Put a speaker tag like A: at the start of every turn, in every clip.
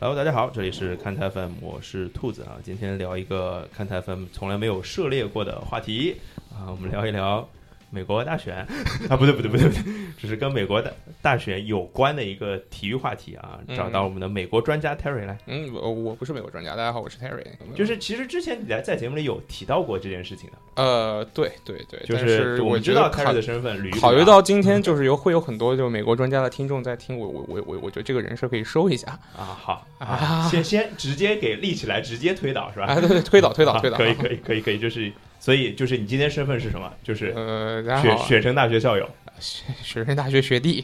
A: Hello，大家好，这里是看台 FM，我是兔子啊。今天聊一个看台 FM 从来没有涉猎过的话题啊，我们聊一聊美国大选 啊，不对不对不对不对，只是跟美国大大选有关的一个体育话题啊。找到我们的美国专家 Terry 来，
B: 嗯，我我不是美国专家，大家好，我是 Terry。
A: 就是其实之前你来在节目里有提到过这件事情的，
B: 呃，对对对，
A: 就
B: 但
A: 我
B: 我
A: 们知
B: 觉得
A: 道
B: 考
A: Terry 的身份，捋一捋啊
B: 考虑到今天就是有会有很多就是美国专家的听众在听我我我我我觉得这个人设可以收一下
A: 啊，好啊，
B: 啊
A: 先先直接给立起来，直接推倒是吧？
B: 啊，对对，推导推导
A: 啊
B: 推导，
A: 可以可以可以可以，就是所以就是你今天身份是什么？就是
B: 呃，然
A: 雪
B: 后
A: 雪城大学校友
B: 学学生大学学弟，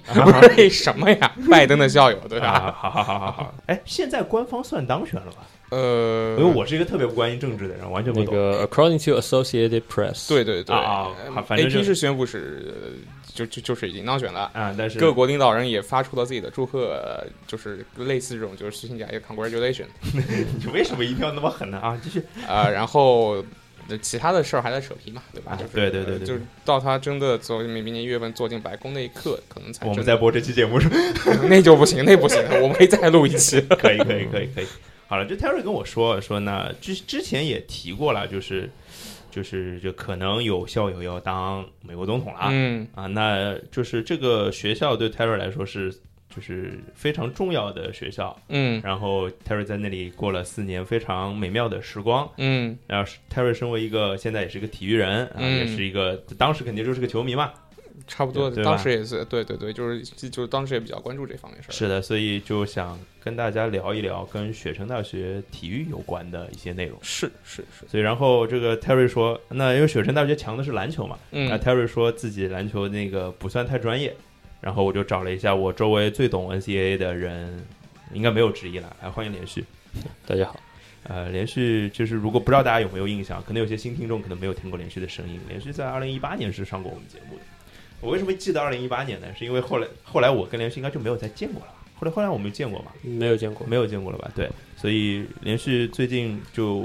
B: 为什么呀？拜登的校友对
A: 啊，
B: 吧？
A: 好好好好好。哎，现在官方算当选了吧？
B: 呃
A: 因为，我是一个特别不关心政治的人，完全不
C: 那
A: 懂。
C: 个 according to Associated Press，
B: 对对对
A: 啊啊好反正就
B: AP 是宣布是呃就就就是已经当选了。
A: 啊，但是
B: 各国领导人也发出了自己的祝贺，就是类似这种就是虚情假意的 congratulation，
A: 你为什么一定要那么狠呢？啊，继续
B: 啊，然后呃其他的事儿还在扯皮嘛，对吧
A: 啊？
B: 就是
A: 对对对
B: 呃
A: 对
B: 就是到他真的走明明年一月份坐进白宫那一刻，可能才
A: 我们
B: 真
A: 再
B: 的
A: 播这期节目 是吧
B: 那就不行，那不行，我们可以再录一期。
A: 可以可以可以可以。好了，就 Terry 跟我说说呢，之之前也提过了，就是就是就可能有校友要当美国总统了 啊。
B: 嗯，
A: 啊，那就是这个学校对 Terry 来说是就是非常重要的学校。
B: 嗯
A: 然后 Terry 在那里过了四年非常美妙的时光。
B: 嗯
A: 然后 Terry 身为一个现在也是一个体育人，啊，
B: 嗯
A: 也是一个当时肯定就是个球迷嘛。
B: 差不多，
A: 对对吧
B: 当时也是，对对对，就是就是当时也比较关注这方面事儿。
A: 是的，所以就想跟大家聊一聊跟雪城大学体育有关的一些内容。
B: 是是是，
A: 所以，然后这个 Terry 说，那因为雪城大学强的是篮球嘛，那
B: 嗯
A: Terry 说自己篮球那个不算太专业，然后我就找了一下我周围最懂 NCAA 的人，应该没有之一了。来，欢迎连续。
C: 大家好，
A: 呃，连续就是如果不知道大家有没有印象，可能有些新听众可能没有听过连续的声音。连续在二零一八年是上过我们节目的。我为什么记得二零一八年呢？是因为后来后来我跟连续应该就没有再见过了吧。后来后来我们见过嘛，
C: 没有见过，
A: 没有见过了吧？对，所以连续最近就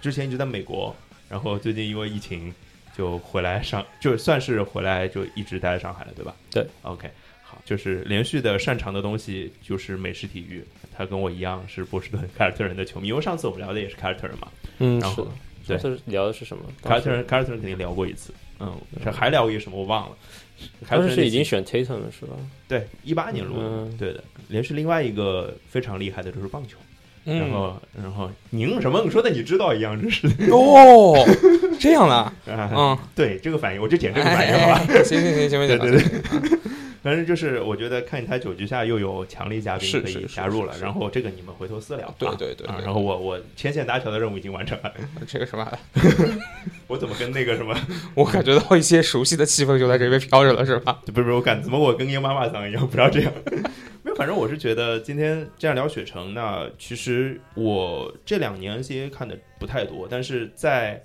A: 之前一直在美国，然后最近因为疫情就回来上，就算是回来就一直待在上海了，对吧？
C: 对
A: ，OK，好，就是连续的擅长的东西就是美式体育，他跟我一样是波士顿 凯尔特人的球迷，因为上次我们聊的也是凯尔特人嘛，
C: 嗯，
A: 然
C: 是
A: 后
C: 的。
A: 对
C: 上次聊的哦是什么？
A: 凯尔
C: 当
A: 特人
C: 时
A: 凯尔特人肯定聊过一次，嗯，这还聊过一个什么我忘了，凯尔特
C: 当
A: 人
C: 时是已经选 Tatum 了，是吧？
A: 对一八年录的，
C: 嗯
A: 对的，连续另外一个非常厉害的就是棒球。然
B: 嗯
A: 后，然后您什么？你说的你知道一样，真是
B: 哦，这 样的，
A: 啊，
B: 嗯，
A: 对这个反应，我就捡这个反
B: 哎
A: 应好吧。
B: 哎行行行行，
A: 对
B: 行
A: 对
B: 行，
A: 对，反正就是我觉得看台九局下又有强力嘉宾
B: 是
A: 可以
B: 是是
A: 加入了，
B: 是是
A: 然后这个你们回头私聊啊。
B: 对对对
A: 啊
B: 对
A: 然后我我牵线搭桥的任务已经完成了，
B: 这个什么，
A: 我怎么跟那个什么，
B: 我感觉到一些熟悉的气氛就在这边飘着了，是吧？
A: 不是不是，我敢怎么我跟英妈妈桑一样，不要这样。没有，反正我是觉得今天这样聊雪城，那其实我这两年 NCAA 看的不太多，但是在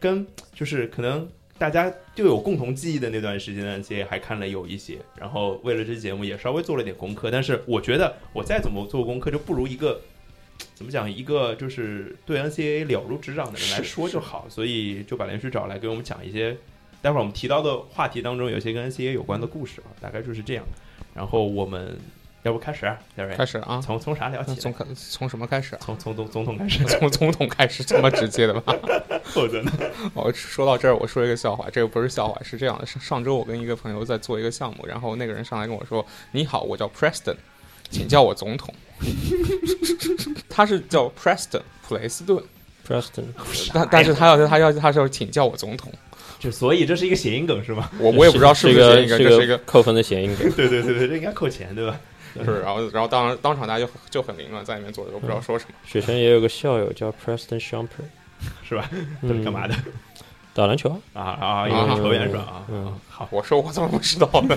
A: 跟就是可能大家就有共同记忆的那段时间的 NCAA 还看了有一些，然后为了这期节目也稍微做了点功课，但是我觉得我再怎么做功课，就不如一个怎么讲一个就是对 NCAA 了如指掌的人来说就好，所以就把连续找来给我们讲一些。待会儿我们提到的话题当中，有一些跟 NCAA 有关的故事啊，大概就是这样。然后我们要不开始啊，戴瑞
B: 开，始啊，
A: 从从啥聊
B: 那
A: 起
B: 从
A: 呢？
B: 开从什么开始啊？
A: 从从总总统开 始，
B: 从总统开始这么直接的吧？
A: 否 则呢？
B: 哦，说到这儿，我说一个笑话，这个不是笑话，是这样的：上上周我跟一个朋友在做一个项目，然后那个人上来跟我说：“你好，我叫 Preston，请叫我总统。” 他是叫 Preston 普雷斯顿，
C: Preston，
B: 但但是他要他要他是要请叫我总统，
A: 就所以这是一个谐音梗是吗？
B: 我我也不知道
C: 是
B: 不
C: 个
B: 是一这是一
C: 个
B: 个。
C: 扣分的谐音梗。
A: 对对对对，这应该扣钱对吧？
B: 是，然后，然后当当场大家就就很凌乱，在里面坐着都不知道说什么。
C: 雪城也有个校友叫 Preston Shumper，
A: 是吧？他
C: 嗯
A: 是干嘛的？
C: 打篮球啊，
A: 啊啊，有个球员是吧？啊，
C: 嗯，
A: 好，
B: 我说我怎么不知道呢？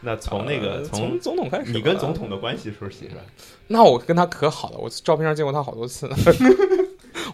A: 那从那个
B: 呃从总统开始吧，
A: 你跟总统的关系说起是吧？
B: 那我跟他可好了，我照片 上见过他好多次呢，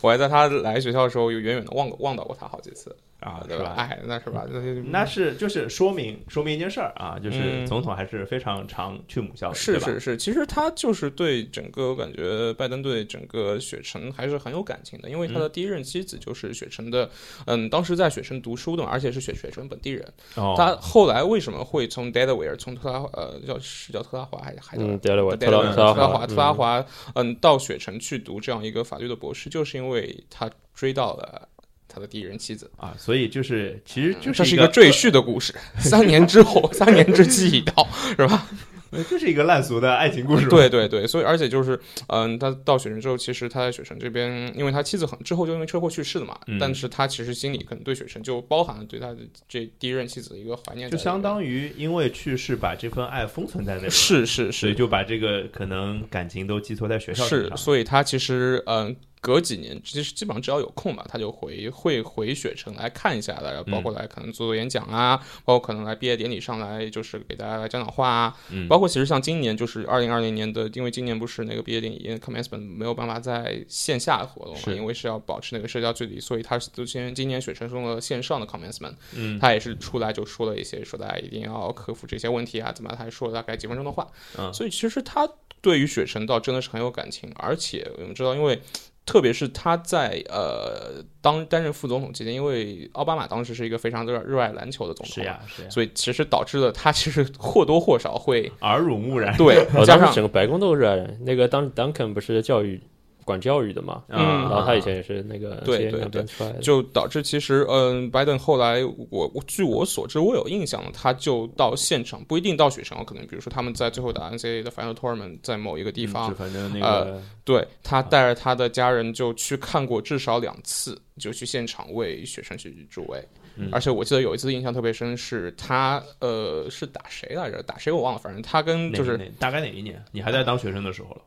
B: 我还在他来学校的时候，有远远的望过望到过他好几次。
A: 啊，
B: 对
A: 是嗯
B: 吧？？哎，那是吧？那就
A: 那是就是说明说明一件事儿啊，就是
B: 嗯
A: 总统还是非常常去母校的，
B: 是
A: 对吧
B: 是是，其实他就是对整个我感觉拜登对整个雪城还是很有感情的，因为
A: 嗯
B: 他的第一任妻子就是雪城的，嗯，当时在雪城读书的嘛，而且是雪雪城本地人。
A: 哦，
B: 他后来为什么会从 Delaware 从特拉呃叫是叫特拉华还还叫
C: 嗯，德勒维特
A: 拉
C: 拉
A: 维
C: 特
B: 特拉
C: 华，
B: 华特拉华嗯到雪城去读这样一个法律的博士，就是因为他追到了。他的第一任妻子，
A: 啊，所以就是其实就
B: 这
A: 是
B: 是
A: 一
B: 一个
A: 个
B: 赘婿的 故事。三年之后，三年之期已到，是吧？
A: 这是一个烂俗的爱情故事，，
B: 对对对，所以而且就是，嗯，他到雪城之后，其实他在雪城这边，因为他妻子很之后就因为车祸去世了嘛，
A: 嗯
B: 但是他其实心里可能对雪城就包含了对他的这第一任妻子的一个怀念在
A: 就
B: 里边，
A: 相当于因为去世把这份爱封存在那里，
B: 是是
A: 所以
B: 是
A: 就把这个可能感情都寄托在学校身
B: 是，
A: 上。
B: 所以他其实嗯。隔几年，其实基本上只要有空吧，他就回会回雪城来看一下的，然后包
A: 嗯
B: 括来可能做做演讲啊，包括可能来毕业典礼上来就是给大家来讲讲话啊，
A: 嗯，
B: 包括其实像今年就是二零二零年的，因为今年不是那个毕业典礼 commencement 没有办法在线下活动嘛，
A: 是
B: 因为是要保持那个社交距离，所以他是就先今年雪城用了线上的 commencement，
A: 嗯
B: 他也是出来就说了一些说大家一定要克服这些问题啊，怎么样他还说了大概几分钟的话，
A: 嗯
B: 所以其实他对于雪城倒真的是很有感情，而且我们知道，因为特别是他在呃当担任副总统期间，因为奥巴马当时是一个非常热热爱篮球的总统，
A: 是呀是呀，
B: 所以其实导致了他其实或多或少会。
A: 耳濡目染
B: 对
C: 我
B: 加
C: 哦当时
B: 上
C: 整个白宫都热爱人。那个当时 Duncan 不是教育管教育的嘛，
A: 啊
B: 嗯
C: 然后他以前也是那个
B: 对
C: 接
B: 对
C: 那边出来的，
B: 就导致其实，嗯，拜登后来我我据我所知，我有印象，他就到现场，不一定到雪城，啊可能比如说他们在最后打 NCAA 的 Final Tournament 在某一个地
A: 嗯
B: 方
A: 就，反正那
B: 呃
A: 个
B: 对他带着他的家人就去看过至少两次，就去现场为雪城去助威。
A: 嗯
B: 而且我记得有一次印象特别深，是他呃是打谁来着？打谁我忘了，反正他跟
A: 哪
B: 就是
A: 哪大概哪一年，你还在当学生的时候了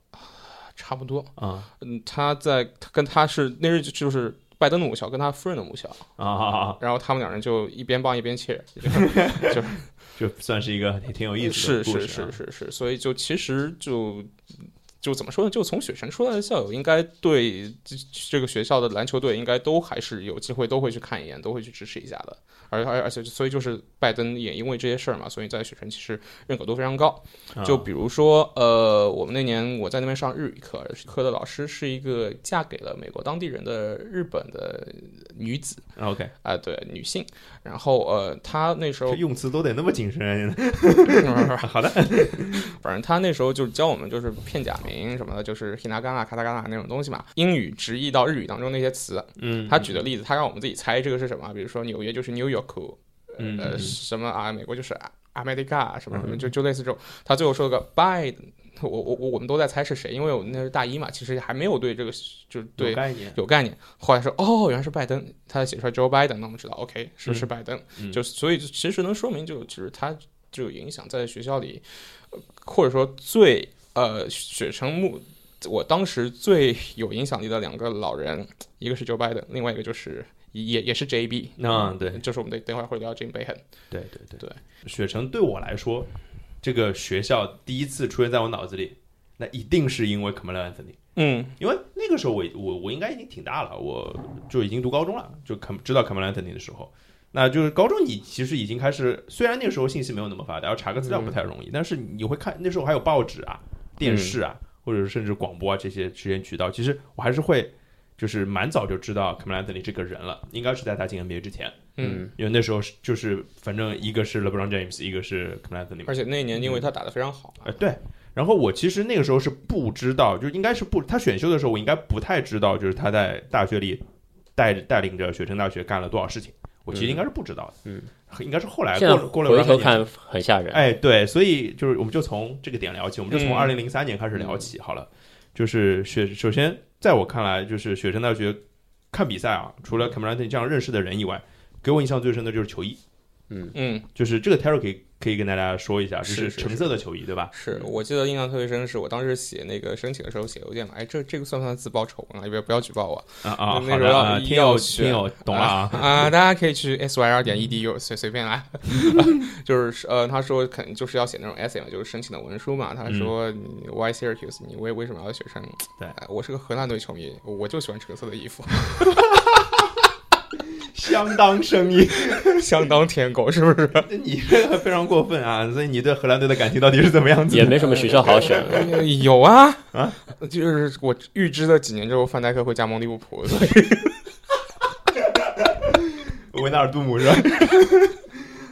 B: 差不多，
A: 啊
B: 嗯，他在他跟他是那日就是拜登的母校跟他夫人的母校，
A: 啊啊啊！
B: 然后他们两人就一边帮一边切，
A: 就算是一个挺挺有意思
B: 是
A: 的故事、啊，
B: 是是是是，所以就其实就就怎么说呢？就从雪城出来的校友，应该对这这个学校的篮球队，应该都还是有机会都会去看一眼，都会去支持一下的。而而而且，所以就是拜登也因为这些事儿嘛，所以在雪城其实认可度非常高。
A: 啊
B: 就比如说，呃，我们那年我在那边上日语课，日语课的老师是一个嫁给了美国当地人的日本的女子
A: OK，
B: 啊、对，女性。然后呃，她那时候
A: 这用词都得那么谨慎。啊
B: 好的，反正他那时候就是教我们就是片假名什么的，就是 hinagana、katakana 那种东西嘛，英语直译到日语当中那些词。
A: 嗯，
B: 他举的例子，他让我们自己猜这个是什么，比如说纽约就是 New York，
A: 嗯
B: 呃，
A: 嗯
B: 什么啊，美国就是 America 什么什么，就就类似这种。他最后说了个 by，我我我我们都在猜是谁，因为我们那是大一嘛，其实还没有对这个就是对
A: 有概念，
B: 有概念。后来说哦，原来是拜登，他写出来 Joe Biden，那我们知道 OK 是不是拜登？
A: 嗯
B: 就所以就其实能说明就就是他这个影响在学校里，呃或者说最呃雪城木。我当时最有影响力的两个老人，一个是 Joe Biden，另外一个就是也也是 JB，
A: 嗯对
B: 就是我们等等会儿会聊 Jim Behan，
A: 对对对
B: 对，
A: 雪城对我来说，这个学校第一次出现在我脑子里，那一定是因为 Kamala Anthony，
B: 嗯，
A: 因为那个时候我我我应该已经挺大了，我就已经读高中了，就 Kam 知道 Kamala Anthony 的时候。那就是高中，你其实已经开始，虽然那个时候信息没有那么发达，要查个资料不太容易，但是你会看那时候还有报纸啊、电视啊，或者是甚至广播啊这些时间渠道，其实我还是会就是蛮早就知道 Kamala Anthony 这个人了，应该是在他进 NBA 之前。
B: 嗯，
A: 因为那时候是就是反正一个是 LeBron James，一个是 k a m a l a n t h o n
B: 而
A: y
B: 且那年
A: 嗯
B: 因为他打得非常好嘛，
A: 呃，对。然后我其实那个时候是不知道，就应该是不他选秀的时候，我应该不太知道，就是他在大学里带带领着雪城大学干了多少事情，我其实应该是不知道的。
C: 嗯，
A: 应该是后来
C: 现
A: 过
C: 在
A: 了过了
C: 回
A: 两三
C: 头
A: 年
C: 看很吓人。
A: 哎，对，所以就是我们就从这个点聊起，我们就从
B: 嗯
A: 二零零三年开始聊
C: 嗯
A: 起、好了。就是雪，首先在我看来，就是雪城大学看比赛啊，除
C: 嗯
A: 了 k a m a l a n t h o n y 这样认识的人以外，给我印象最深的就是球衣。
B: 嗯，
A: 就是这个 Terry 可以可以跟大家说一下，就是
B: 是
A: 橙色的球衣，对吧？
B: 是我记得印象特别深，是我当时写那个申请的时候写邮件嘛，哎，这这个算不算自曝丑闻啊？也不要不要举报我
A: 啊啊，
B: 那
A: 好
B: 时候
A: 的，啊
B: 要
A: 听友
B: 要选
A: 听友懂了啊，
B: 啊、大家可以去 s y r 点 edu 随随便来， 就是呃，他说肯就是要写那种 essay 嘛，就是申请的文书嘛。他说、你 Why Syracuse？你为为什么要选成？
A: 嗯
B: 呃
A: 对
B: 哎我是个荷兰队球迷，我就喜欢橙色的衣服。
A: 相当生 硬。
B: 相当舔狗，是 不是？
A: 你这个非常过分啊！所以你对荷兰队的感情到底是怎么样子的？
C: 也没什么学校好选。
B: 呃有啊
A: 啊，
B: 就是我预知了几年之后范戴克会加盟利物浦， 所以
A: 维纳尔杜姆是吧？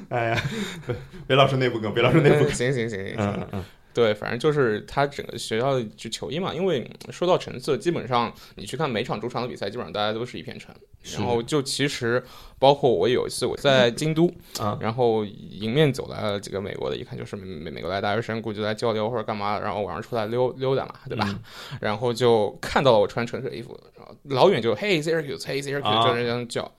A: 哎呀， 别别老说内部梗，别老说内部梗。
B: 行行行行行
A: 嗯，嗯
B: 对，反正就是他整个学校就球衣嘛，因为说到成色，基本上你去看每场主场的比赛，基本上大家都是一片橙。
A: 是
B: 然后就其实包括我有一次我在京都，
A: 啊
B: 然后迎面走来了几个美国的，一看就是美美美国来的大学生，估计来交流或者干嘛，然后晚上出来溜溜达嘛，对吧？
A: 嗯
B: 然后就看到了我穿橙色衣服，然后老远就 Hey Syracuse，Hey Syracuse，
A: 啊
B: 就这样叫。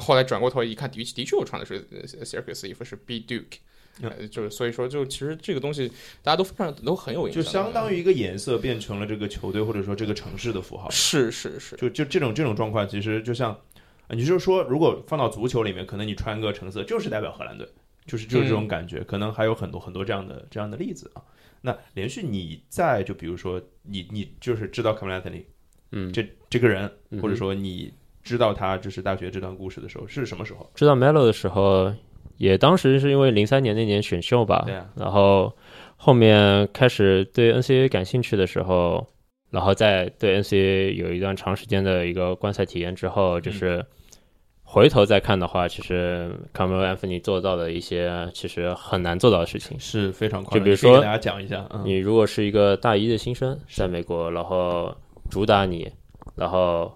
B: 后来转过头一看，的确的确我穿的是呃 Syracuse 衣服，是 B Duke，、
A: 嗯
B: 呃、就是所以说就其实这个东西大家都非常都很有印
A: 嗯就
B: 象，
A: 相当于一个颜色变成了这个球队或者说这个城市的符号。
B: 是是是，
A: 就就这种这种状况，其实就像，呃你就说，如果放到足球里面，可能你穿个橙色就是代表荷兰队，就是就是这种感觉，可能还有很多很多这样的这样的例子啊。那连续你在就比如说你你就是知道 c a m e l a t n y
C: 嗯，
A: 这这个人，
C: 嗯哼
A: 或者说你知道他就是大学这段故事的时候是什么时候？
C: 知道 Melo 的时候，也当时是因为零三年那年选秀吧，
A: 对啊
C: 然后后面开始对 NCAA 感兴趣的时候，然后再对 NCAA 有一段长时间的一个观赛体验之后，
A: 嗯
C: 就是回头再看的话，其实 c a m e l Anthony 做到的一些其实很难做到的事情。
A: 是非常
C: 快乐就比如说你
A: 给
C: 可以给
A: 大
C: 大
A: 家讲一下，嗯，
C: 你如果是一个大一的新生，在美国，然后主打你，然后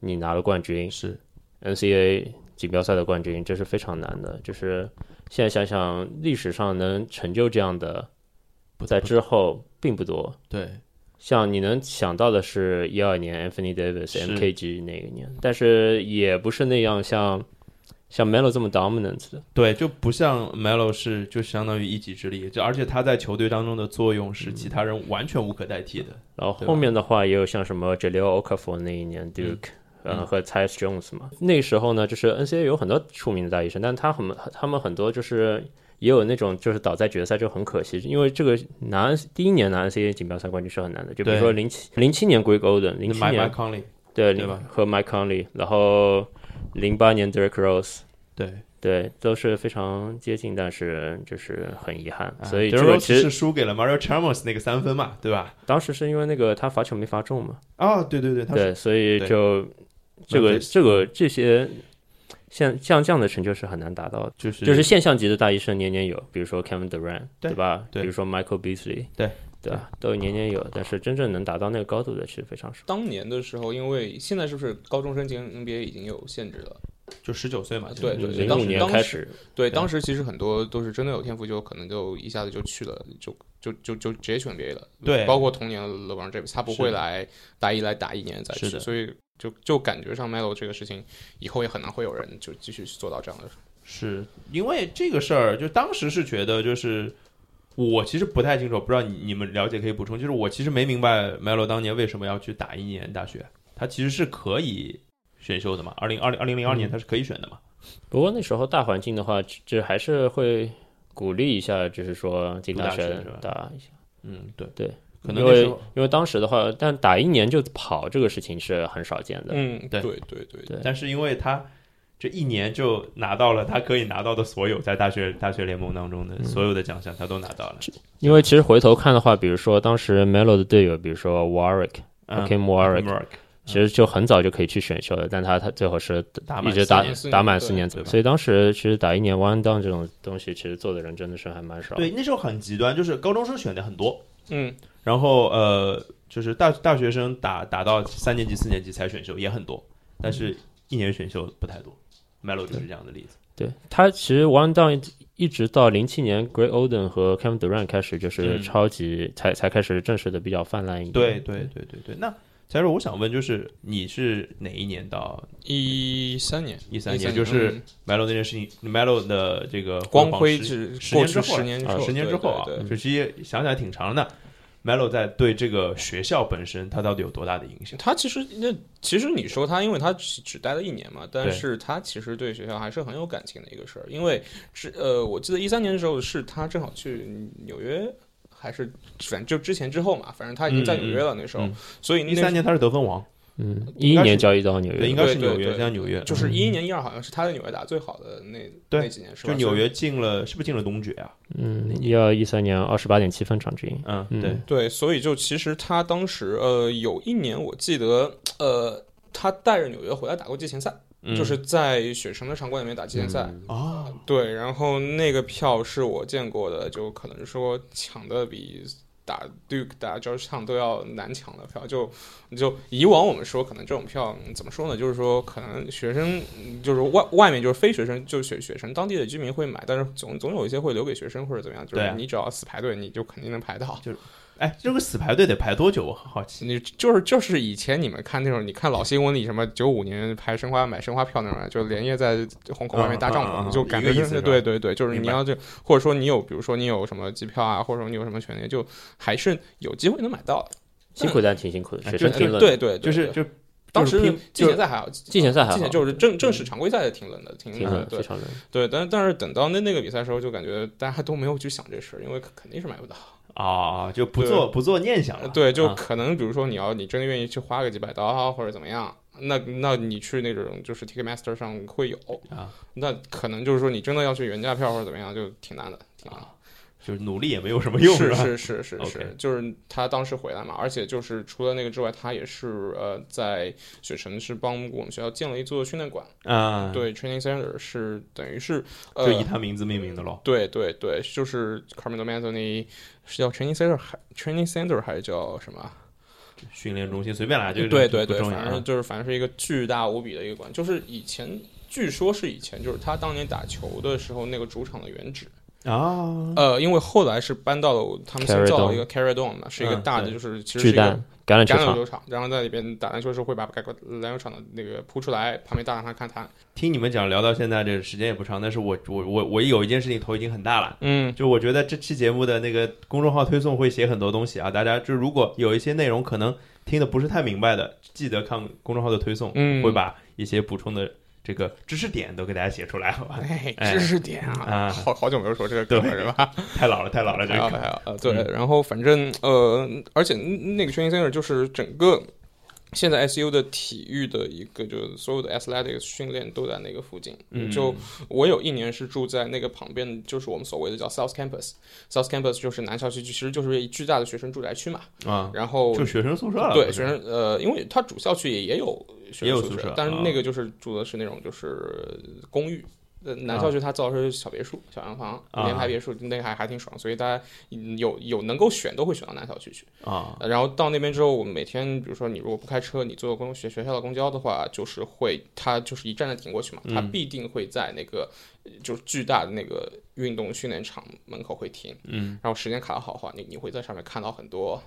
C: 你拿了冠军，
A: 是
C: NCAA 锦标赛的冠军，这是非常难的。就是现在想想，历史上能成就这样的，在之后并不多。
A: 对
C: 像你能想到的是一二年 Anthony Davis
A: 是
C: MKG 那个年，但是也不是那样像像 Melo 这么 dominant 的。
A: 对，就不像 Melo 是就相当于一己之力，就而且他在球队当中的作用是其他人完全无可代替的。
C: 然后
A: 对吧
C: 后面的话也有像什么 Jaleel Okafor 那一年 Duke，、
A: 嗯
C: 呃和 Tyus Jones 嘛。那时候呢，就是 NCAA 有很多出名的大医生，但他很他们很多就是也有那种就是倒在决赛就很可惜，因为这个拿第一年拿 NCAA 锦标赛冠军是很难的。就比如
A: 对
C: 说零七零七年 Greg Oden，零
A: 那
C: 七
A: Mike
C: 年
A: Mike Conley
C: 对
A: 对吧
C: 和 Mike Conley，然后零八年 Derrick Rose。
A: 对，
C: 对，都是非常接近，但是就是很遗憾，
A: 啊
C: 所以
A: Derrick
C: 这个
A: Rose
C: 其实
A: 是输给了 Mario Chalmers 那个三分嘛，对吧？
C: 当时是因为那个他罚球没罚中嘛，
A: 啊，对对对，他是
C: 对，所以
A: 对
C: 就这个
A: Memphis
C: 这个这些像像这样的成就是很难达到的，
A: 就是
C: 就是现象级的大医生年年有，比如说 Kevin Durant
A: 对
C: 吧？
A: 对
C: 比如说 Michael Beasley
A: 对
C: 对吧，都年年有，但是真正能达到那个高度的其实非常少。
B: 当年的时候，因为现在是不是高中生进 NBA 已经有限制了？
A: 就十九岁嘛，
B: 对
A: 现在
B: 对
A: 是
C: 零
B: 当
C: 五
B: 时
C: 年
B: 当
C: 开
B: 时
C: 始，
B: 对，
A: 啊
C: 对
B: 当时其实很多都是真的有天赋，就可能就一下子就去了，就就就就直接去 NBA 了。
A: 对
B: 包括同年的 LeBron James，他不
A: 是的
B: 会来大一来打一年再
A: 是
B: 去，
A: 的
B: 所以就就感觉上 Melo 这个事情，以后也很难会有人就继续做到这样的。
A: 是因为这个事儿，就当时是觉得就是。我其实不太清楚，不知道你你们了解可以补充。就是我其实没明白 Melo 当年为什么要去打一年大学，他其实是可以选秀的嘛。二零二零二零零二年他是可以选的嘛。
C: 不过那时候大环境的话，这这还是会鼓励一下，就是说进
A: 读
C: 大
A: 大学
C: 学
A: 是吧
C: 打一下。
A: 嗯，对
C: 对，
A: 可能
C: 因
A: 那时
C: 为
A: 候，
C: 因为当时的话，但打一年就跑这个事情是很少见的。
B: 嗯，
A: 对
B: 对对对
C: 对
A: 但是因为他这一年就拿到了他可以拿到的所有在大学大学联盟当中的所有的奖项，他都拿到了。
C: 因为其实回头看的话，比如说当时 Melo 的队友，比如说 Warwick、
A: 嗯
C: Hakeem Warwick，、
A: Mark
C: 其实就很早就可以去选秀了，但他他最后是
A: 打满
C: 一直
A: 四
C: 打
A: 年
B: 四年
C: 打满
B: 对
C: 四年
A: 对吧
C: 所以当时其实打一年 one down 这种东西，其实做的人真的是还蛮少。
A: 对，那时候很极端，就是高中生选的很多，
B: 嗯，
A: 然后呃，就是大大学生打打到三年级、四年级才选秀也很多，但是一年选秀不太多。Melo 就是这样的例子，
C: 对他其实 one down 一直到零七年 Gray Oden 和 Kevin Durant 开始就是
A: 嗯
C: 超级、才才开始正式的比较泛滥一
A: 对
C: 点。
A: 对对对对。那假如我想问，就是你是哪一年到
B: 一三年，
A: 一三
B: 13
A: 年？就是
B: 嗯
A: Melo 那件事情，Melo 的这个
B: 光辉
A: 之。
B: 至
A: 十
B: 过
A: 年之后了
B: 去十年之
A: 啊，
B: 后，
A: 十年之
B: 对
A: 后啊
B: 对，对
A: 就其实想起来挺长的。Melo 在对这个学校本身，它到底有多大的影响？
B: 他其实那其实你说他，因为他只只待了一年嘛，但
A: 对
B: 是他其实对学校还是很有感情的一个事儿。因为之呃，我记得一三年的时候是他正好去纽约，还是反正就之前之后嘛，反正他已经在纽约了那时候，
A: 嗯嗯
B: 所以那
A: 一三年他是得分王，
C: 嗯，一
A: 应
C: 一
A: 该是
C: 年交易到纽约
A: 对，
C: 的，
A: 应该是
B: 对对
A: 纽约，
B: 对
A: 现在纽约
B: 就是一一年、一二好像是他在纽约打最好的那
A: 对
B: 那几年，是吧？
A: 就纽约进了，是不是进了东决啊？
C: 嗯，一二一三年二十八点七分场均，
A: 嗯，
C: 嗯
A: 对，
B: 对，所以就其实他当时呃有一年我记得呃他带着纽约回来打过季前赛，
A: 嗯
B: 就是在雪城的场馆里面打季前赛。
C: 嗯
A: 啊，
B: 对，然后那个票是我见过的，就可能说抢的比打 Duke 打 Georgetown 都要难抢的票。就就以往我们说，可能这种票嗯怎么说呢？就是说，可能学生嗯就是外外面就是非学生，就是学学生当地的居民会买，但是总总有一些会留给学生或者怎么样。就
A: 对
B: 是
A: 啊
B: 你只要死排队，你就肯定能排到。
A: 哎，这个死排队得排多久？我很好奇。
B: 你就是就是以前你们看那种，你看老新闻里什么九五年排申花买申花票那种人，就连夜在虹口外面搭帐
A: 嗯嗯嗯嗯
B: 篷，就感觉
A: 一个意
B: 就
A: 思是吧
B: 对对对，就是
A: 明
B: 你
A: 白
B: 要就或者说你有，比如说你有什么机票啊，或者说你有什么权利，就还是有机会能买到的。呃
C: 辛苦但挺辛苦的，
A: 哎
C: 学
A: 这这
C: 生挺
B: 对
C: 冷，，
B: 对对，
A: 就是
B: 对
A: 就
B: 当
A: 就是
B: 时
A: 拼
B: 季前赛还好，
C: 季前赛还
B: 季
C: 好
B: 前，就是
A: 嗯
B: 正正式常规赛挺冷的，挺
C: 挺
B: 冷的，
C: 冷，非
B: 对
C: 常冷。
B: 对。但但是等到那那个比赛的时候，就感觉大家都没有去想这事儿，因为肯肯定是买不到。
A: 啊，就不做不做念想了。
B: 呃对，就
A: 啊
B: 可能比如说你要你真的愿意去花个几百刀啊或者怎么样，那那你去那种就是 Ticketmaster 上会有
A: 啊，
B: 那可能就是说你真的要去原价票或者怎么样，就挺难的，挺难的。
A: 就是努力也没有什么啊用，
B: 是
A: 吧？
B: 是是是
A: OK
B: 是，就是他当时回来嘛，而且就是除了那个之外，他也是呃在雪城是帮我们学校建了一座训练馆，
A: 啊，，
B: 对 training center 是等于是呃
A: 就以他名字命名的喽。
B: 对对对，就是 Carmelo Anthony 是叫 training center 还 training center 还是叫什么啊？
A: 训练中心随便啦，这个
B: 对对
A: 不
B: 对，
A: 重要
B: 反
A: 啊
B: 正。就是反正是一个巨大无比的一个馆，就是以前据说是以前就是他当年打球的时候那个主场的原址，
A: 啊，
B: 呃，因为后来是搬到了他们
C: Carrey
B: 新造了一个 Carry Dome 嘛，是一个
A: 嗯
B: 大的
A: 对
B: 就是其实
C: 巨
B: 是一个
C: 蛋橄榄球
B: 橄榄
C: 场，
B: 球场，然后在里边打篮球的时候会把橄榄球场的那个铺出来，旁边大让他看台，
A: 听你们讲聊到现在，这个时间也不长，但是我我我我有一件事情头已经很大了。
B: 嗯，
A: 就我觉得这期节目的那个公众号推送会写很多东西啊，大家就如果有一些内容可能听的不是太明白的，记得看公众号的推送，
B: 嗯
A: 会把一些补充的这个知识点都给大家写出来，好吧？
B: 哎
A: 哎，
B: 知识点啊，
A: 啊
B: 好好久没有说这个梗了
A: 对
B: 是吧？
A: 太老了，太老了，这
B: 还有
A: 个
B: 还有呃，对，
A: 嗯
B: 然后反正呃，而且那个 training center 就是整个现在 SU 的体育的一个，就是所有的 athletic 训练都在那个附近。
A: 嗯
B: 就我有一年是住在那个旁边，就是我们所谓的叫 South Campus。South Campus 就是南校区，其实就是一巨大的学生住宅区嘛。
A: 啊，
B: 然后
A: 就学生宿舍了，
B: 对
A: 不是
B: 学生呃，因为它主校区也也有
A: 啊
B: 学
A: 也有
B: 生
A: 宿
B: 宿
A: 舍
B: 舍，但是
A: 啊
B: 那个就是住的是那种就是公寓。呃，南校区它造的是小别墅、小洋房、
A: 啊
B: 联排别墅，那个还还挺爽，所以大家嗯有有能够选都会选到南校区去。
A: 啊，
B: 呃然后到那边之后，我们每天比如说你如果不开车，你坐公学学校的公交的话，就是会它就是一站站停过去嘛，它
A: 嗯
B: 必定会在那个呃就是巨大的那个运动训练场门口会停。
A: 嗯
B: 然后时间卡的好的话，你你会在上面看到很多，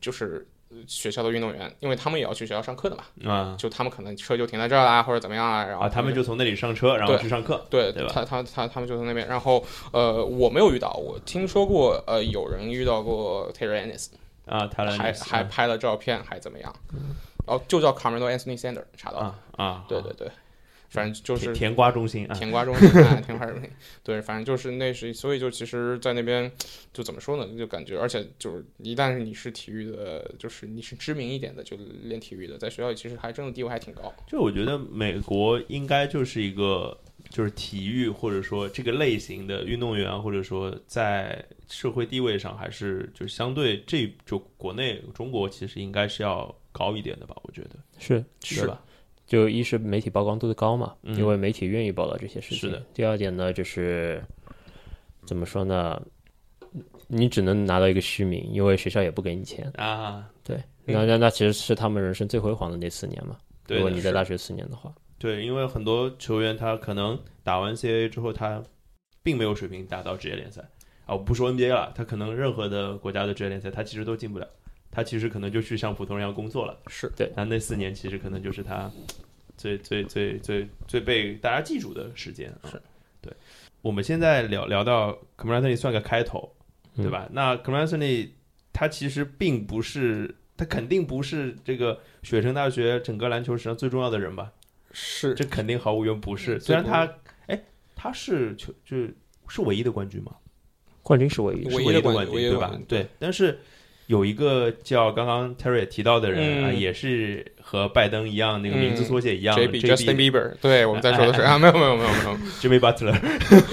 B: 就是呃学校的运动员，因为他们也要去学校上课的嘛，
A: 啊
B: 就他们可能车就停在这儿啦，或者怎么样啊，然后
A: 啊，他们就从那里上车，然后
B: 对
A: 去上课，
B: 对
A: 对吧
B: 他他他他们就在那边，然后呃，我没有遇到，我听说过呃有人遇到过 Terry Ennis，
A: 啊，他来
B: 还还拍了照片，还怎么样，哦，就叫 Carmelo Anthony Center 查到了，
A: 啊啊，
B: 对对对，反正就
A: 甜
B: 是
A: 甜瓜中心啊，
B: 甜瓜中心，哎，甜瓜中心，对，反正就是那是，所以就其实，在那边就怎么说呢，就感觉，而且就是一旦你是体育的，就是你是知名一点的，就练体育的，在学校里其实还真的地位还挺高。
A: 就我觉得美国应该就是一个就是体育或者说这个类型的运动员，或者说在社会地位上还是就是相对这就国内中国其实应该是要高一点的吧，我觉得
C: 是
A: 对吧？
C: 就一是媒体曝光度的高嘛，
A: 嗯
C: 因为媒体愿意报道这些事情。
A: 是的。
C: 第二点呢，就是怎么说呢？你只能拿到一个虚名，因为学校也不给你钱。
A: 啊，
C: 对，那那那其实是他们人生最辉煌的那四年嘛。
A: 对
C: 如果
A: 的
C: 你在
A: 是
C: 大学四年的话，
A: 对，因为很多球员他可能打完 CAA 之后，他并没有水平打到职业联赛啊，我不说 NBA 了，他可能任何的国家的职业联赛他其实都进不了，他其实可能就去像普通人一样工作了。
B: 是
A: 那那四年其实可能就是他最最最最最被大家记住的时间啊。
B: 是，
A: 对。我们现在聊聊到 c o m r a t o n y 算个开头，对吧？那 c o m r a t o n y 他其实并不是，他肯定不是这个雪城大学整个篮球史上最重要的人吧？
B: 是
A: 这肯定毫无缘不是。
B: 嗯
A: 虽然他，哎，他是球就是是唯一的冠军吗？
C: 冠军是唯一
A: 是
B: 唯
A: 一
B: 一的
A: 冠
B: 冠军唯一的
A: 对
B: 冠
A: 吧
B: 军？
A: 对，但是有一个叫刚刚 Terry 也提到的人、
B: 嗯
A: 啊，也是和拜登一样，那个
B: 嗯
A: 名字缩写一样、
B: JB Justin
A: JB
B: Bieber，对我们在说的是啊，没有没有没有没有，
A: Jimmy Butler。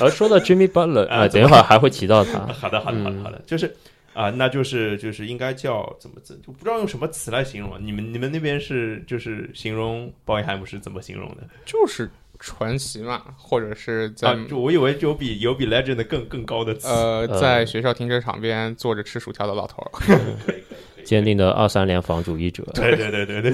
C: 而呃说到 Jimmy Butler，
A: 啊
C: 啊，等一会儿还会提到他。
A: 好的，好的，好
B: 嗯
A: 的，好的，就是啊、那就是就是应该叫怎么怎，就不知道用什么词来形容啊。你们你们那边是就是形容鲍伊海姆是怎么形容的？
B: 就是传奇嘛，或者是在
A: 啊，就我以为有比有比 legend 更更高的词。
B: 呃
C: 呃
B: 在学校停车场边坐着吃薯条的老头儿，
C: 坚定的二三联防主义者，
A: 对对对对对，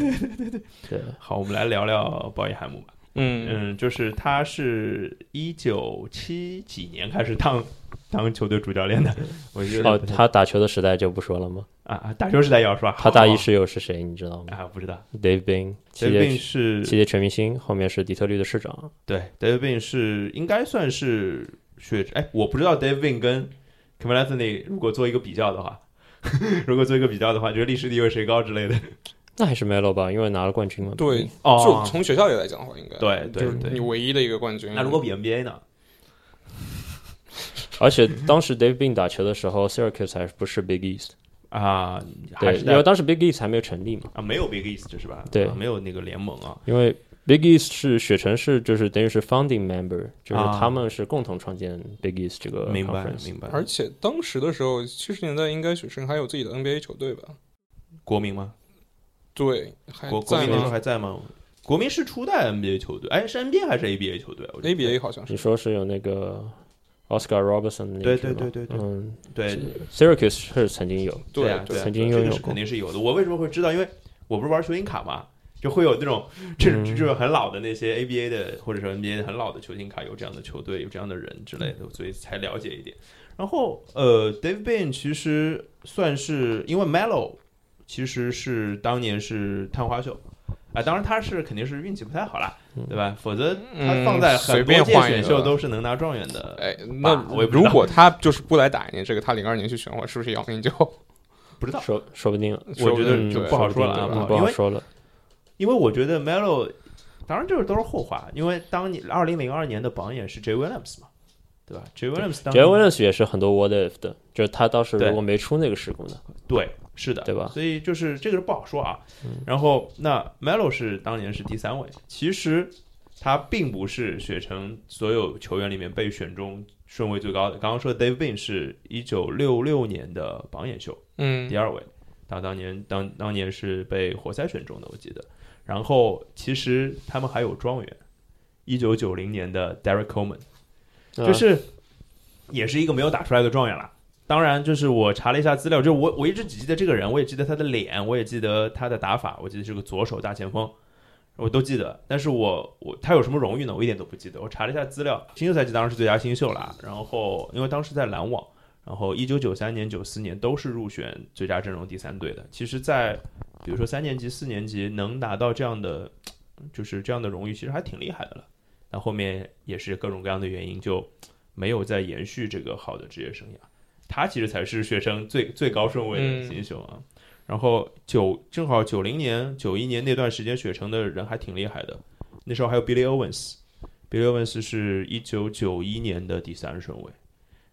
C: 对，
A: 好，我们来聊聊鲍伊海姆吧。
B: 嗯
A: 嗯，就是他是一九七几年开始当当球队主教练的，我觉得
C: 哦，他打球的时代就不说了吗？
A: 啊啊，打球时代也要说啊，
C: 他大一
A: 是
C: 室友是谁，你知道吗
A: 啊，不知道，
C: ？Dave Bean，
A: 德
C: 系
A: 约病
C: 列
A: 是
C: 系列全明星，后面是底特律的市长。
A: 对，德约病是应该算是血，哎，我不知道德约病跟 k a m a l a n y 如果做一个比较的话， 如果做一个比较的话，觉得历史地位谁高之类的，
C: 那还是 Melo 吧，因为拿了冠军嘛。
B: 对， 就
A: 哦，
B: 从学校里来讲的话，应该
A: 对对
B: 就是
A: 对
B: 你唯一的一个冠军。
A: 那如果比 NBA 呢？
C: 而且
A: 嗯
C: 当时 Dave Bean 打球的时候，Syracuse 还不是 Big East，
A: 啊，还
C: 对，
A: 是
C: 因
A: 在
C: 为当时 Big East 还没有成立嘛，
A: 啊，没有 Big East 是吧？
C: 对
A: 啊没有那个联盟啊。
C: 因为 Big East 是雪城是就是等于是 founding member，就是
A: 啊
C: 他们是共同创建 Big East 这个
A: 明白
C: 呃 conference。
A: 明白。
B: 而且当时的时候，七十年代应该雪城还有自己的 NBA 球队吧？
A: 国民吗？
B: 对，还
A: 国国
B: 在
A: 民那时候
B: 吗
A: 还在吗？国民是初代 NBA 球队，哎，是 NBA 还是 ABA 球队我觉得
B: ？ABA 好像是
C: 你说是有那个 Oscar Robertson 那
A: 对
C: 一支吗
A: 对对对对
C: 嗯
A: 对
C: ，Syracuse 是曾经有，
A: 对啊
B: 对
A: 对啊
C: 曾
A: 这
C: 经拥
A: 个
C: 有
A: 是
C: 过
A: 肯定是有的。我为什么会知道？因为我不是玩球星卡嘛，就会有那种这
C: 嗯
A: 这就是很老的那些 ABA 的或者说 NBA 的很老的球星卡，有这样的球队，有这样的人之类的，所以才了解一点。然后呃，Dave Bain 其实算是因为 Melo 其实是当年是探花秀。啊，当然他是肯定是运气不太好啦，
C: 嗯
A: 对吧？否则他放在
B: 嗯
A: 很
B: 随
A: 多
B: 便
A: 届
B: 换一
A: 选
B: 个
A: 秀都是能拿状元的。
B: 哎，那
A: 吧我也不知
B: 如
A: 道
B: 果他就是不来打一年这个，他零二年去选我，是不是姚明就
A: 不知道，
C: 说说不定了，
A: 我觉得
C: 嗯
A: 就
B: 对
A: 不好说了啊，不
C: 嗯
A: 好
C: 不
A: 因
C: 好
A: 为
C: 说了。
A: 因为我觉得 Melo，当然这个都是后话，因为当年二零零二年的榜眼是 J Williams 嘛，对吧？J Williams 当
C: j a w i l l i a 也是很多 what if 的，就是他当时
A: 对
C: 如果没出那个事故呢，
A: 对，是的，
C: 对吧
A: 所以就是这个是不好说啊。然后那 Melo 是当年是第三位，其实他并不是雪城所有球员里面被选中顺位最高的。刚刚说的 Dave Bean 是一九六六年的榜眼秀，
B: 嗯
A: 第二位，他当年当当年是被活塞选中的，我记得。然后其实他们还有状元，一九九零年的 Derek Coleman，就
C: 啊
A: 是也是一个没有打出来的状元啦。当然，就是我查了一下资料，就我我一直只记得这个人，我也记得他的脸，我也记得他的打法，我记得是个左手大前锋，我都记得。但是我我他有什么荣誉呢？我一点都不记得。我查了一下资料，新秀赛季当然是最佳新秀啦。然后因为当时在篮网，然后一九九三年、九四年都是入选最佳阵容第三队的。其实，在比如说三年级、四年级能拿到这样的，就是这样的荣誉，其实还挺厉害的了。但后面也是各种各样的原因，就没有再延续这个好的职业生涯。他其实才是学生最最高顺位的
B: 嗯
A: 新秀啊。然后九正好九零年、九一年那段时间，雪城的人还挺厉害的。那时候还有 Billy Owens，Billy Owens 是一九九一年的第三顺位。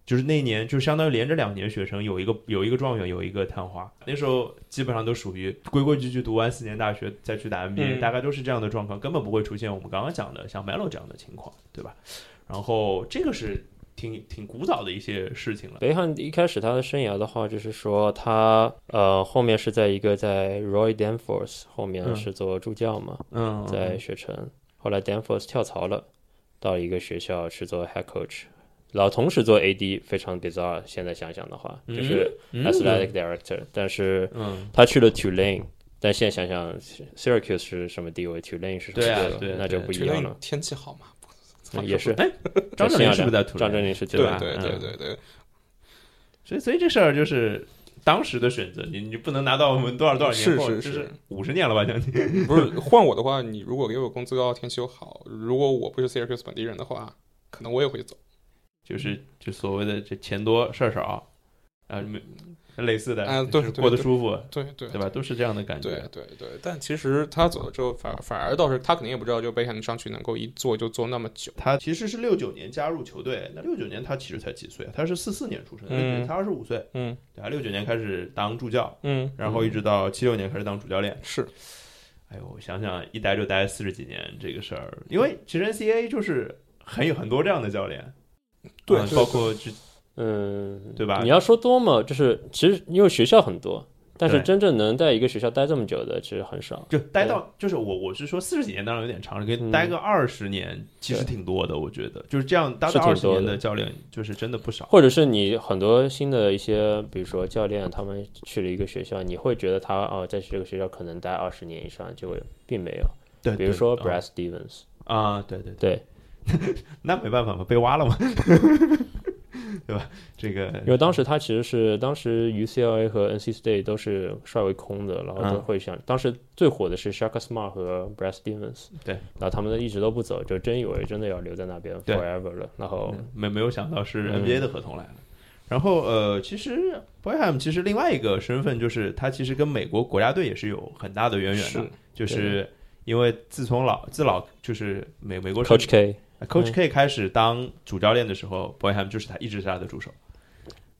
A: 就是那年，就相当于连着两年，雪城有一个有一个状元，有一个探花。那时候基本上都属于规规矩矩读完四年大学再去打 NBA，、
B: 嗯
A: 大概都是这样的状况，根本不会出现我们刚刚讲的像 Melo 这样的情况，对吧？然后这个是挺挺古早的一些事情了。
C: 北汉一开始他的生涯的话，就是说他呃后面是在一个在 Roy Danforth 后面
A: 嗯
C: 是做助教嘛，
A: 嗯，
C: 在雪城，后来 Danforth 跳槽了，到一个学校去做 head coach，然后同时做 AD，非常 bizarre。现在想想的话，
A: 嗯
C: 就是
A: 嗯
C: athletic director，、但是
A: 嗯，
C: 他去了 Tulane，但现在想想 Syracuse 是什么地位，Tulane 是什
A: 对
C: 么地位，
A: 啊对啊
C: 那就
A: 对啊
C: 不一
B: 觉
C: 样
B: 得
C: 了。
B: 天气好嘛？不
C: 嗯也是，
A: 张镇麟是不是在图
C: 张镇麟是
A: 对吧
B: 对对
A: 嗯
B: 对对，
A: 所以所以这事儿就是当时的选择，你你不能拿到我们多少多少年
B: 是
A: 后，
B: 是
A: 就是是五十年了吧，将近。
B: 不是换我的话，你如果给我工资高，天气又好，如果我不是 Syracuse 本地人的话，可能我也会走。
A: 就是就所谓的这钱多事儿少。啊，没类似的，
B: 啊对
A: 就是
B: 对
A: 过得
B: 对
A: 舒服，
B: 对对
A: 对吧？都是这样的感
B: 对
A: 觉。
B: 对对，但其实他走了之后，反反而倒是他肯定也不知道，就贝克汉姆上去能够一坐就坐那么久。
A: 他其实是六九年加入球队，那六九年他其实才几岁啊？他是四四年出生的，
B: 嗯
A: 他二十五岁，
B: 嗯
A: 对啊，六九年开始当助教，
B: 嗯，
A: 然后一直到七六年开始当主教练。
B: 是
A: 哎呦，我想想，一待就待四十几年这个事儿，因为其实 NCAA 就是很有很多这样的教练，
B: 对
A: 啊
B: 对
A: 包括之
C: 嗯，
A: 对吧
C: 你要说多么，就是其实因为学校很多，但是
A: 对
C: 真正能在一个学校待这么久的其实很少。
A: 就待到就是我我是说四十几年当然有点长了，可以
C: 嗯
A: 待个二十年，其实
C: 对
A: 挺多的，我觉得就是这样待
C: 是
A: 到二
C: 挺
A: 十
C: 多
A: 年
C: 的
A: 的教练就是真的不少。
C: 或者是你很多新的一些，比如说教练，他们去了一个学校，你会觉得他哦，在这个学校可能待二十年以上，结果并没有。
A: 对，
C: 比如说
A: 对嗯
C: Brad Stevens，
A: 啊，对对对，
C: 对，
A: 那没办法嘛，被挖了嘛， 对吧？这个
C: 因为当时他其实是当时 UCLA 和 NC State 都是率为空的，然后都
A: 嗯
C: 会想，当时最火的是 Shaka Smart 和 Brad Stevens，
A: 对，
C: 然后他们一直都不走，就真以为真的要留在那边
A: 对嗯
C: forever 了，然后
A: 哦没没有想到是
C: 嗯
A: NBA 的合同来了。然后呃，其实 Boyham 其实另外一个身份就是他其实跟美国国家队也是有很大的渊源的
B: 是，
A: 就是因为自从老自老就是美美国
C: Coach K，
B: 嗯
A: Coach K 开始当主教练的时候，Boyham 就是他一直是他的助手。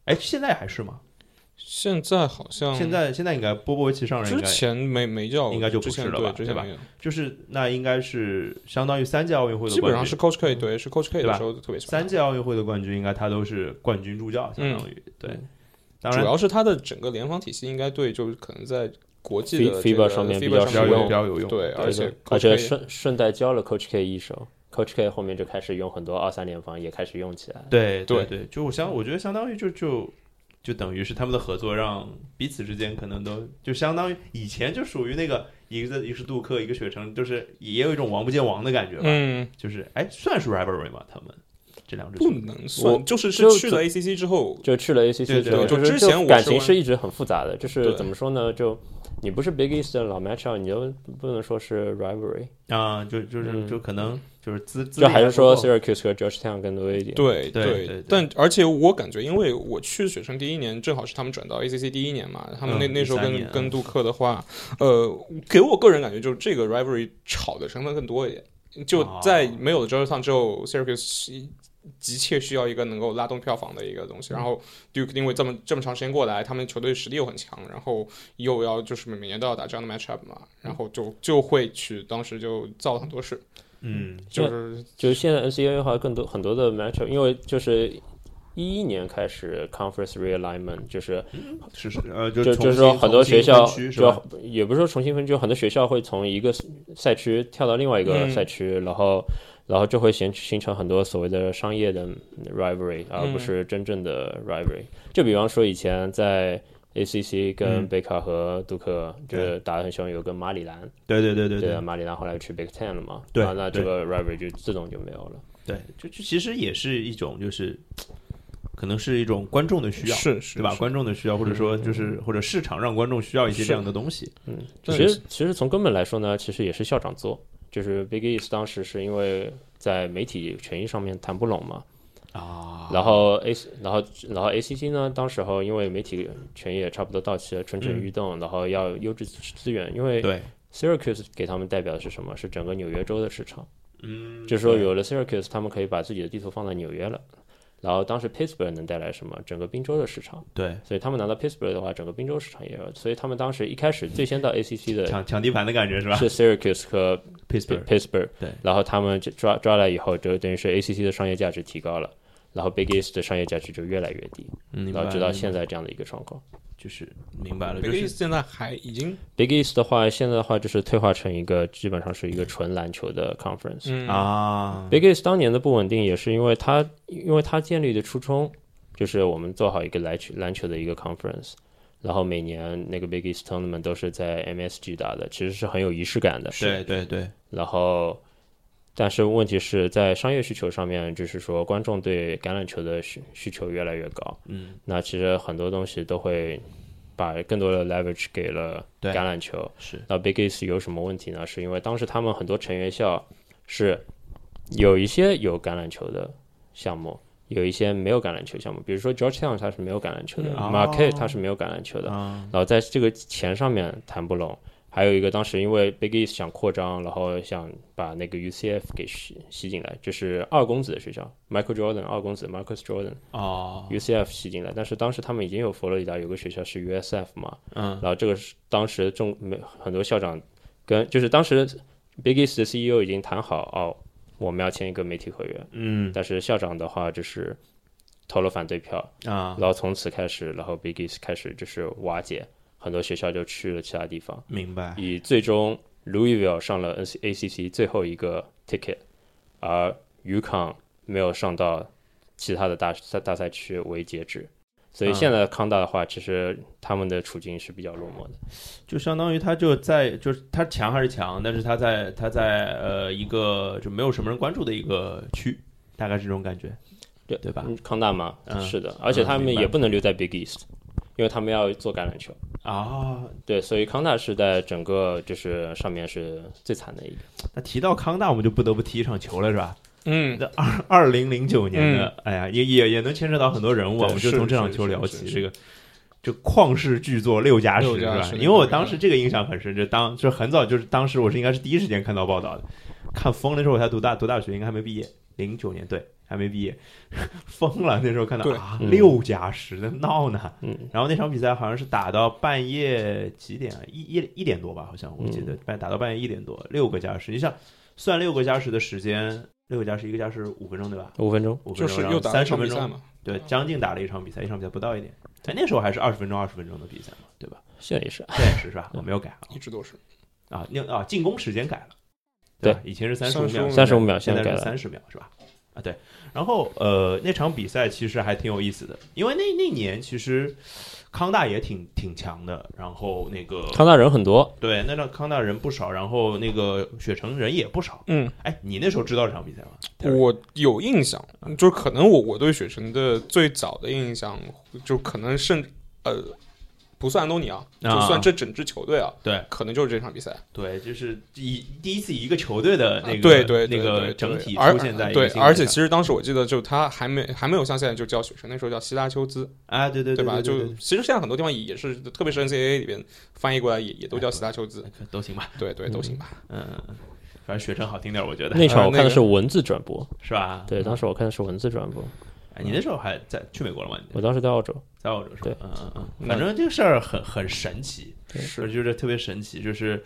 A: 哎，现在还是吗？
B: 现在好像
A: 现在现在应该波波维奇上任应
B: 嗯之
A: 该
B: 前没没叫，
A: 应该就不
B: 之前
A: 是了吧
B: 对，之前
A: 对吧
B: 没有
A: 就是那应该是相当于三届奥运会的
B: 基本
A: 冠
B: 上
A: 军
B: 是，Coach K 对，是 Coach K
A: 嗯对吧
B: 的时候特别喜欢
A: 三届奥运会的冠军应该他都是冠军助教，相当于对。当然
B: 嗯主要是他的整个联防体系应该对，就是可能在国际
C: Fi-
B: 的呃
C: FIBA
B: 上
C: 上面
B: 比
C: 比
B: 较
C: 较
A: 比较有
C: 比较有
A: 比较有用，
B: 对，而且
C: 对而且
B: Coach K-
C: 顺顺带教了 Coach K 一手，Coach K 后面就开始用很多二三联防也开始用起来。
A: 对
B: 对
A: 对，就我相我觉得相当于就就就等于是他们的合作，让彼此之间可能都就相当于以前就属于那个一个一个是杜克，一个雪城，就是也有一种王不见王的感觉吧，
B: 嗯，
A: 就是哎算是 rivalry 吗？他们这两支球
B: 不
A: 队
B: 能
C: 我
B: 算，就是是
C: 就
B: 去了 ACC 之后，
C: 就去了 ACC
A: 对
C: 之后，
A: 对
B: 就
C: 就是
B: 之前我
C: 就感
B: 是
C: 情
B: 完
C: 是一直很复杂的，就
B: 对
C: 是怎么说呢？就你不是 Big East 的老 match up，你就不能说是 rivalry，
A: 啊，就就是
C: 嗯
A: 就可能就是资资
C: 就还
A: 历
C: 是说
A: 不够
C: Syracuse 和 Georgetown 更多一点。
B: 对
A: 对对对
B: 但而且我感觉，因为我去雪城第一年，正好是他们转到 ACC 第一年嘛，他们那、
A: 嗯
B: 那时候
A: 13
B: 跟
A: 年
B: 跟杜克的话，呃，给我个人感觉就是这个 rivalry 炒的成分更多一点。就
A: 哦
B: 在没有了 Georgetown 之后，Syracuse 急切需要一个能够拉动票房的一个东西。然后 Duke 因为这么这么长时间过来，他们球队实力又很强，然后又要就是每年都要打这样的 matchup 嘛，然后就就会去当时就造了很多事，
A: 嗯
B: 就是
C: 就是现在 NCAA 的话，更多很多的 match up，因为就是。一一年开始 conference realignment，就是
A: 是是呃就
C: 就
A: 重
C: 就是
A: 新
C: 说很
A: 重
C: 多
A: 新
C: 学校
A: 分区是
C: 就
A: 吧？
C: 也不是说重新分区，很多学校会从一个赛区跳到另外一个
B: 嗯
C: 赛区，然后然后就会形形成很多所谓的商业的 rivalry，而
A: 嗯
C: 不是真正的 rivalry。就比方说以前在
A: 嗯
C: ACC 跟贝卡和杜克就
A: 对
C: 是打得很凶，有个马里兰，
A: 对对对对
C: 对，啊马里兰后来去 Big Ten 了嘛，
A: 对
C: 啊那这
A: 对
C: 个 rivalry 就自动就没有了。
A: 对，就就其实也是一种就是可能是一种观众的需要。
B: 是是
A: 对吧？
B: 是
A: 观众的需要，或者说就是或者市场让观众需要一些
B: 是
A: 这样的东西。
C: 嗯，
B: 对
C: 其实其实从根本来说呢，其实也是校长做，就是 Big East 当时是因为在媒体权益上面谈不拢嘛，
A: 啊
C: 然后 A，然后然后 ACC 呢，当时候因为媒体权益也差不多到期了，蠢蠢欲动，然后要优质资源，因为
A: 嗯对，
C: Syracuse 给他们代表的是什么？是整个纽约州的市场，
A: 嗯，
C: 就是说有了 Syracuse，他们可以把自己的地图放在纽约了。然后当时 Pittsburgh 能带来什么？整个宾州的市场，
A: 对
C: 所以他们拿到 Pittsburgh 的话，整个宾州市场也有。所以他们当时一开始最先到 ACC 的
A: 抢抢地盘的感觉是吧
C: 是 Syracuse 和
A: ？Pittsburgh，
C: Pittsburgh，
A: 对
C: 然后他们就抓抓来以后，就等于是 ACC 的商业价值提高了，然后 Big East 的商业价值就越来越低，
A: 嗯，明白
C: 然后
A: 了
C: 直到
A: 明白
C: 现在这样的一个状况。
A: 了就是明白了，
B: Big
A: 就
B: East
A: 是
B: 现在还已经
C: Big East 的话，现在的话就是退化成一个基本上是
A: 嗯
C: 一个纯篮球的 conference。
B: 嗯
A: 啊，
C: Big East 当年的不稳定也是因为它，因为它建立的初衷就是我们做好一个篮球篮球的一个 conference，然后每年那个 Big East tournament 都是在 MSG 打的，其实是很有仪式感的。
A: 对对对，
C: 然后，但是问题是在商业需求上面，就是说观众对橄榄球的需需求越来越高，
A: 嗯，
C: 那其实很多东西都会把更多的 leverage 给了
A: 对
C: 橄榄球。
A: 是
C: 那 Big East 有什么问题呢？是因为当时他们很多成员校是有一些有橄榄球的项目，有一些没有橄榄球项目，比如说 Georgetown 它是没有橄榄球的、
B: 嗯
A: 哦
C: m a r k e t 它是没有橄榄球的，
A: 啊，
C: 然后在这个钱上面谈不拢。还有一个，当时因为 Big East 想扩张，然后想把那个 UCF 给吸吸进来，就是二公子的学校，Michael Jordan 二公子 Marcus Jordan
A: 哦，
C: UCF 吸进来，但是当时他们已经有佛罗里达有个学校是 USF 嘛，
A: 嗯
C: 然后这个是当时中没很多校长跟就是当时 Big East 的 CEO 已经谈好哦，我们要签一个媒体合约，
A: 嗯
C: 但是校长的话就是投了反对票，
A: 啊，
C: 然后从此开始，然后 Big East 开始就是瓦解，很多学校就去了其他地方，
A: 明白，
C: 以最终 Louisville 上了 N C A C C 最后一个 ticket，而 UConn 没有上到其他的大赛大赛区为截止。所以
A: 嗯
C: 现在康大的话，其实他们的处境是比较落寞的。
A: 就相当于他就在就是他强还是强，但是他在他在呃一个就没有什么人关注的一个区，大概是这种感觉，
C: 对
A: 对吧？
C: 嗯康大嘛，
A: 嗯
C: 是的，而且他们
A: 明白
C: 也不能留在 Big East，因为他们要做橄榄球。
A: 啊，
C: 对，所以康大是在整个就是上面是最惨的一个。
A: 那提到康大，我们就不得不提一场球了，是吧？
B: 嗯，
A: 二零零九年的，哎呀，也也也能牵扯到很多人物啊，
B: 对
A: 我们就是从这场
B: 是
A: 球
B: 是
A: 聊
B: 是
A: 起
B: 是
A: 这个。这旷世巨作六加十
B: 六
A: 是
B: 加
A: 吧？
B: 十
A: 因为我当时这个印象很深，就当就很早，就是当时我是应该是第一时间看到报道的，看疯了。那时候我才读大读大学，应该还没毕业，零九年对，还没毕业， 疯了。那时候看到
B: 对
A: 啊，
C: 嗯
A: 六加十的闹呢。
C: 嗯，
A: 然后那场比赛好像是打到半夜几点啊？一一一点多吧，好像我记
B: 嗯
A: 得半打到半夜一点多，六个加时。你想算六个加时的时间，六个加时一个加时五分钟对吧？
C: 五分钟，
A: 五分
B: 就
A: 钟，
B: 是又打了
A: 三
B: 一
A: 十
B: 场
A: 分
B: 比赛
A: 钟，
B: 嘛，嗯
A: 对，将近打了一场比赛，一场比赛不到一点。哎，那时候还是二十分钟、二十分钟的比赛嘛，对吧？
C: 现在也是。
A: 暂时是吧？我没有改啊
B: 一直都是。
A: 啊，那啊，进攻时间改了，吧，以前是三十五
B: 35
A: 秒，
C: 三十五秒
A: 现
C: 现在改
A: 是
C: 了，
A: 三十秒是吧？啊，对。然后呃，那场比赛其实还挺有意思的，因为那那年其实康大也挺挺强的，然后那个
C: 康大人 很多，
A: 对那场康大人不少，然后那个雪城人也不少。
B: 嗯，
A: 哎，你那时候知道这场比赛吗？
B: 我有印象，就是可能我我对雪城的最早的印象，就可能甚呃不算安东尼啊，就
A: 啊
B: 算这整支球队啊，
A: 对，
B: 可能就是这场比赛。
A: 对，就是以第一次以一个球队的那个、
B: 啊对对对
A: 那个
B: 对
A: 整体
B: 而
A: 出现在一
B: 对
A: 个，新闻
B: 而且
A: 上
B: 其实当时我记得，就他还没还没有像现在就叫雪城，那时候叫希拉丘兹，
A: 啊，对对
B: 吧？
A: 对
B: 就
A: 对
B: 其实现在很多地方也是，特别是 NCAA 里边翻译过来也也都叫希拉丘兹
A: 对，可都行吧，
B: 对对都行吧。
A: 嗯，反正雪城好听点，我觉得
C: 那场
B: 呃
C: 我看的
B: 那个
C: 是文字转播，
A: 是吧？
C: 对，当时我看的是文字转播，
A: 哎，你那时候还在去美国了吗？你
C: 我当时在澳洲，
A: 在澳洲是吧
C: 对？
A: 嗯嗯嗯，
B: 那
A: 反正这个事儿很很神奇，
C: 对
A: 是就是特别神奇，就是。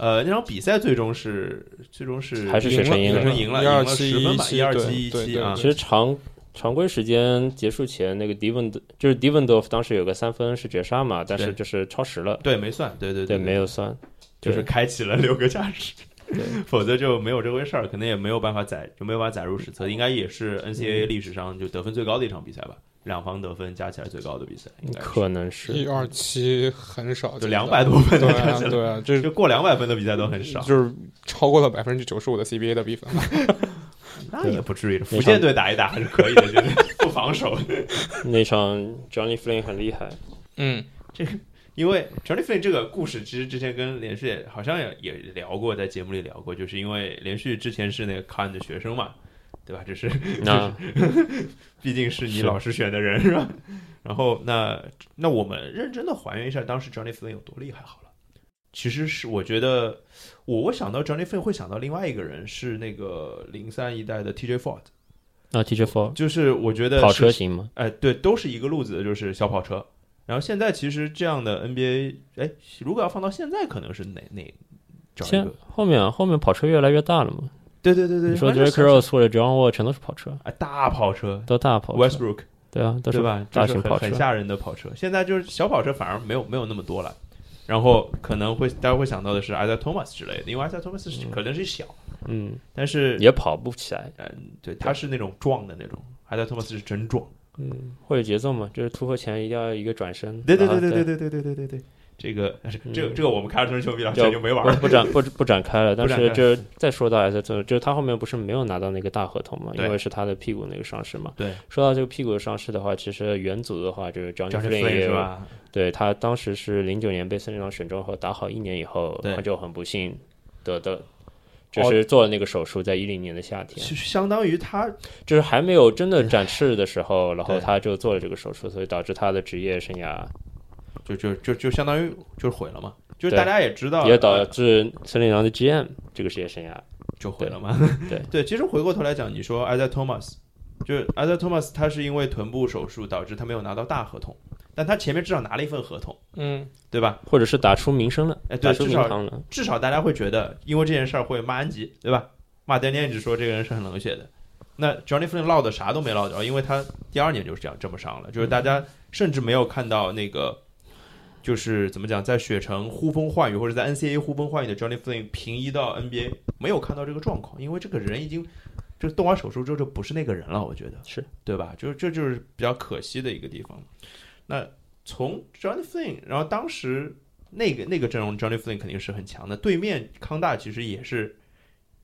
A: 呃，那场比赛最终是最终是
C: 还是雪城赢
A: 雪
C: 了
A: 城赢了，
B: 一
A: 赢
B: 二
A: 了
B: 七
A: 十分吧，一
B: 一七
A: 二
B: 对
A: 七一
B: 对
A: 七
B: 对
A: 啊
C: 其，实常常规时间结束前，那个迪文就是迪文多夫当时有个三分是绝杀嘛，但是
A: 对
C: 就是超时了，
A: 对没算，对对
C: 对，没
A: 有，
C: 有算，
A: 就是开启了六个加时，
C: 对
A: 否则就没有这回事儿，可能也没有办法载，就没有办法载入史册，应该也是
C: 嗯
A: NCAA 历史上就得分最高的一场比赛吧，两方得分加起来最高的比赛，应该是
C: 可能
B: 一
C: 是
B: 二七很少见
A: 就
B: 到，
A: 两百多分
B: 对
A: 的加
B: 啊
A: 起来，
B: 对啊，这
A: 就过两百分的比赛都很少，
B: 就是超过了百分之九十五的 CBA 的比分。
A: 那也不至于。
C: 场
A: 福建队打一打还是可以的，就是 不防守。
C: 那场 Johnny Flynn 很厉害，
B: 嗯，
A: 因为 Johnny Flynn 这个故事，其实之前跟连续也好像也也聊过，在节目里聊过，就是因为连续之前是那个 Khan 的学生嘛，对吧？这是
C: 那
A: 毕竟是你
C: 是
A: 老师选的人是吧？然后那那我们认真的还原一下当时 Johnny Flynn 有多厉害好了。其实是我觉得我我想到 Johnny Flynn 会想到另外一个人是那个零三一代的 TJ Ford，
C: 那 TJ Four
A: 就是我觉得
C: 跑
A: 是
C: 车型嘛，
A: 哎，对，都是一个路子的，就是小跑车。然后现在其实这样的 NBA，哎，如果要放到现在，可能是哪哪找一
C: 先
A: 个？
C: 后面后面跑车越来越大了嘛，
A: 对对对对，
C: 你说
A: 反正
C: Derrick
A: 小
C: Rose 或者 John Wall 全都是跑车，
A: 哎，大跑车
C: 都大跑车，
A: ，Westbrook，
C: 对啊，都
A: 对
C: 是
A: 吧？
C: 大
A: 就是
C: 型
A: 很
C: 跑
A: 很
C: 车
A: 吓人的跑车。现在就是小跑车反而没有没有那么多了。然后可能会大家会想到的是 Isaiah Thomas 之类的，因为 Isaiah Thomas 是可能是小，
C: 嗯，
A: 但是
C: 也跑不起来，
A: 嗯，对，他是那种壮的那种，Isaiah Thomas 是真壮。
C: 嗯，会有节奏嘛，就是突破前一定要一个转身，
A: 对对
C: 然
A: 对
C: 后
A: 对对
C: 再
A: 对对对对对对，这个这个
C: 嗯
A: 这个我们开着通球比老
C: 就
A: 就没玩
C: 不
A: 了。
C: 不展不不展开了，但
A: 不展开
C: 是就是再说到 S 特，就是他后面不是没有拿到那个大合同嘛，
A: 对
C: 因为是他的屁股那个伤势嘛。
A: 对，
C: 说到这个屁股的伤势的话，其实元祖的话就是 Johnny
A: Johnny Flynn
C: Flynn 也
A: 啊是
C: 有，
A: 吧？
C: 对他当时是零九年被森林狼选中后打好一年以后，
A: 对哦
C: 他就很不幸得的就是做了那个手术，在一零年的夏天，啊
A: 其实相当于他
C: 就是还没有真的展翅的时候，然后
A: 对啊
C: 他就做了这个手术，所以导致他的职业生涯
A: 就就就就相当于就是毁了嘛，就是
C: 对
A: 大家也知道，
C: 也导致森林狼的 GM 这个职业生涯。
A: 就毁了嘛。
C: 对
A: 对，其实回过头来讲，你说 Isaiah Thomas，就是 Isaiah Thomas，他是因为臀部手术导致他没有拿到大合同，但他前面至少拿了一份合同，
B: 嗯，
A: 对吧？
C: 或者是打出名声了，
A: 哎对
C: 打出名
A: 至少
C: 堂了。
A: 至少大家会觉得，因为这件事儿会骂安吉，对吧？骂丹尼一直说这个人是很冷血的。那 Johnny Flynn 落的啥都没落着，因为他第二年就是这样这么上了，就是大家甚至没有看到那个，就是怎么讲，在雪城呼风唤雨或者在 NCAA 呼风唤雨的 Johnny Flynn 平移到 NBA，没有看到这个状况，因为这个人已经就是动完手术之后就不是那个人了，我觉得
C: 是
A: 对吧？就是这就是比较可惜的一个地方。那从 Johnny Flynn，然后当时那个那个阵容 Johnny Flynn 肯定是很强的，对面康大其实也是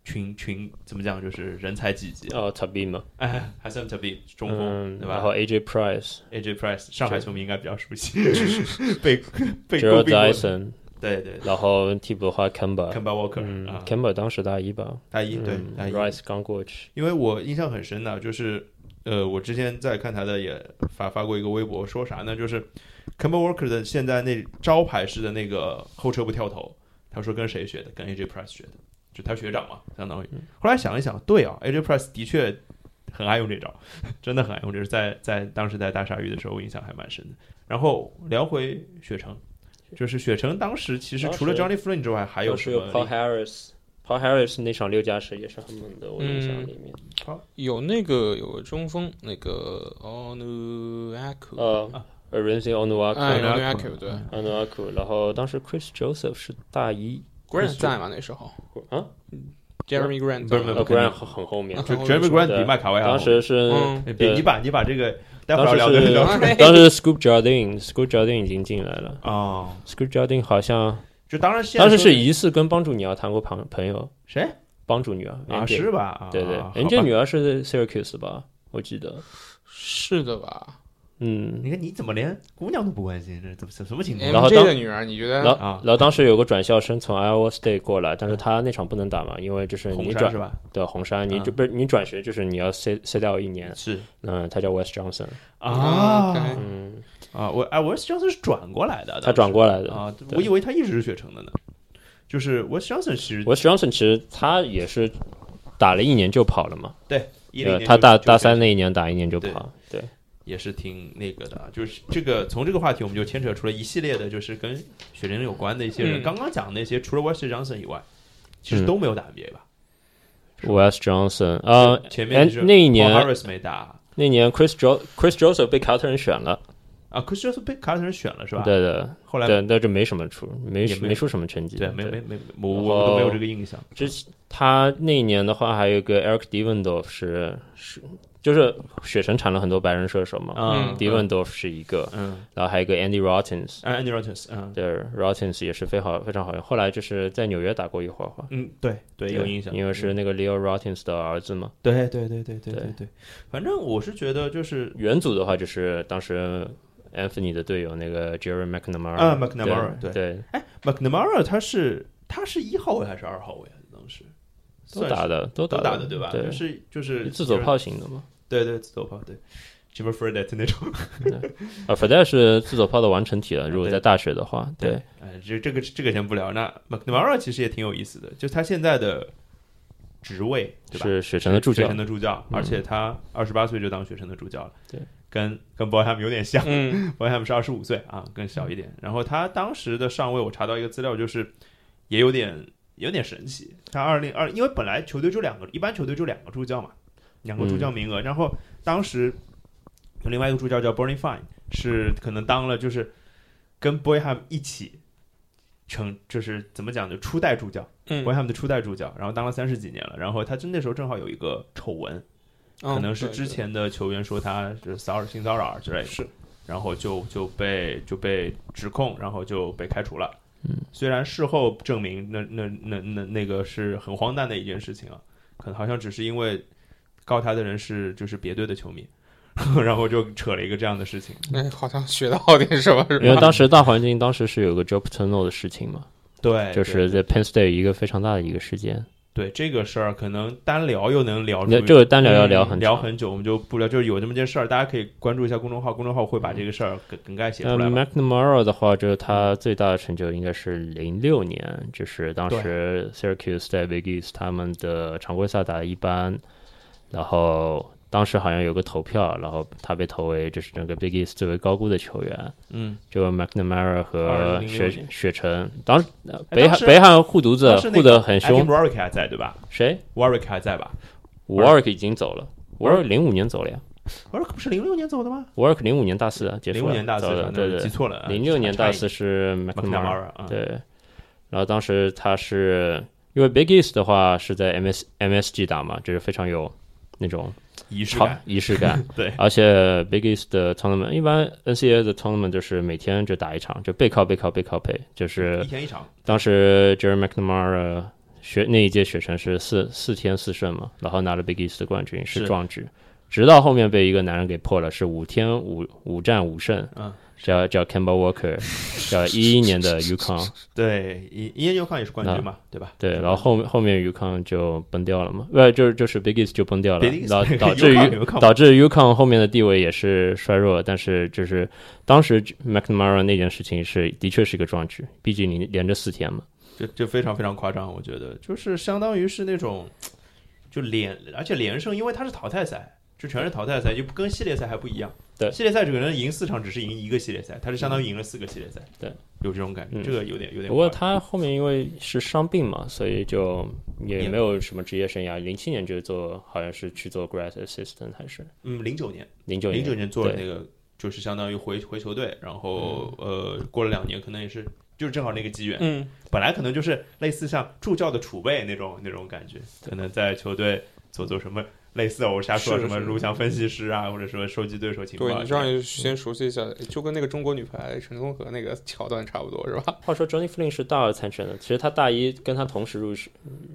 A: 群群怎么讲，就是人才济济啊，
C: 哦 t a b i 嘛，
A: 哎， 还算特别中锋、
C: 嗯，
A: 对
C: 然后
A: 吧
C: AJ Price、
A: ？AJ Price 上海球迷应该比较熟悉， 被被诟病过
C: Gerald
A: 的，
C: Dyson，
A: 对对
C: 然后替补的话 Kemba，
A: ，Kemba Walker
C: 嗯
A: 啊，
C: ，Kemba 当时大一吧，
A: 大一对
C: 嗯
A: 大一
C: ，Rice 刚过去，
A: 因为我印象很深的，就是呃，我之前在看台的也发发过一个微博，说啥呢？就是 c a m b e Worker 的现在那招牌式的那个后撤步跳投，他说跟谁学的？跟 AJ Price 学的，就他学长嘛，相当于。后来想一想，对啊，AJ Price 的确很爱用这招， 真的很爱用，这是在在当时在大鲨鱼的时候，我印象还蛮深的。然后聊回雪城。就是雪城当时其实除了
C: 当
A: Johnny Flynn 之外，还有
C: 当
A: 什
C: 时
A: 么
C: 有 Paul Harris，Paul Harris 那场六加十也是很猛的，我印象
B: 嗯
C: 里面，
B: 有那个有个中锋，那个
A: 嗯
B: Onuaku，
A: 啊
C: 呃 a r i n z i o n u a k
B: 哎
C: u
A: ，Onuaku
B: ，Onuaku 对
C: o n u a k u 然后当时 Chris Joseph 是大一，
B: ，Grant 在嘛那时候
C: 啊
B: ，Jeremy Grant
A: 不是
B: 在吗
A: 不
C: 呃
A: 是
C: ，Grant 很很后面
B: 啊，
A: 就
B: 然后
A: Jeremy
B: 就
A: Grant
C: 对
A: 比麦卡威还好
C: 当。时是
B: 嗯
A: 哎别
C: 对
A: 你把你把这个待会
C: 当
A: 儿
C: 时
A: 聊
C: 是
A: 的聊
C: 当时 Scoop Jardine，Scoop Jardine 已经进来了
A: 哦，
C: ，Scoop Jardine 好像
A: 就当然现在
C: 当时
A: 说
C: 是疑似跟帮助女儿谈过朋朋友，
A: 谁
C: 帮助女儿
A: 啊？
C: NJ
A: 是吧？啊
C: 对对
A: 好吧，
C: 人家女儿是 Syracuse 吧？我记得，
B: 是的吧
C: 嗯，
A: 你看你怎么连姑娘都不关心，这怎么什什么情况
C: 然后
B: ？MJ
C: 当
B: 的女儿，你觉
C: 然
B: 得
C: 后
A: 啊？
C: 然后当时有个转校生从 Iowa State 过来，但是他那场不能打嘛，因为就是
A: 嗯红
C: 你
A: 山
C: 转
A: 是吧？
C: 对红杉，你
A: 嗯
C: 就不是你转学就是你要 C C 掉一年，
A: 是
C: 嗯，他叫 West Johnson，
A: 啊
B: 嗯 OK
C: 嗯，
A: 啊！我哎，我 Johnson 是转过来的，
C: 他转过来
A: 当时
C: 的。
A: 啊，
C: 对
A: 我以为他一直是雪城的呢。就是 West Johnson 其实
C: West Johnson 其实他也是打了一年就跑了嘛，
A: 一零
C: 呃
A: 年
C: 他
A: 就
C: 大
A: 就
C: 大
A: 选
C: 三那一年打一年就跑，对，
A: 也是挺那个的啊，就是这个从这个话题我们就牵扯出了一系列的，就是跟雪人有关的一些人。
B: 嗯
A: 刚刚讲的那些，除了 West Johnson 以外，其实
C: 嗯
A: 都没有打 NBA 吧？
C: West Johnson，呃，
A: 前
C: 哎
A: 面就是
C: 那一年
A: Paul Harris 没打
C: 那年 Chris Jo Chris Joseph 被凯尔特人选了，
A: 啊，Chris Johnson 被卡特人选了是吧？，
C: 对的，
A: 后来
C: 对，那就没什么出，没
A: 也没
C: 没出什么成绩。
A: 对，没没没，我
C: 然
A: 我都没有
C: 后
A: 这个印象。
C: 之前他那一年的话，还有一个 Eric Divendorf 是是，就是雪城产了很多白人射手嘛。
A: 嗯
B: 嗯
C: Divendorf 是一个，
A: 嗯
C: 然后还有一个 Andy Rottens，
A: 啊，Andy Rogers，嗯
C: 对，Rottens 也是非常非常好用。后来就是在纽约打过一会儿话，
A: 嗯，对对，有印象，嗯
C: 因为是那个 Leo Rottens 的儿子嘛。
A: 对对对对对
C: 对
A: 对对，反正我是觉得就是
C: 元祖的话就是当时 Anthony 的队友那个 Jerry McNamara，
A: 啊，McNamara，
C: 对
A: 对
C: 对，
A: McNamara 他是他是一号位还是二号位啊？当时
C: 都
A: 算
C: 打
A: 是
C: 的都
A: 都
C: 打
A: 打的
C: 的
A: 对吧？
C: 对
A: 就，是就是
C: 自走，炮型的嘛。
A: 对对，自走炮，对，Jimmy f r e d e t 那种，
C: 啊 f e d e 是自走炮的完成体了。如果
A: 对
C: 在大学的话，对，，
A: 哎，这这个这个先不聊。那 McNamara 其实也挺有意思的，就他现在的职位对吧？
C: 是雪城的助
A: 学
C: 教
A: 生，的助教，
C: 嗯
A: 而且他二十八岁就当学生的助教了，
C: 对，
A: 跟跟 Boyham 有点像。
B: 嗯，
A: 伯克汉姆是二十五岁啊，更小一点。然后他当时的上位，我查到一个资料，就是也有点有点神奇。他二零二，因为本来球队就两个，一般球队就两个助教嘛，两个助
C: 嗯
A: 教名额。然后当时有另外一个助教叫 Bernie Fine，是可能当了就是跟 Boyham 一起成，就是怎么讲就初代助教、
B: 嗯
A: b o y h a m 的初代助教，然后当了三十几年了。然后他真那时候正好有一个丑闻，可
B: 嗯
A: 能是
B: 对
A: 之
B: 对
A: 前的球员说他是骚扰性骚扰之类的，是，然后就就被就被指控，然后就被开除了。嗯，虽然事后证明那那那那那个是很荒诞的一件事情啊，可能好像只是因为告他的人是就是别队的球迷， 然后就扯了一个这样的事情。
B: 那哎好像学到点什么，是
C: 因为
B: 吧？
C: 当时大环境当时是有个 Joe Paterno 的事情嘛，
A: 哎对，
C: 就是在 Penn State 一个非常大的一个事件，
A: 对这个事儿，可能单聊又能聊出
C: 那这个单聊要聊
A: 嗯
C: 很
A: 聊
C: 长
A: 很久，我们就不聊。就是有这么件事儿，大家可以关注一下公众号，公众号会把这个事儿梗梗概写出来
C: 那
A: 吧。
C: 呃 McNamara 的话，就是他最大的成就应该是零六年，就是当时 Syracuse 在 v e g a s 他们的常规赛打得一般，然后当时好像有个投票，然后他被投为就是整个 v e g a s 最为高估的球员，
A: 嗯，
C: 就 McNamara 和
A: 2006
C: 雪
A: 年
C: 雪城，当时呃
A: 哎
C: 北
A: 当
C: 汉
A: 时
C: 北汉护犊子
A: 当时那
C: 护
A: 个
C: 得很
A: i
C: 凶
A: w，a r i c 哎还在对吧
C: 谁
A: ？Warwick 还在吧
C: Warwick 已经走了，Warwick 零五年走了呀
A: ？Warwick 不是零六年走的吗？
C: ，Warwick 零五年大四啊结束
A: 零
C: 了，
A: 五年大四
C: 走了，
A: 反
C: 对
A: 正记
C: 对，
A: 错了。啊
C: 零六年大
A: 四
C: 四是 McNamara。
A: ，McNamara 啊，
C: 对，然后当时他是因为 Big East 的话是在 MS MSG 打嘛，就是非常有那种
A: 仪式
C: 超
A: 感。。
C: 仪式感
A: 对
C: 而且 Big East 的 tournament 一般 NCAA 的 tournament 就是每天就打一场，就背靠背靠背靠背，就
A: 一
C: 是
A: 天一场，
C: 当时 Jerry McNamara 学那一届雪城是四四天四胜嘛，然后拿了 Big East 的冠军
A: 是
C: 是壮举。直到后面被一个男人给破了，是五天五五战五胜，
A: 嗯，
C: 叫叫 Kemba Walker，叫一一年的 UConn，
A: 对，伊伊恩尤康也是冠军嘛，对吧？
C: 对，然后后面后面 UConn 就崩掉了嘛，呃，就是就是 Big East 就崩掉了
A: Big，East，
C: 导
A: Big
C: 导致
A: UConn，
C: 于
A: UConn
C: 导致 UConn 后面的地位也是衰弱，但是就是当时 McNamara 那件事情是的确是一个壮举，毕竟你连着四天嘛，
A: 这这非常非常夸张，我觉得就是相当于是那种就连，而且连胜，因为它是淘汰赛，就全是淘汰赛，就跟系列赛还不一样。
C: 对
A: 系列赛可能赢四场只是赢一个系列赛，它是相当于赢了四个系列赛。
C: 对，
A: 有这种感觉，
C: 嗯
A: 这个有点有点夸张。
C: 不过他后面因为是伤病嘛，所以就也没有什么职业生涯，零七年就做好像是去做 grad assistant 还是
A: 嗯，零九年，
C: 零九
A: 零
C: 年
A: 九年做了
C: 对嗯
A: 那个，就是相当于回回球队，然后呃，过了两年可能也是。就是正好那个机缘，
B: 嗯，
A: 本来可能就是类似像助教的储备那种那种感觉，可能在球队做做什么类似的，我瞎说
B: 是
A: 什么
B: 是
A: 录
C: 嗯
A: 像分析师啊，或者说收集对手情报
B: 对
A: 啊
B: 你
A: 之类的。
B: 让你先熟悉一下，哎就跟那个中国女排陈松和那个桥段差不多是吧？
C: 话说 Johnny Flynn 是大二参选的，其实他大一跟他同时入学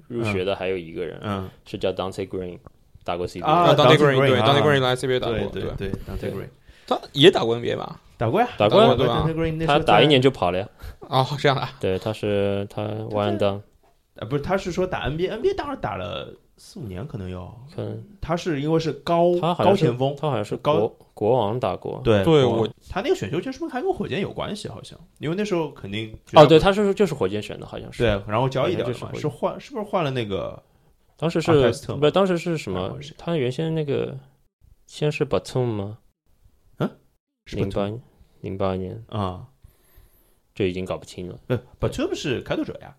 C: 入学的还有一个人，
A: 嗯，
C: 是叫 Dante Green，打过 CBA，、
A: 啊
B: 当
A: Dante
B: 那个人
A: Green，
B: 对，
A: 啊
B: 当那个人来 CBA 打
A: 对
B: 过，
A: 对对，当 a
C: 对
A: Green
B: 他也打过 NBA 吧？
A: 打过呀，
C: 打
B: 过呀
A: 对
B: 对吧
A: Dante Green 那时
C: 他
A: 候
C: 打
A: 在
C: 一，年就跑了呀。
B: 哦，这样的啊，
C: 对，他是他 one and done，
A: 呃，不是，他是说打 NBA，NBA 当然打了四五年，可能有。
C: 可能
A: 他是因为是高
C: 他好
A: 高
C: 像是
A: 前锋，
C: 他好像是
A: 高
C: 国国王打过。
A: 对
B: 对
A: 国王
B: 我
A: 他那个选秀权是不是还跟火箭有关系？好像，因为那时候肯定
C: 哦，对，他是就是火箭选的，好像是。
A: 对，然后交易掉了
C: 好像
A: 嘛，
C: 就是
A: 是换是不是换了那个
C: 当时
A: 阿
C: 是
A: 泰斯特吗
C: 不是？当时是什
A: 还
C: 么
A: 是谁？
C: 他原先那个先是 Batum 吗？
A: 是
C: 零
A: Batum
C: 八零八年
A: 啊？
C: 就已经搞不清了。
A: 不，Batum 是开拓者呀，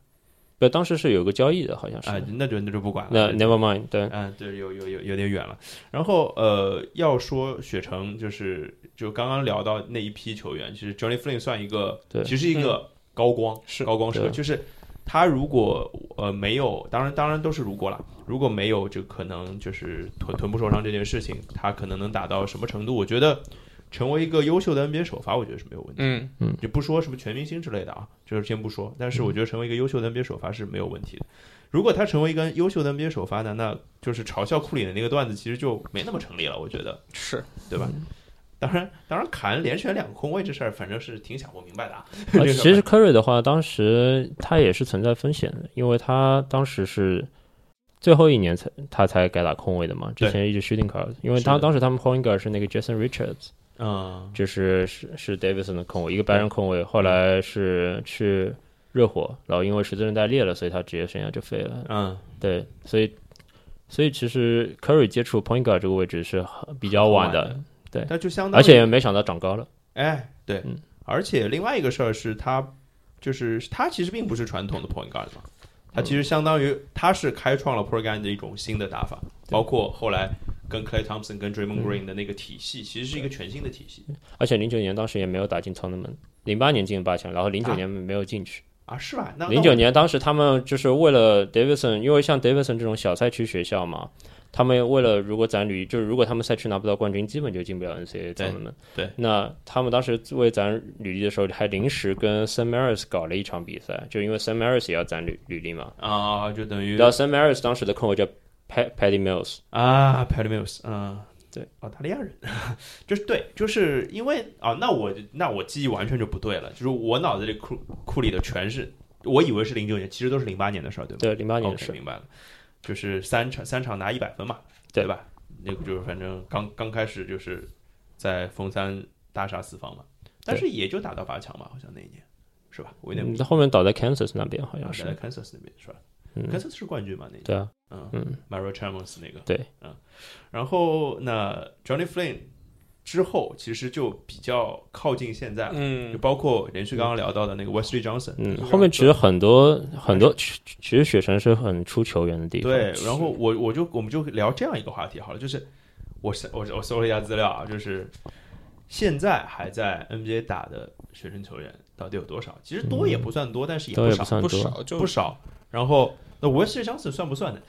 C: 不，当时是有个交易的，好像是。
A: 啊，那就那就不管了。
C: 那
A: 对
C: Never mind，对，
A: 嗯，对，有有有有点远了。然后呃，要说雪城，就是就刚刚聊到那一批球员，其实 Johnny Flynn 算一个，
C: 对
A: 其实一个高光，
B: 是
A: 高光时刻，
C: 对
A: 就是他如果呃没有，当然当然都是如果啦，如果没有就可能就是臀臀部受伤这件事情，他可能能打到什么程度？我觉得成为一个优秀的 NBA 首发，我觉得是没有问题的。
B: 嗯，
A: 就不说什么全明星之类的啊，就是先不说。但是我觉得成为一个优秀的 NBA 首发是没有问题的。如果他成为一个优秀的 NBA 首发呢，那就是嘲笑库里的那个段子其实就没那么成立了，我觉得，
B: 是
A: 对吧？当然，当然，砍连选两空位这事儿，反正是挺想不明白的啊。
C: 啊，
A: 这个
C: 其实科瑞的话，当时他也是存在风险的，因为他当时是最后一年才他才改打空位的嘛，之
A: 对
C: 前一直 shooting guard，因为
A: 是
C: 他
A: 的
C: 当时他们 point guard 是那个 Jason Richards，
A: 嗯，
C: 就是是是 Davidson 的控卫，一个白人控卫，后来是去热火，然后因为十字韧带裂了，所以他职业生涯就废了。
A: 嗯，
C: 对，所以所以其实 Curry 接触 point guard 这个位置是很比较晚
A: 很晚
C: 的，
A: 那就相当于
C: 而且没想到长高了。
A: 哎，对，
C: 嗯
A: 而且另外一个事儿是他，就是他其实并不是传统的 point guard 嘛，
C: 嗯
A: 他其实相当于他是开创了 point guard 的一种新的打法，包括后来跟 Clay Thompson 跟
C: 嗯
A: Draymond Green 的那个体系，其实是一个全新的体系
C: 而且零九年当时也没有打进 tournament，零八年进八强，然后零九
A: 啊
C: 年没有进去。
A: 啊，是吧？那
C: 零九，年当时他们就是为了 Davidson，因为像 Davidson 这种小赛区学校嘛，他们为了如果攒履，就是如果他们赛区拿不到冠军，基本就进不了
A: 对
C: NCAA tournament。
A: 对
C: 那他们当时为攒履历的时候，还临时跟 Sam Maris 搞了一场比赛，就因为 Sam Maris 也要攒履履历嘛。
A: 那我啊，就等于
C: 然后 Sam Maris 当时的控卫叫 Pat Patty Mills，
A: 啊 p a d m i l s 嗯，
C: 对，
A: 澳大利亚人， 就是对，就是哦因为啊，那我那我记忆完全就不对了，就是我脑子里库库里的全是我以为是零九年，其实都是零八年的事儿，对吧？
C: 对，零八年的
A: OK，
C: 事。
A: 明白了，就是三场三场拿一百分嘛，
C: 对
A: 吧？那个就是反正刚刚开始就是在封三大杀四方嘛，但是也就打到八强吧，好像那一年是吧？我有点
C: 嗯，他后面倒在 Kansas 那边好像
A: 在
C: 是，
A: Kansas 那边是吧
C: 嗯，
A: ？Kansas 是冠军嘛那一年，
C: 对啊，
A: 嗯
C: 嗯，
A: ，Mario Chalmers 那个
C: 对，
A: 嗯，然后那 Johnny Flynn 之后其实就比较靠近现在了，就
B: 嗯，
A: 包括连续刚刚聊到的那个 Wesley Johnson，
C: 嗯
B: 就是，
C: 后面其实很多很多，其其实雪城是很出球员的地方，
A: 哎对，然后我我就我们就聊这样一个话题好了，就是我搜我我搜了一下资料啊，就是现在还在 NBA 打的学生球员到底有多少？其实多也不算多，但是也
C: 都
A: 不
C: 也
A: 少，
C: 不算
B: 不
C: 多。
B: 少，就
A: 不少。然后那 West Johnson 算不算呢？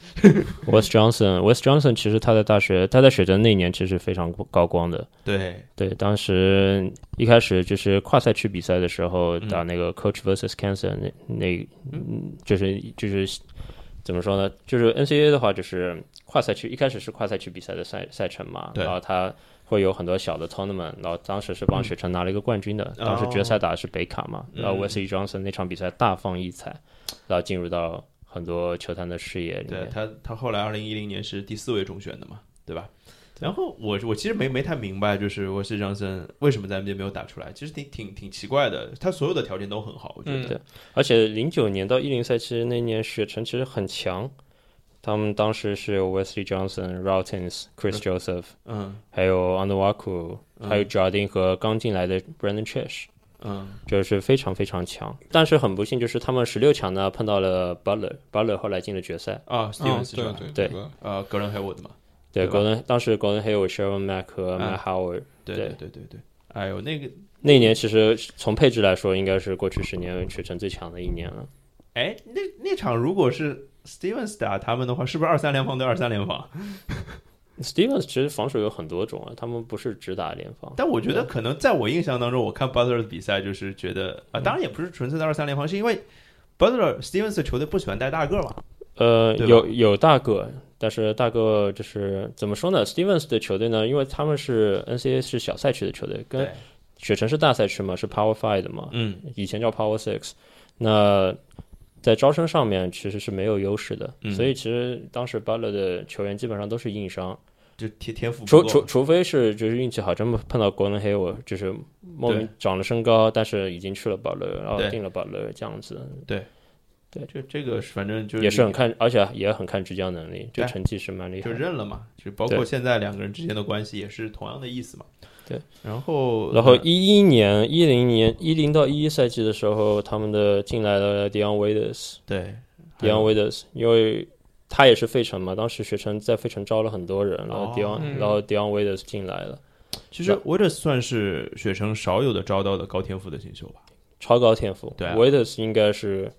C: West Johnson，West Johnson 其实他在大学，他在雪城那一年其实非常高光的。
A: 对，
C: 对，当时一开始就是跨赛区比赛的时候
A: 嗯
C: 打那个 Coach vs Cancer 那那，嗯，就是就是怎么说呢？就是 NCAA 的话，就是跨赛区一开始是跨赛区比赛的赛赛程嘛，
A: 对
C: 然后它会有很多小的 tournament，然后当时是帮雪城拿了一个冠军的，
A: 哦
C: 当时决赛打的是北卡嘛，
A: 嗯
C: 然后 Wesley Johnson 那场比赛大放异彩，然后进入到很多球坛的视野里
A: 对
C: 面。
A: 他他后来二零一零年是第四位中选的嘛，对吧？然后我我其实没没太明白，就是 West Johnson 为什么在 NBA 没有打出来，其实挺挺挺奇怪的。他所有的条件都很好，我觉
B: 嗯
A: 得。
C: 对而且零九年到一零赛期那年，雪城其实很强，他们当时是有 Wesley Johnson、Routins、Chris Joseph，
A: 嗯
C: 还有 Anwaku，
A: 嗯
C: 还有 Jardine 和刚进来的 Brandon Trash，
A: 嗯
C: 就是非常非常强。但是很不幸，就是他们十六强呢碰到了 Butler，Butler 后来进了决赛。
A: 啊
B: 嗯，
A: ，Stevens 是
B: 对
A: 吧？
B: 对
C: 对
B: 对，
A: 呃，格伦黑沃德嘛。
C: 对，
A: 对吧
C: 国人当时国人还有 Sherman Mack 和 Matt
A: 啊
C: Howard，、
A: 对
C: 对
A: 对对对，哎呦，那个，
C: 那一年其实从配置来说，应该是过去十年雪城最强的一年了。
A: 哎，那那场如果是 Stevens 打他们的话，是不是二三联防对二三联 防？
C: Stevens 其实防守有很多种啊，他们不是只打联防。
A: 但我觉得可能在我印象当中，我看 Butler 的比赛就是觉得啊、
C: 嗯
A: 当然也不是纯粹的二三联防，是因为 Butler Stevens 的球队不喜欢带大个儿嘛。
C: 呃，
A: 对吧
C: 有有大个，但是大个就是怎么说呢？Stevens 的球队呢，因为他们是 NCAA 是小赛区的球队，跟
A: 对，
C: 雪城是大赛区嘛，是 Power Five 的嘛，
A: 嗯，
C: 以前叫 Power Six。那在招生上面其实是没有优势的，
A: 嗯
C: 所以其实当时 Butler 的球员基本上都是硬伤，
A: 就天天赋不
C: 除
A: 够
C: 除除非是就是运气好，真碰到国伦黑我就是莫名长了身高，但是已经去了 Butler，然后
A: 对
C: 进了 Butler 这样子，
A: 就这个是反正就是
C: 也是很看，而且也很看执教能力，这
A: 对
C: 成绩是蛮厉害
A: 就
C: 的。
A: 认了嘛，就包括
C: 对
A: 现在两个人之间的关系也是同样的意思嘛。
C: 对，
A: 然后呃
C: 然后一一年、一零年、一零到一一赛季的时候，他们的进来了 Dion Waiters、
A: 对，还
C: Dion
A: 有
C: Waiters，因为他也是费城嘛，当时学城在费城招了很多人，然后
A: 哦
C: Dion，、
B: 嗯
C: 然后 Dion Waiters 进来了，
A: 其实 w a t e r 算是雪城少有的招到的高天赋的新秀吧。
C: 超高天赋。
A: 对啊
C: Waiters 应该是，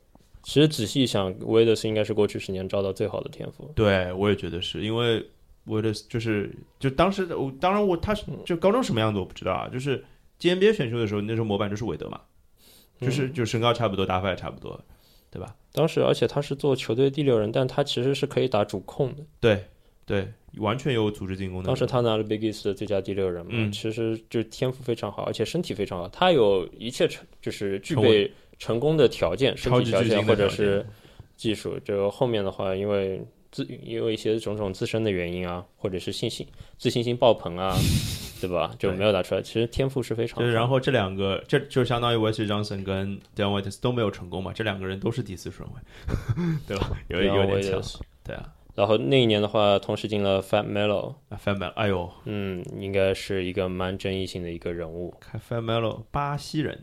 C: 其实仔细一想，Waiters 应该是过去十年招到最好的天赋。
A: 对，我也觉得是因为我的就是就当时的我当然我他是
C: 嗯
A: 就高中什么样子我不知道啊，就是接 NBA 选秀的时候，那时候模板就是韦德嘛，
C: 嗯
A: 就是、就身高差不多，打法也差不多，对吧？
C: 当时，而且他是做球队第六人，但他其实是可以打主控的。
A: 对对，完全有组织进攻的。
C: 当时他拿了 Big East 的最佳第六人嘛，
A: 嗯
C: 其实就天赋非常好，而且身体非常好，他有一切成就是具
A: 成
C: 备成功的条件，身
A: 超
C: 体
A: 级
C: 条
A: 巨
C: 件
A: 星的
C: 或者
A: 条件
C: 是技术。就后面的话，因为自因为一些种种自身的原因啊，或者是信心自信心爆 棚啊，对吧？就
A: 对
C: 没有打出来。其实天赋是非常好
A: 就
C: 的，
A: 是然后这两个，这就相当于 Wes Johnson 跟 d a n Waiters 都没有成功嘛，这两个人都是第四顺位， 对吧？有
C: 然后
A: 有点
C: Waiters
A: 强，对啊，
C: 然后那一年的话，同时进了 Fat Melo，
A: 啊 f a m e l 哎呦，
C: 嗯，应该是一个蛮争议性的一个人物。
A: 看 f a m e l 巴西人，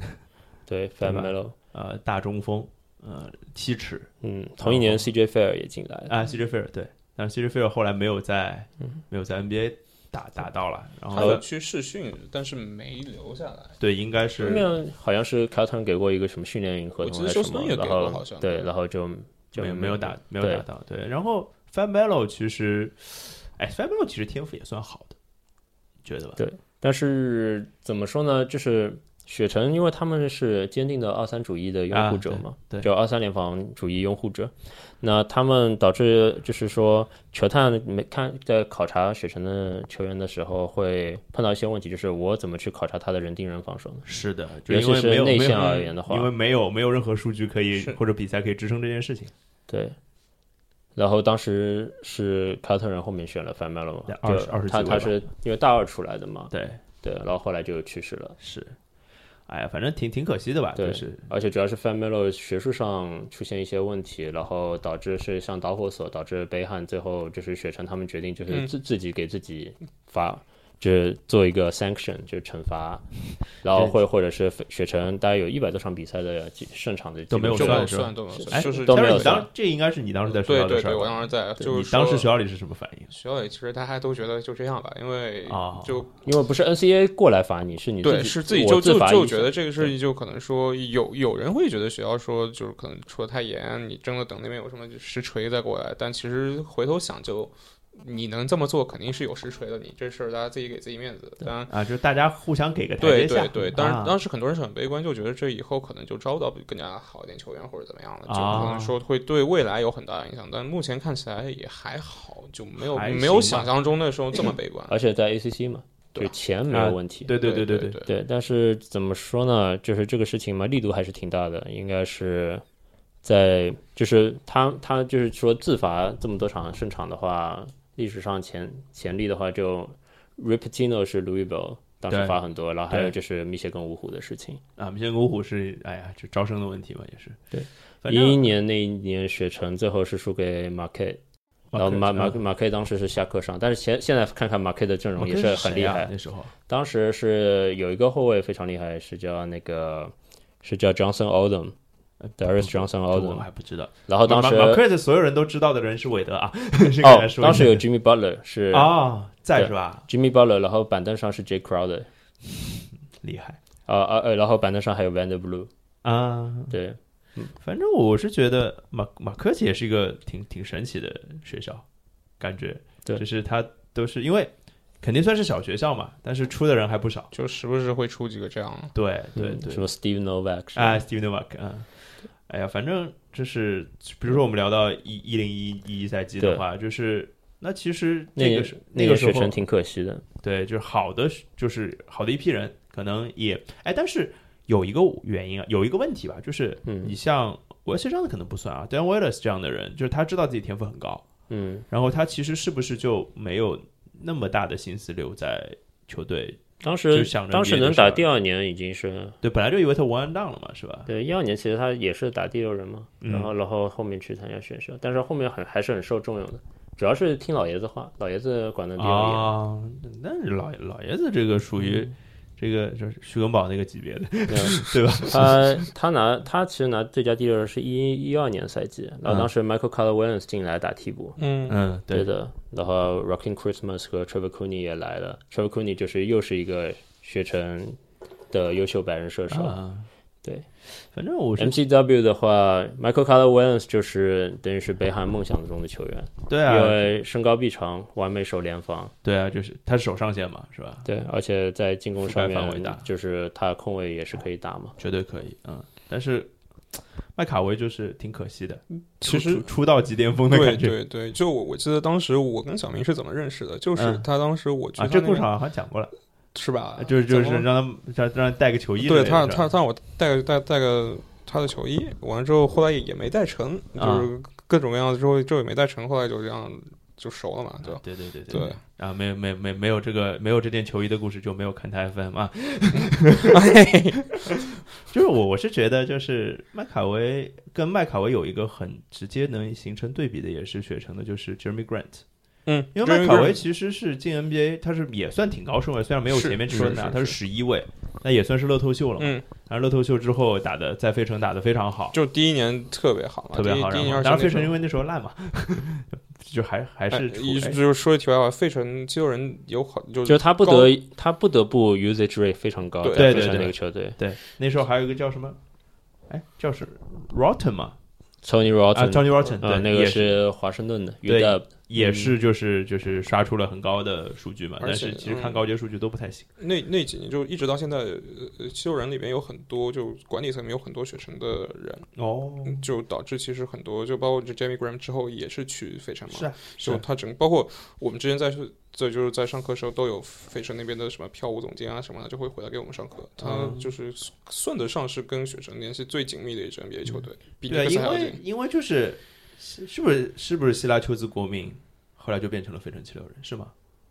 C: 对 Fat
A: 吧
C: Melo，
A: 呃，大中锋，呃，七尺，
C: 嗯，同一年 CJ 菲尔也进来了。
A: 啊，CJ 菲尔对，但是 CJ 菲尔后来没有在、
C: 嗯
A: 没有在 NBA 打打到了，然
B: 他
A: 后
B: 有去试训，但是没留下来。
A: 对应该
C: 后
A: 是
C: 面好像是卡特给过一个什么训练营合
B: 我记
C: 同
B: 得
C: 还
B: 休
C: 是
B: 斯
C: 什么
B: 顿也，给
C: 然
B: 过
C: 后
B: 好像嗯
C: 对，然后就就
A: 没有
C: 没
A: 没有打没有
C: 对
A: 打到对，然后 Fan Melo 其实，哎，Fan Melo 其实天赋也算好的，你觉得吧？
C: 对但是怎么说呢，就是雪城，因为他们是坚定的二三主义的拥护者嘛，
A: 啊对对
C: 就二三联防主义拥护者。那他们导致就是说，球探没看在考察雪城的球员的时候，会碰到一些问题，就是我怎么去考察他的人盯人防守呢？
A: 是的，就
C: 尤
A: 因
C: 其
A: 为
C: 是
A: 没有
C: 内
A: 没有
C: 线而言的话
A: 因为没有没有任何数据可以
B: 是
A: 或者比赛可以支撑这件事情。
C: 对。然后当时是凯尔特人后面选了范麦了嘛
A: 对，
C: 就
A: 20 20
C: 他
A: 几位
C: 他
A: 吧
C: 是因为大二出来的嘛，
A: 对，
C: 对，然后后来就去世了。
A: 是，哎呀，反正挺挺可惜的吧，
C: 对
A: 就是
C: 而且主要是 f a m i l o 学术上出现一些问题，然后导致是像导火索，导致北汉最后就是雪城他们决定就是
B: 嗯
C: 自、自己给自己发，就是做一个 sanction 就是惩罚，然后会或者是雪城大概有一百多场比赛的几胜场的
A: 都没有
B: 就
C: 记
B: 没
C: 录
A: 算是吧
B: 有算，都没有
C: 哎
B: 算，就是
C: 都没
A: 但是
C: 有
A: 你
C: 算
A: 当这应该是你当时在学
B: 对
A: 校的
B: 对
A: 事儿
B: 对，
A: 吧，
B: 我当时在，
A: 对
B: 就是
A: 你当时
B: 说
A: 学校里是什么反应
B: 学校里其实大家都觉得就这样吧，因为
A: 啊？
B: 就
C: 因为不是 NCAA 过来罚你，是你
B: 对
C: 己
B: 是
C: 自
B: 己
C: 我
B: 就就
C: 罚
B: 就
C: 一次
B: 觉得这个事情就可能说有有人会觉得学校说就是可能说得太严，你真的等那边有什么实锤再过来，但其实回头想就你能这么做肯定是有实锤的，你这事儿大家自己给自己面子，当然。
A: 啊，就是大家互相给个台
B: 对
A: 阶
B: 对
A: 下，
B: 对，当然
A: 啊
B: 当时很多人是很悲观，就觉得这以后可能就招不到更加好一点球员或者怎么样了，就
A: 啊
B: 可能说会对未来有很大的影响。但目前看起来也还好，就没有
A: 还
B: 没有
A: 行吧
B: 想象中的时候这么悲观。
C: 而且在 ACC 嘛，就
B: 对
C: 钱没
A: 啊
C: 有问题，
A: 对对
B: 对
A: 对
B: 对
A: 对，
C: 对，但是怎么说呢？就是这个事情嘛，力度还是挺大的，应该是在就是他他就是说自罚这么多场胜场的话，历史上前前例的话就 r i p t i n o 是 Louisville 当时
A: 对
C: 罚很多，然后还有
A: 对
C: 就是密歇根五虎的事情，
A: 啊，明星公虎是哎呀，就招生的问题嘛，也是
C: 对，
A: 反
C: 一一
A: 正
C: 年那一年雪城最后是输给马 K，然后
A: 克
C: 呃马马
A: 嗯
C: 马 K 当时是下课上，但是现现在看看马 K 的阵容
A: 马
C: 也
A: 克
C: 是
A: 是
C: 很
A: 谁
C: 厉
A: 啊
C: 害，
A: 那时候
C: 当时是有一个后卫非常厉害，是叫那个是叫 Johnson Odom。Darius Johnson
A: 这我
C: Odom，
A: 还不知道。
C: 然后哦当时
A: 马马克的所有人都知道的人是韦德啊， 是刚才
C: 哦，
A: 说
C: 当时有
A: 的
C: Jimmy Butler 是
A: 啊，在
C: 对
A: 是吧？
C: Jimmy Butler，然后板凳上是 Jay Crowder，
A: 厉害
C: 啊啊呃，然后板凳上还有 Vanderblue，
A: 啊！
C: 对，
A: 反正我是觉得马马科奇也是一个挺挺神奇的学校，感觉
C: 对
A: 就是他都是因为肯定算是小学校嘛，但是出的人还不少。
B: 就时不时会出几个这样的。
A: 对对
C: 嗯
A: 对
C: 什，么 Steve Novak
A: 啊，Steve Novak，嗯，哎呀，反正就是，比如说我们聊到一一零一一赛季的话，就是那其实那个
C: 那
A: 是
C: 那
A: 个时
C: 学
A: 候
C: 程，挺可惜的，
A: 对，就是好的，就是好的一批人，可能也哎，但是有一个原因啊，有一个问题吧，就是
C: 嗯
A: 你像我其实这样的可能不算啊，Dan Wallace 这样的人，就是他知道自己天赋很高，
C: 嗯，
A: 然后他其实是不是就没有那么大的心思留在球队？
C: 当
A: 就
C: 时
A: 想着
C: 当时
A: 别的
C: 能
A: 事儿
C: 打第二年已经是。
A: 对，本来就以为他 one and done 了嘛，是吧？
C: 对，一二年其实他也是打第六人嘛，
A: 嗯
C: 然后然后后面去参加选秀，但是后面很还是很受重用的，主要是听老爷子话，老爷子管的比较严。
A: 啊，那老老爷子这个属于
C: 嗯
A: 这个就是徐根宝那个级别的， 对吧？
C: 他他拿他其实拿最佳第六人是一一二年赛季，然后当时 Michael Carter Williams 进来打替补，
B: 嗯，
A: 嗯，
C: 对
A: 对，
C: 的。然后 Rocking Christmas 和 Trevor Cooney 也来了，Trevor Cooney 就是又是一个学成的优秀白人射手。
A: 啊，
C: 对，哎
A: 反正我是
C: MCW 的话，Michael Carter Williams 就是等于是北海梦想中的球员，
A: 对
C: 因
A: 啊，
C: 为身高臂长，完美守联防，
A: 对啊，就是他是守上线嘛，是吧？
C: 对，而且在进攻
A: 覆盖
C: 上
A: 范围大
C: 面就是他控卫也是可以打嘛。
A: 绝对可以，嗯，但是麦卡维就是挺可惜的，
B: 其实
A: 出出出道即巅峰的
B: 对
A: 感觉啊
B: 对对，就我我记得当时我跟小明是怎么认识的，就是
A: 嗯
B: 他当时我去
A: 啊，
B: 他
A: 这
B: 那啊
A: 故事
B: 边
A: 好像讲过了，
B: 是吧？
A: 就是就是
B: 怎么
A: 让他让让他带个球衣之类
B: 对
A: 的是吧，
B: 他他他让我带个带带个他的球衣，完了之后后来也也没带成，
A: 啊
B: 就是各种各样的之后就也没带成，后来就这样就熟了嘛，就
A: 对对对
B: 对。
A: 啊，没有没有没有没有这个没有这件球衣的故事就没有看台 FM 啊。就是我我是觉得就是麦卡维跟麦卡维有一个很直接能形成对比的，也是雪城的，就是 Jeremy Grant。
B: 嗯，
A: 因为麦卡
B: Jeremy
A: 维
B: Grant
A: 其实是进 NBA，他是也算挺高顺位，虽然没有
B: 是
A: 前面说的
B: 是
A: 那样，
B: 是
A: 他是十一位，那也算是乐透秀了嘛。
B: 嗯，
A: 然后乐透秀之后打的在费城打的非常好，
B: 就第一年特别好嘛，
A: 特别好。
B: 第一第
A: 然
B: 一年
A: 后
B: 二
A: 当然费
B: 年
A: 城因为那时候烂嘛， 就还还
B: 哎
A: 是
B: 一
A: 处
B: 就是说一题外话，费城肌肉人有好就
C: 就是他不
B: 高
C: 得他不得不 usage rate 非常高，
B: 对
C: 在
A: 嗯对
C: 费城
A: 对
C: 那
A: 对
C: 个球队
A: 对，那时候还有一个叫什么？哎，叫是 Rotten 嘛？
C: ，Tony
A: 啊
C: Rotten 嗯
A: ，Johnny Rotten，对，
C: 啊，那个嗯
A: 也
C: 是华盛顿的
A: 对
C: UW，
A: 也是就是就是刷出了很高的数据嘛，
B: 而
A: 但
B: 且
A: 是其实
B: 嗯
A: 看高阶数据都不太行。
B: 那那几年就一直到现在，呃，七六人里边有很多就管理层里面有很多雪城的人，
A: 哦，
B: 就导致其实很多就包括这 Jamie Graham 之后也是去费城嘛，
A: 是啊，是
B: 就
A: 啊
B: 他整包括我们之前在在就是在上课的时候都有费城那边的什么票务总监啊什么的就会回来给我们上课，他
A: 嗯
B: 就是算得上是跟雪城联系最紧密的一支 NBA 球队，比尼
A: 对啊，
B: 克斯
A: 因
B: 还要
A: 为
B: 近。
A: 因为就是是是不是是不是希拉丘兹国民后来就变成了费城七六人是吗？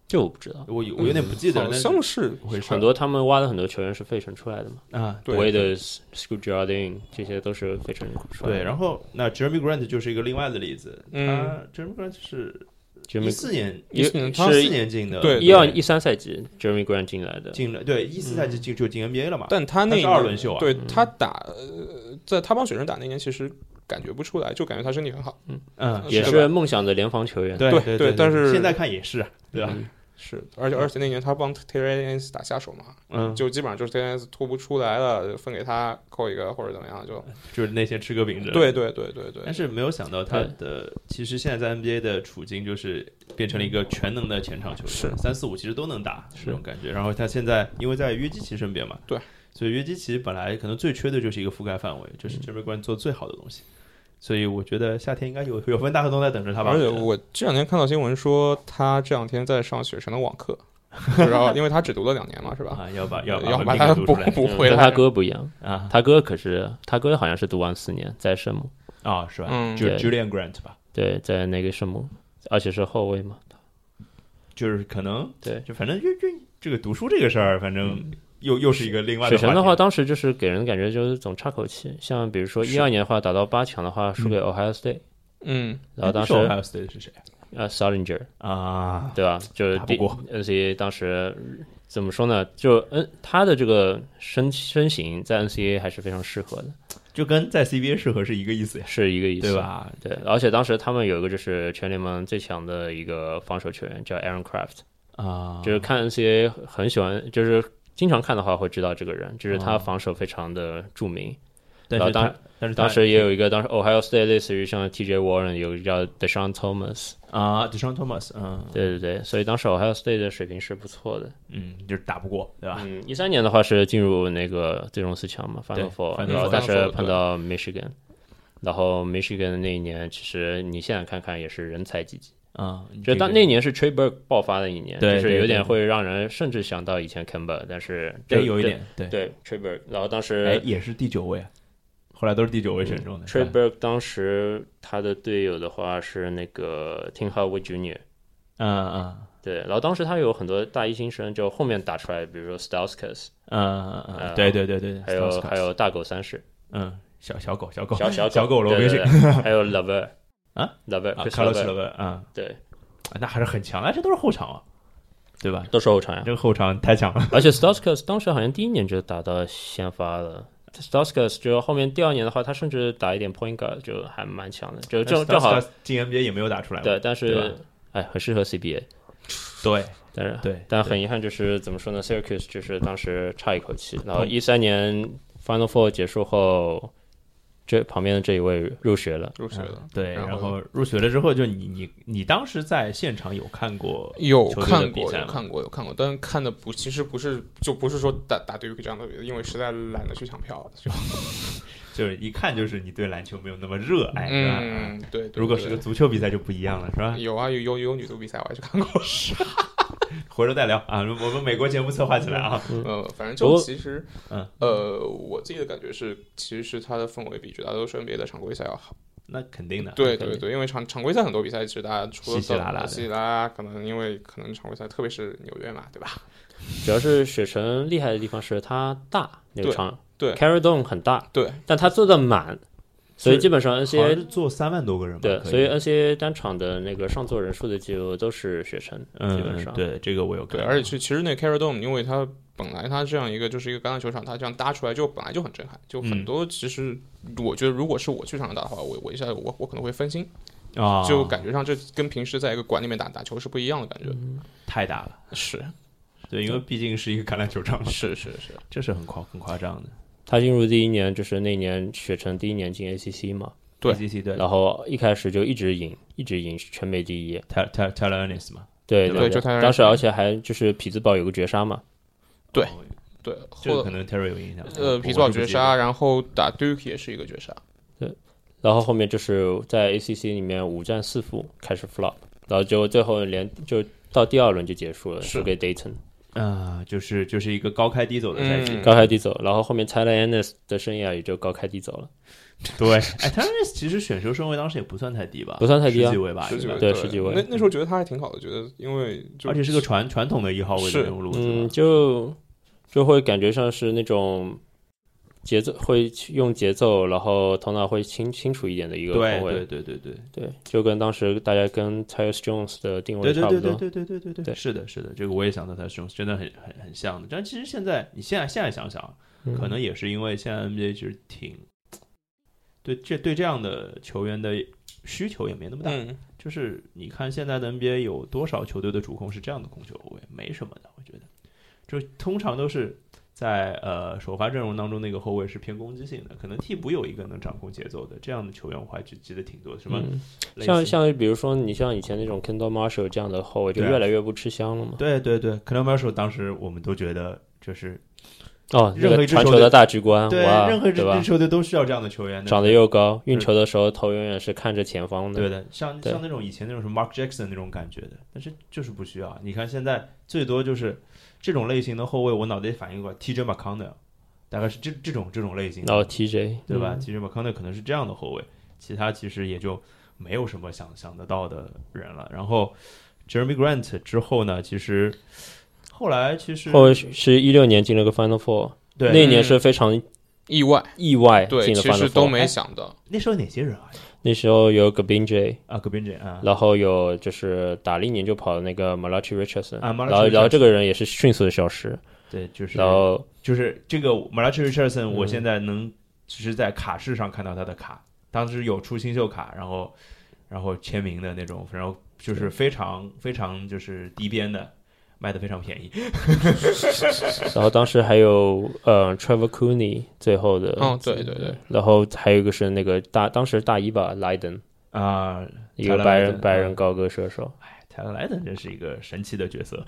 C: 这我不知道。
A: 我有我有点不记得了，
B: 嗯好
A: 但是
B: 像是
A: 不回事
C: 很多他们挖的很多球员是费城出来的嘛，
A: 啊，
B: 对
C: 我也的 Scoot Jardine 这些都是费城出来的。
A: 对，然后那 Jeremy Grant 就是一个另外的例子，
B: 嗯
A: 他 Jeremy Grant 是一
C: Jeremy
A: 四年
C: 一
B: 四年
A: 一
B: 他
A: 四
C: 是
A: 年进的，
B: 对
C: 一二一三赛季 Jeremy Grant 进来的，
A: 进了，对
B: 嗯
A: 一四赛季进就进 NBA 了嘛，
B: 但他
A: 他
B: 那
A: 是
B: 一
A: 二
B: 年
A: 轮秀啊，
B: 对他打，呃，在他帮雪人打那年，其实感觉不出来，就感觉他身体很好。
A: 嗯，
C: 也
B: 是
C: 是梦想的联防球员。
A: 对
B: 对
A: 对
B: 对
A: 对，
B: 但是
A: 现在看也是，啊对吧？
C: 嗯
B: 是，而且而且那年他帮 Terry a n s 打下手嘛，
A: 嗯，
B: 就基本上就是 Terry a n s 拖不出来了，分给他扣一个或者怎么样，就
A: 就是那些吃个饼的，
B: 对。对对对对
A: 但。是没有想到他的，其实现在在 NBA 的处境就是变成了一个全能的前场球员，
B: 是
A: 三四五其实都能打这种感觉。然后他现在因为在约基奇身边嘛，
B: 对，
A: 所以约基奇本来可能最缺的就是一个覆盖范围，
B: 嗯
A: 就是这边关做最好的东西。所以我觉得夏天应该有有份大合同在等着他吧。
B: 而且
A: 我觉得
B: 我这两天看到新闻说，他这两天在上雪城的 网课，然后因为他只读了两年嘛，是吧？
A: 啊，要把 要
B: 要
A: 把
B: 把
A: 文
B: 他
A: 凭给
B: 补
A: 读出来
B: 补
C: 嗯
B: 回
C: 跟
B: 来。
C: 他哥不一样，
A: 啊
C: 他哥可是他哥好像是读完四年在圣母，
A: 啊，是吧？
B: 嗯
A: 就
C: 对
A: Julian Grant 吧，
C: 对，在那个圣母，而且是后卫嘛。
A: 就是可能
C: 对，嗯
A: 就反正就就这个读书这个事儿，反正又又是一个另外
C: 水
A: 的
C: 神的话，
A: 话题，
C: 当时就是给人感觉就是总差口气，像比如说
A: 是
C: 一二年的话，打到八强的话，输给 Ohio State，
B: 嗯，
C: 然后当时
A: 那时候 Ohio State 哎是谁
C: 呃 Solinger
A: 啊？
C: 对吧？就是
A: 打不
C: 第
A: 过
C: NCAA 当时嗯怎么说呢？就嗯，他的这个身身形在 NCAA 还是非常适合的，
A: 就跟在 CBA 适合是一个意思呀，
C: 是一个意思，
A: 对？吧？
C: 对，而且当时他们有一个就是全联盟最强的一个防守球员叫 Aaron Craft，、
A: 啊，
C: 就是看 NCAA 很喜欢，就是经常看的话会知道这个人，就是他
A: 哦
C: 防守非常的著名。
A: 但
C: 然
A: 是
C: 后
A: 他
C: 当
A: 但是他
C: 当时也有一个，当时 Ohio State 类似于像 TJ Warren 有一个叫 Deshaun Thomas，
A: 啊，Deshaun Thomas，嗯
C: 对对对，所以当时 Ohio State 的水平是不错的。
A: 嗯，就是打不过，对吧？
C: 嗯，一三年的话是进入那个最终四强嘛
A: 对 Final
C: ，Final Four，
A: Four，
C: 然后但是
B: Final Four，
C: 碰到 Michigan，然后 Michigan 那一年其实你现在看看也是人才济济，
A: 啊，
C: 就
A: 这
C: 当
A: 个
C: 那年是 Trey Burke 爆发的一年，
A: 对
C: 就是
A: 对
C: 有
A: 对
C: 点会让人甚至想到以前 Kemba，但是
A: 对
C: 对
A: 有一点对，
C: 对 Trey Burke，然后当
A: 哎，
C: 时
A: 也是第九位啊，后来都是第九位选中的。是
C: 嗯 Trey
A: 吧
C: Burke 当时他的队友的话是那个 Tim Howard Jr。
A: 嗯嗯
C: 对，然后当时他有很多大一新生，就后面打出来，比如说 s t a u s k a s
A: 嗯嗯嗯，
C: 呃
A: 对对对对，
C: 还有
A: Stauskas
C: 还有大狗三世，
A: 嗯，小小狗小狗
C: 小小
A: 小狗罗宾
C: 对对
A: 逊
C: 对，还有 Lover
A: 啊
C: Lover
A: 啊
C: Chris
A: 卡洛斯
C: Lover，
A: 勒维啊，
C: 对，
A: 那还是很强啊，这都是后场啊，对吧？
C: 都是后场呀
A: 这。个后场太强了。
C: 而且 s t a u s k a s 当时好像第一年就打到先发了。s t a u s k a s 就后面第二年的话，他甚至打一点 point guard 就还蛮强的，就正正好
A: Stauskas 进 NBA 也没有打出来嘛。
C: 对，
A: 对
C: 但是
A: 吧
C: 哎很适合 CBA，
A: 对
C: 但是
A: 对，
C: 但很遗憾，就是怎么说呢？Syracuse 就是当时差一口气，然后
A: 嗯
C: 一三年 Final Four 结束后，这旁边的这一位入学了，
B: 入学了。
A: 对，
B: 然
A: 然
B: 后
A: 后入学了之后，就你你你当时在现场有看过
B: 有
A: 球队的
B: 看
A: 比
B: 过，
A: 赛
B: 有
A: 吗
B: 看过，有看过，但看的不，其实不是，就不是说打打对 u k 这样的，因为实在懒得去抢票。
A: 嗯
B: 就
A: 就是一看就是你对篮球没有那么热爱，是吧？
B: 嗯，对，对
A: 如果是个
B: 对
A: 足球比赛就不一样了，是吧？
B: 有啊，有有有女足比赛，我还去看过。
A: 回头再聊啊，我们美国节目策划起来啊。
B: 呃，反正
C: 不
B: 就
C: 过
B: 其实，
A: 嗯
B: 呃，我自己的感觉是，其实是它的氛围比绝大多数 NBA 的常规赛要好。
A: 那肯定的，
B: 对
A: 啊肯
B: 对
A: 定，
B: 对，因为常常规赛很多比赛，其实大家除了
A: 稀稀拉拉的
B: 稀稀拉拉，可能因为可能常规赛，特别是纽约嘛，对吧？
C: 主要是雪城厉害的地方是它大，那个
B: 对
C: 场
B: 对
C: carry dome 很大，
B: 对，
C: 但它做的满，所以
A: 是
C: 基本上
A: 好像
C: NCAA
A: 是做三万多个人吧，
C: 对，
A: 可
C: 所以 NCAA 单场的那个上座人数的记录都是雪城，基本
A: 嗯，
C: 上
A: 对这个我有看
B: 对，
A: 到，
B: 而且其其实那 c a r r y Dome，因为它本来它这样一个就是一个橄榄球场，它这样搭出来就本来就很震撼，就很
A: 嗯
B: 多其实我觉得如果是我去场上打的话，我我一下我我可能会分心，
A: 啊，
B: 就感觉上这跟平时在一个馆里面打打球是不一样的感觉。
A: 嗯太大了，
B: 是
A: 对，因为毕竟是一个橄榄球场，
B: 是是是，
A: 这是很夸很夸张的。
C: 他进入第一年就是那年雪城第一年进 ACC 嘛，
B: 对
A: ，ECC 对
C: 然后一开始就一直赢，一直赢全美第一。
A: ，Taylor Taylor Taylor Ennis 嘛，
C: 对
A: 对
B: 吧就
C: 对，
B: 他
C: 当时而且还就是匹兹堡有个绝杀嘛，
B: 对
A: 哦，
B: 对，
A: 这个
B: 后
A: 可能 Terry 有影响。
B: 呃
A: 我
B: 皮兹堡
A: 嗯我是
B: 绝
A: 不记
B: 杀，
A: 得，
B: 然后打 Duke 也是一个绝杀，
C: 然后后面就是在 ACC 里面五战四负开始 flop，然后就最后连就到第二轮就结束了，
B: 是
C: 输给 Dayton，
A: 啊，就是就是一个高开低走的赛季。
B: 嗯
C: 高开低走，然后后面 Tyler Ennis 的生涯也就高开低走了，
A: 对，哎，Taylor Ennis 其实选秀顺位当时也不算太低吧？
C: 不算太低啊
A: 十几位吧，
B: 十几
A: 应该
B: 位，
C: 对十几位
B: 那那时候觉得他还挺好的，觉得因为就
A: 而且是个传传统的一号位
B: 是
A: 的人物路子
C: 嗯，
A: 嘛。
C: 就就会感觉上是那种节奏会去用节奏，然后头脑会清清楚一点的一个
A: 对
C: 后卫，
A: 对对对对
C: 对，就跟当时大家跟 Tyus Jones 的定位
A: 对对
C: 差不
A: 对
C: 多，
A: 对对对对对
C: 对
A: 对，是的，是的，这个我也想到他是真的很很很像的。但其实现在你现在现在想想，
C: 嗯
A: 可能也是因为现在 NBA 其实挺对这对这样的球员的需求也没那么大。
B: 嗯，
A: 就是你看现在的 NBA 有多少球队的主控是这样的控球后卫？没什么的，我觉得，就通常都是在呃首发阵容当中那个后卫是偏攻击性的，可能替补有一个能掌控节奏的这样的球员，我还记记得挺多的。什么
C: 嗯
A: 类似
C: 像像比如说你像以前那种 Kendall Marshall 这样的后卫就
A: 对啊
C: 越来越不吃香了嘛。
A: 对对对 c l a m a r s h 当时我们都觉得就是
C: 哦，那
A: 任何
C: 个
A: 一支
C: 传
A: 球
C: 球的
A: 队
C: 大局观，
A: 对
C: 嗯哇，
A: 任何一支
C: 对吧？
A: 球队都需要这样的球员的。
C: 长得又高，运
A: 是
C: 球的时候头永远是看着前方的。
A: 嗯对的，像
C: 对
A: 像那种以前那种什么 Mark Jackson 那种感觉的，但是就是不需要。你看现在最多就是这种类型的后卫，我脑袋反应过来 TJ McConnell，大概是这这种这种类型的，
C: 然后 TJ
A: 对吧、
C: 哦嗯
A: t j McConnell 可能是这样的后卫，其他其实也就没有什么想想得到的人了。然后 Jeremy Grant 之后呢，其实后来其实
C: 后卫是是一六年进了个 Final Four，
A: 对
C: 那一年是非常
B: 意外，
C: 意外
B: 对，
C: 进了
B: 其
C: Final
B: 实都
C: Four。哎
B: 没想到，
A: 那时候哪些人啊？
C: 那时候有 g a b i n j
A: 啊 g o b i n j 啊，
C: 然后有就是打了一年就跑的那个 Malachi Richardson，
A: 啊，Malachi
C: 然后然后
A: Richardson
C: 这个人也是迅速的消失，
A: 对，就是
C: 然后
A: 就是这个 m a l a c h i Richardson，
C: 嗯
A: 我现在能只是在卡市上看到他的卡，当时有出新秀卡，然后然后签名的那种，然后就是非常非常就是低边的，卖的非常便宜。
C: 然后当时还有呃 Trevor Cooney 最后的，
A: 哦
B: 嗯，对对对，
C: 然后还有一个是那个大当时大一吧，Lydon
A: 啊、
C: 一个
A: Tyler
C: 白人
A: Lydon，
C: 白人
A: 嗯
C: 高个射手，
A: 泰勒莱登真是一个神奇的角色，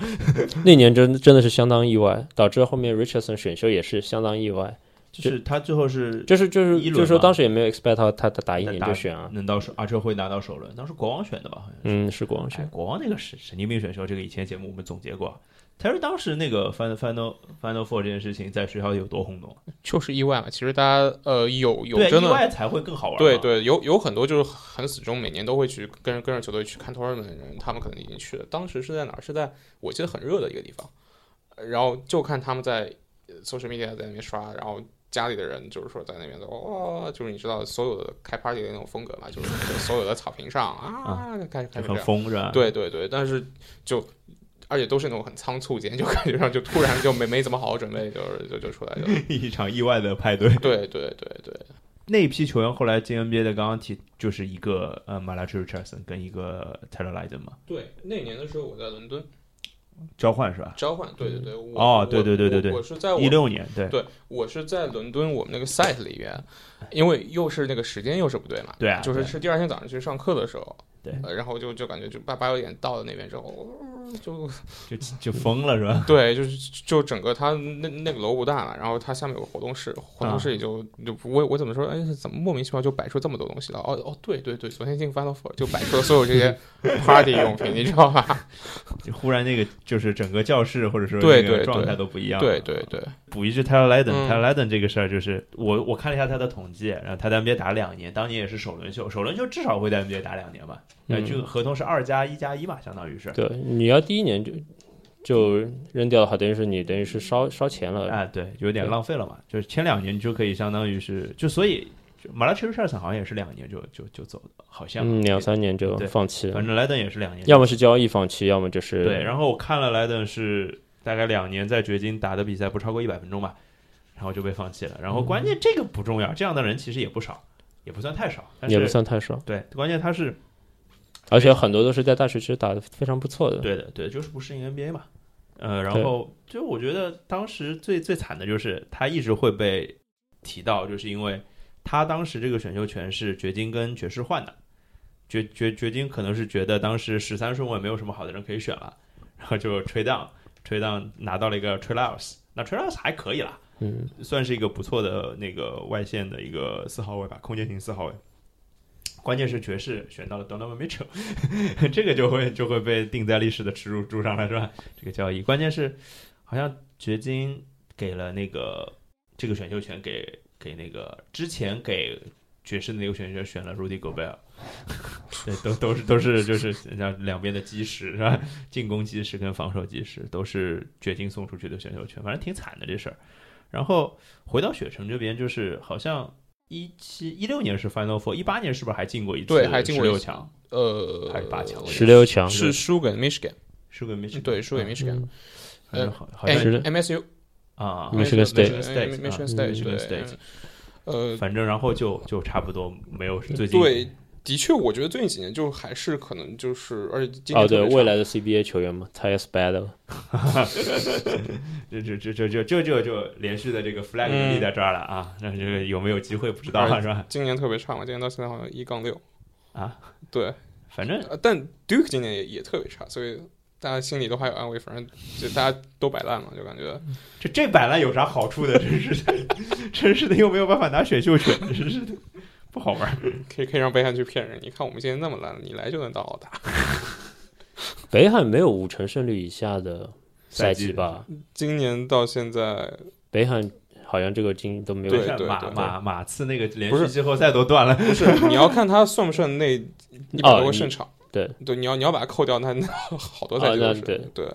C: 那年真真的是相当意外，导致后面 Richardson 选秀也是相当意外，
A: 就是他最后是
C: 就是就是
A: 一轮
C: 就是说
A: 吗
C: 当时也没有 expect 到他他打一年
A: 打
C: 就选啊，
A: 能到手，而且会拿到首轮，当时国王选的吧？好像是
C: 嗯，是国王选
A: 哎，，国王那个神神经病选秀，这个以前节目我们总结过。他说当时那个 Final Final Final Four 这件事情在学校有多轰动？
B: 就是意外嘛。其实大家呃有有
A: 对，
B: 真
A: 意
B: 的。
A: 外才会更好玩嘛。
B: 对对，有有很多就是很死忠，每年都会去跟着跟着球队去看 tournament 的人，他们可能已经去了。当时是在哪儿？是在我记得很热的一个地方，呃然后就看他们在呃 social media 在那边刷，然后家里的人就是说在那边哇、就是你知道所有的开 party 的那种风格嘛，就是 所有的草坪上啊，开始
A: 就
B: 开始这
A: 很
B: 样。
A: 疯是吧？，
B: 对对对，但是就而且都是那种很仓促间，就感觉上就突然就没没怎么好好准备，就是就就出 来就。
A: 一场意外的派对。
B: 对对对对，
A: 那一批球员后来进 NBA 的，刚刚提就是一个呃马拉奇 Richardson 跟一个 Taylor l y d e n 嘛，
B: 对，那年的时候我在伦敦
A: 交换是吧？
B: 交换，对对对，我
A: 哦
B: 我
A: 对对对对
B: 我
A: 对
B: 我是在我
A: 一六年，对
B: 对我是在伦敦我们那个 site 里边，因为又是那个时间又是不对嘛，
A: 对啊
B: 就是
A: 对
B: 是第二天早上去上课的时候，
A: 对
B: 呃然后就就感觉就八八九点到了那边之后，呃就
A: 就就疯了是吧？
B: 对，就是就整个它那那个楼不大嘛，然后它下面有个活动室，活
A: 啊
B: 动室也就就我我怎么说，哎，怎么莫名其妙就摆出这么多东西了？哦哦，对对对，昨天进 Final Four 就摆出了所有这 些 party 用品，你知道吧？
A: 就忽然那个就是整个教室或者说
B: 对
A: 那个
B: 对
A: 状态
B: 对
A: 都不一样。
B: 对对，对，
A: 补一句 Taylor l y d e
B: 嗯
A: n t a y l o r Lydon 这个事儿就是我我看了一下他的统计，然后他在 NBA 打了两年，当年也是首轮秀，首轮秀至少会在 NBA 打两年吧？那
C: 嗯
A: 就合同是二加一加一嘛，相当于是。
C: 对，你要第一年就就扔掉的话，等于是你等于是烧烧钱了，
A: 啊，对，有点
C: 对
A: 浪费了嘛。就是前两年你就可以相当于是，就所以马拉奇尔 s o n 好像也是两年就就就走的，好像、啊
C: 嗯，两三年就
A: 对
C: 放弃了
A: 反，正莱登也是两年。
C: 要么是交易放弃，要么就是
A: 对，然后我看了莱登是大概两年在掘金打的比赛不超过一百分钟吧，然后就被放弃了。然后
C: 嗯
A: 关键这个不重要，这样的人其实也不少，也不算太少，但是
C: 也不算太少，
A: 对，关键他是
C: 而且很多都是在大学其实打的非常不错的，
A: 对的，对，就是不适应 NBA 嘛。呃，
C: 对
A: 然后就我觉得当时最最惨的就是他一直会被提到，就是因为他当时这个选秀权是掘金跟爵士换的，掘掘掘金可能是觉得当时十三顺位没有什么好的人可以选了，然后就 trade down trade down 拿到了一个 t r a i l o u s 那 t r a i l o u s 还可以啦，
C: 嗯
A: 算是一个不错的那个外线的一个四号位吧，空间型四号位。关键是爵士选到了 Donovan Mitchell，这 个就会就会被定在历史的耻辱柱上了，是吧？这个交易，关键是好像掘金给了那个这个选秀权给给那个之前给爵士的那个选秀权选了 Rudy Gobert，对，都都是都是就是像两边的基石是吧？进攻基石跟防守基石都是掘金送出去的选秀权，反正挺惨的这事儿。然后回到雪城这边，就是好像一七一六年是 Final Four，一八年是不是还进过一次？
B: 对还进过一
A: 六
B: 次
A: 强，
B: 呃，
A: 还是八强我记得
C: 十六强
B: 是输给 Michigan，
A: 输给 Michigan，
B: 对，呃输给 Michigan，
C: 嗯
A: 啊反正好好像
C: 哎
A: 是
C: 是
B: M S U
A: 啊
C: Michigan State
A: State，Michigan
B: Michigan
A: State，
B: 哎 State，
A: Michigan
B: 对嗯
A: State，，
B: 呃，
A: 反正然后就就差不多没有最近
B: 对，的确，我觉得最近几年就还是可能就是，而且今年
C: 哦，对
B: 特，别
C: 未
B: 差
C: 来的 CBA 球员嘛 t y e s Battle，
A: 这这这这这这就就连续的这个 flag
B: 嗯
A: 立在这儿了啊，那这个有没有机会不知道了
B: 哎
A: 是吧？
B: 今年特别差嘛，今年到现在好像一杠六
A: 啊，
B: 对，
A: 反正
B: 呃但 Duke 今年也也特别差，所以大家心里都还有安慰，反正就大家都摆烂嘛，就感觉
A: 这这摆烂有啥好处的？真是 的，真是的，又没有办法拿选秀权，真是的，不好玩儿。
B: 可以可以让贝汉去骗人。你看我们今天那么烂，你来就能到澳大。
C: 北海没有五成胜率以下的赛季吧？
B: 今年到现在，
C: 北海好像这个经都没有
B: 对
A: 看马
B: 对
A: 马马刺那个连
B: 不
A: 续
B: 是
A: 季后赛都断了，
B: 不是你要看他算不算那一百
C: 哦
B: 多个
C: 你
B: 胜场，
C: 对
B: 对，你要你要把它扣掉，那那好多赛季都
C: 哦那
B: 是、
C: 对
B: 对。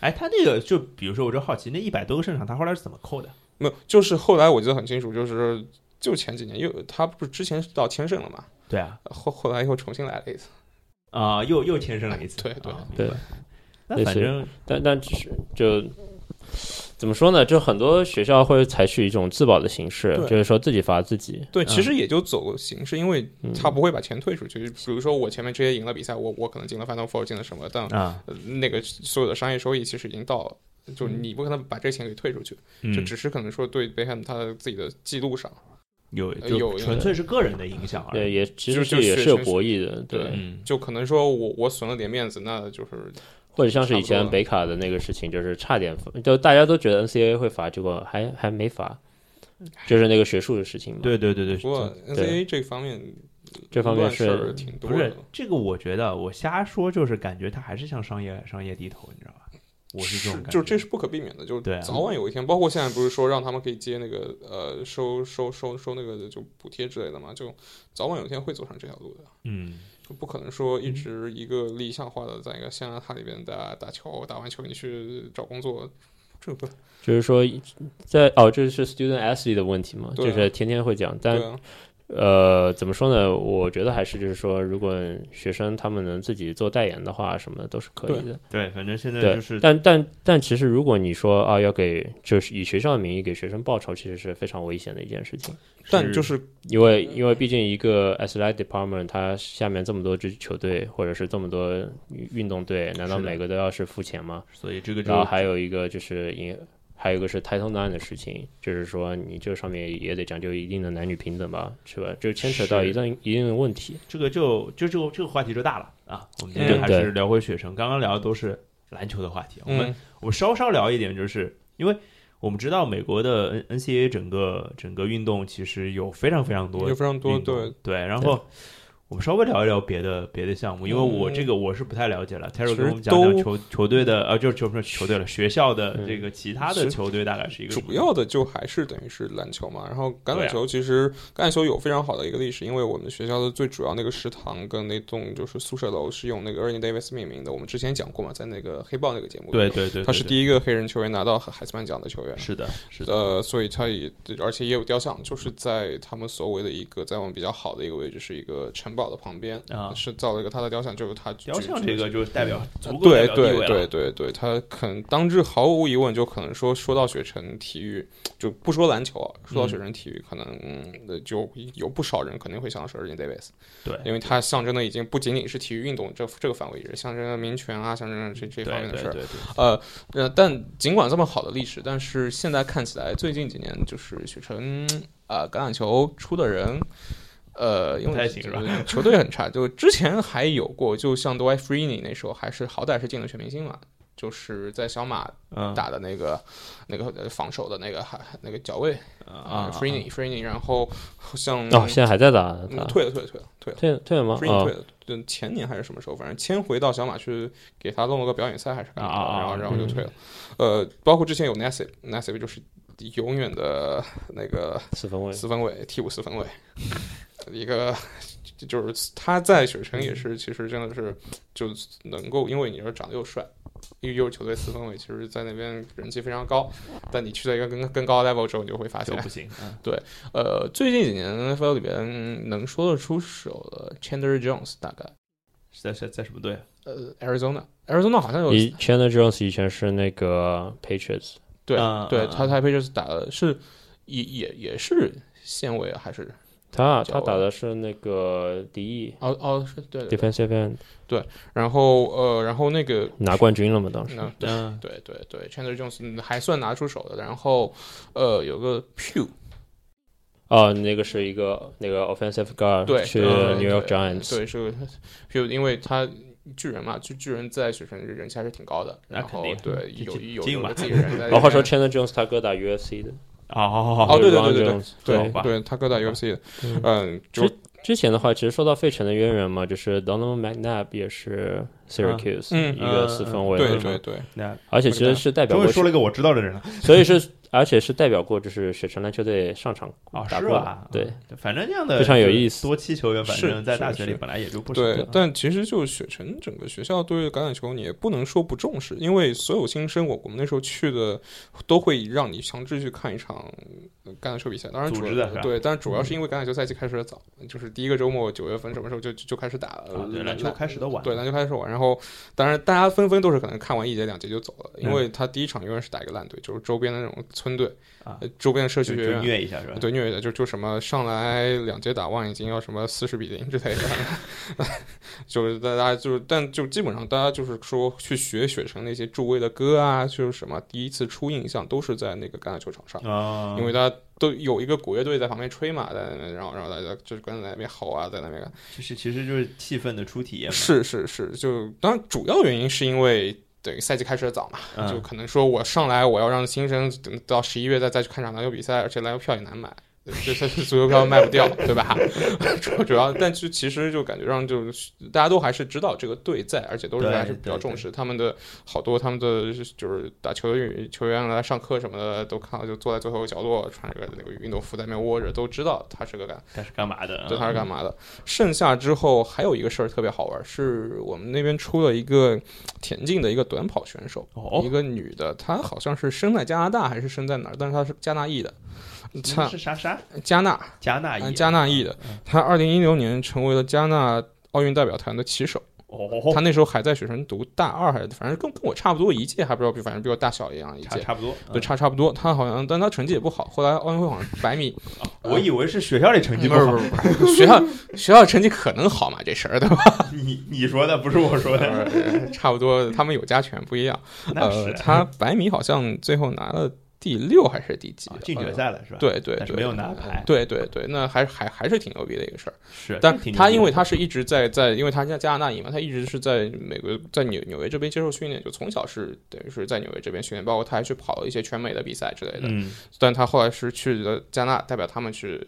A: 哎，他那个就比如说，我就好奇那一百多个胜场，他后来是怎么扣的？
B: 没有，就是后来我记得很清楚，就是就前几年又他不是之前是到天盛了嘛，
A: 对啊，
B: 后后来又重新来了一次，
A: 啊、又又牵升了一次，
B: 对对
A: 啊
C: 对。
A: 那反正
C: 但但只是就怎么说呢？就很多学校会采取一种自保的形式，
B: 对
C: 就是说自己罚自己。
B: 对，
A: 嗯
B: 其实也就走个形式，因为
C: 嗯
B: 他不会把钱退出去。比如说我前面这些赢了比赛，我我可能进了 Final Four，进了什么，但
A: 啊，
B: 呃
C: 嗯
B: 那个所有的商业收益其实已经到了。就是你不可能把这钱给退出去，就
A: 嗯，
B: 只是可能说对贝克汉姆他自己的记录上，
A: 有
B: 呃
A: 就
B: 有
A: 纯粹是个人的影响而
C: 对，
A: 已。
C: 也其实
B: 啊就
C: 这
B: 就
C: 也
B: 学
C: 是有
B: 生
C: 博弈的，对，
A: 嗯，
B: 就可能说我我损了点面子，那就是
C: 或者像是
B: 差不
C: 以
B: 多
C: 前
B: 了
C: 北卡的那个事情，就是差点就大家都觉得 NCAA 会罚，结果还还没罚，就是那个学术的事情嘛。，
A: 对对对对，
B: 不过 NCAA 这方面
C: 这方面
B: 乱事儿
C: 是
B: 挺多
A: 不
B: 的
A: 是，这个，我觉得我瞎说，就是感觉他还是向商业商业低头，你知道吧？我是这种感觉，
B: 就是这是不可避免的，就
A: 对啊
B: 是早晚有一天，包括现在不是说让他们可以接那个呃收收收收那个就补贴之类的嘛，就早晚有一天会走上这条路的，
A: 嗯，
B: 就不可能说一直一个理想化的在一个象牙塔里边打打球，打完球你去找工作，这个不
C: 就是说在哦，这是 student athlete 的问题嘛，
B: 对
C: 就
B: 啊
C: 是天天会讲，但
B: 对啊，
C: 呃，怎么说呢？我觉得还是就是说，如果学生他们能自己做代言的话，什么的都是可以的。
A: 对，反正现在
C: 对，
A: 就是
C: 但但但其实如果你说啊，要给就是以学校的名义给学生报酬，其实是非常危险的一件事情，
B: 但就是
C: 因为
B: 啊
C: 因为毕竟一个 athletic department 它下面这么多支球队或者是这么多运动队，难道
A: 是的
C: 每个都要是付钱吗？
A: 所以这个就
C: 然后还有一个就是也还有一个是 Title Nine 的事情，就是说你这上面也得讲究一定的男女平等吧，是吧？就牵扯到
A: 是
C: 一定一定的问题。
A: 这个就就这个这个话题就大了啊。我们今
B: 嗯
A: 天还是
C: 对
A: 聊回雪城，刚刚聊的都是篮球的话题，我们
B: 嗯，
A: 我稍稍聊一点，就是因为我们知道美国的 N N C A 整个整个运动其实有非常非常多
B: 有非常多
A: 运动
B: 对
A: 对，然后我们稍微聊一聊别的别的项目，因为我这个我是不太了解了。Terry
B: 嗯其
A: 跟
B: 实
A: 我们讲讲
B: 都
A: 球球队的呃，就是球不是球队了，学校的这个其他
B: 其
A: 的
B: 实
A: 球队大概是一个什么
B: 主要的就还是等于是篮球嘛，然后橄
A: 对
B: 榄
A: 啊
B: 球其实橄榄球有非常好的一个历史，因为我们学校的最主要那个食堂跟那栋就是宿舍楼是用那个 Ernie Davis 命名的，我们之前讲过嘛，在那个黑豹那个节目，
A: 对，对对，
B: 他是
A: 对
B: 第一个黑人球员拿到海斯曼奖的球员
A: 对，是的，是的，
B: 呃，所以他也而且也有雕像，就是在他们所谓的一个在我们比较好的一个位置，是一个城堡的旁边
A: 啊
B: 是造了一个他的雕像，就是他举
A: 雕像
B: 举
A: 这个就代表足够代
B: 对
A: 表地位
B: 对
A: 了，
B: 对对对，他可能当之毫无疑问就可能说说到雪城体育，就不说篮球啊，说到雪城体育，可能嗯就有不少人肯定会想到是 Ernie Davis，
A: 对
B: 因为它象征的已经不仅仅是体育运动这这个范围，也是象征着民权啊，象征着这这
A: 对
B: 方面
A: 对
B: 的事
A: 对
B: 儿。
A: 对，
B: 呃呃，但尽管这么好的历史，但是现在看起来最近几年就是雪城呃橄榄球出的人。呃，因
A: 不太
B: 为
A: 行是吧
B: 球队很差，就之前还有过，就像 d w y f r e e n y 那时候还是好歹是进了全明星嘛，就是在小马
A: 嗯
B: 打的那个、那个呃防守的那个还那个脚位
A: 啊
B: f r e e n y f r e e n y 然后好像
C: 哦，现在还在打呢
B: 嗯
C: 他
B: 退了退了退了退了。
C: 退退了吗
A: 啊
B: f r？e e n y 退
C: 哦，
B: 了，就前年还是什么时候，反正迁回到小马去给他弄了个表演赛还是干嘛的
A: 啊啊啊
B: 然后然后就
C: 嗯
B: 退了。呃，包括之前有 Nassib，Nassib 就是永远的那个
C: 四分卫，
B: 四分卫，替补四分卫，一个就就是他在雪城也
A: 嗯
B: 是，其实真的是就能够，因为你要长得又帅，又又是球队四分卫，其实在那边人气非常高。但你去到一个更更高的 level 之后，你就会发
A: 就
B: 现
A: 不，行，嗯
B: 呃，最近几年 NFL 里边能说得出手的 Chandler Jones 大概，
A: 是在在在什么队？
B: 呃，Arizona。Arizona 好像有
C: 以 Chandler Jones 以前是那个 Patriots，
B: 对、
A: 嗯
B: 对，
A: 嗯
B: 他他 p a t r 打的是也也也是线位还是
C: 他
B: 叫
C: 他打的是那个敌意
B: 哦哦是对对对
C: defensive end，
B: 然后呃然后那个
C: 拿冠军了嘛当时。
B: 那对
A: 嗯
B: 对对对，Chandler Jones 嗯还算拿出手的。然后，呃，有个 Pew，
C: 哦，那个是一个那个 offensive guard
B: 对，
C: 去
B: 对
C: New York
B: 对
C: Giants，
B: 对，是个 Pew，因为他巨人嘛，巨巨人在雪城人气还是挺高的。
A: 那
B: 然
A: 肯
B: 后
A: 定
B: 对，
A: 这
B: 有
A: 这
B: 有
A: 这
B: 有
A: 嘛
B: 个自己 人在。
C: 然后话说 Chandler Jones 他哥打 UFC 的，
A: 啊，好好好
B: 哦，对对对对
C: Ron Jones，
B: 对
A: 好
B: 对
A: 吧
B: 对，他哥打 UFC 的，
C: 嗯
B: 嗯，就是
C: 之前的话，其实说到费城的渊源嘛，就是 Donovan McNabb 也是 Syracuse、
B: 嗯
C: 一个四分卫，
B: 对
A: 嗯
B: 对对，
A: 那
C: 而且其实是代表
A: 终
C: 过
A: 于，说了一个我知道的人了。
C: 所以是而且是代表过就是雪城篮球队上场
A: 哦，
C: 打
A: 是
C: 过，
B: 啊
A: 吧？
C: 啊对，
A: 嗯反正这样的
C: 非常有意思
A: 多期球员，反正
B: 是
A: 在
B: 是
A: 大学里
B: 是
A: 本来也就不少。
B: 对，但其实就雪城整个学校对橄榄球你也不能说不重视，因为所有新生我我们那时候去的都会让你强制去看一场呃橄榄球比赛，当然
A: 组
B: 主
A: 织的是吧
B: 对，但是主要是因为橄榄球赛季开始的早，就是第一个周末九月份什么时候就就就开始打了，
A: 啊对篮球
B: 那
A: 开始的晚
B: 对篮球开始晚，然后当然大家纷纷都是可能看完一节两节就走了，
A: 嗯
B: 因为他第一场永远是打一个烂队，就是周边的那种村队
A: 啊
B: 呃周边的社
A: 就
B: 区
A: 就
B: 学院。
A: 虐一下是吧？
B: 对虐的，就就什么上来两节打望远镜要什么四十比零之类的， 就是大家就是，但就基本上大家就是说去学雪城那些助威的歌啊，就是什么第一次初印象都是在那个橄榄球场上，
A: 啊，
B: 因为大家都有一个鼓乐队在旁边吹嘛，在那边，然后然后大家就是跟在那边吼啊，在那边干
A: 其实其实就是气氛的初体验嘛。
B: 是是是，就当然主要原因是因为。等于赛季开始的早嘛，
A: 嗯
B: 就可能说我上来我要让新生等到十一月再再去看场篮球比赛，而且篮球票也难买，就是足球票卖不掉，对吧？ 主主要，但就其实就感觉让就是大家都还是知道这个队在，而且都是
A: 对
B: 还是比较
A: 对
B: 重视他们的好多他们的就是打球的运球员来上课什么的，都看到就坐在最后一个角落穿着个那个运动服在那边窝着，都知道他是个干
A: 他是干嘛的？啊
B: 对，他是干
A: 嘛？
B: 嘛的？剩下之后还有一个事儿特别好玩儿，是我们那边出了一个田径的一个短跑选手，一
A: 哦，
B: 个女的，她好像是生在加拿大还是生在哪儿，但是她是加纳裔的，她
A: 是啥啥
B: 加纳
A: 加纳
B: 嗯
A: 裔，
B: 加纳裔的
A: 嗯，
B: 她二零一六年成为了加纳奥运代表团的旗手，
A: 哦，
B: 她那时候还在雪城读大二还是反正跟跟我差不多一届，还不知道比反正比我大小一样一
A: 差
B: 届。
A: 差不多。
B: 对，
A: 嗯
B: 差差不多，她好像，但她成绩也不好。后来奥运会好像百米
A: 啊我以为是学校里成绩不
B: 不是不
A: 好，
B: 是不是， 学校学校成绩可能好嘛？这 事儿对吧？
A: 你你说的不是我说的，
B: 呃差不多，他们有加权不一样。
A: 那
B: 呃，
A: 是
B: 他百米好像最后拿了第六还是第几
A: 啊？进决赛了是吧？
B: 呃。，对对
A: 但是
B: 对，
A: 没有拿牌
B: 对对对，那还还还是挺牛逼的一个事儿。
A: 是，
B: 但
A: 挺
B: 他因为
A: 牛
B: 他是一直在在，因为他加加拿大裔嘛，他一直是在美国在纽纽约这边接受训练，就从小是等于是在纽约这边训练，包括他还去跑了一些全美的比赛之类
A: 逼
B: 的。
A: 的嗯，
B: 但他后来是去了加拿大代表他们去，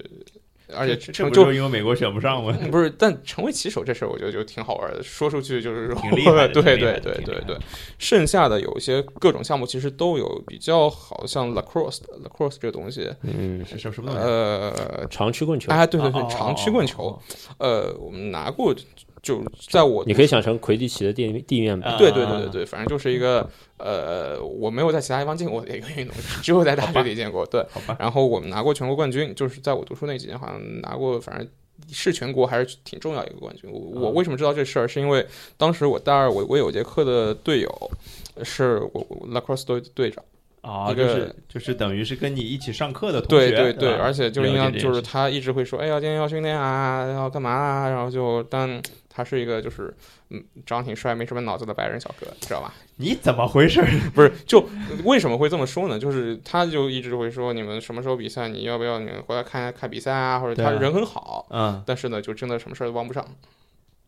B: 而且
A: 这这
B: 成
A: 不
B: 就是
A: 因为美国选不上吗？
B: 不是，但成为骑手这事儿，我觉得就挺好玩的。说出去就是说
A: 挺厉 害的挺
B: 对对
A: 厉害的
B: 对
A: 挺厉害
B: 对
A: 的
B: 对。剩下的有一些各种项目，其实都有比较好像 lacrosse lacrosse 这个东西，
C: 嗯，
A: 是什什么东西？
B: 呃，
C: 长曲棍球，
B: 哎，对对
A: 哦
B: 对
A: 哦，
B: 长曲棍球，呃，我们拿过，就在我
C: 你可以想成魁地奇的地地面
A: 啊
C: 版，
B: 对对对对对，反正就是一个呃，我没有在其他地方见过的一个运动， 只有在大学里见过。对，
A: 嗯好吧，
B: 然后我们拿过全国冠军，就是在我读书那几年，好像拿过，反正是全国还是挺重要一个冠军。我我
A: 嗯
B: 为什么知道这事儿，是因为当时我大二，我我有节课的队友是我我 lacrosse 队队长，
A: 哦，
B: 一
A: 就
B: 个
A: 是就是等于是跟你一起上课的同
B: 对
A: 学，
B: 对对，
A: 吧
B: 而且就是印
A: 了
B: 象
A: 解这
B: 就
A: 件
B: 是
A: 事
B: 他一直会说，哎呀，今天要训练啊，要干嘛啊，然后就但。他是一个就是嗯长得挺帅没什么脑子的白人小哥，知道吧？
A: 你怎么回事？
B: 不是，就为什么会这么说呢？就是他就一直会说你们什么时候比赛，你要不要你们回来看看比赛啊？或者
A: 对啊
B: 他人很好，
A: 嗯
B: 但是呢，就真的什么事儿都帮不上。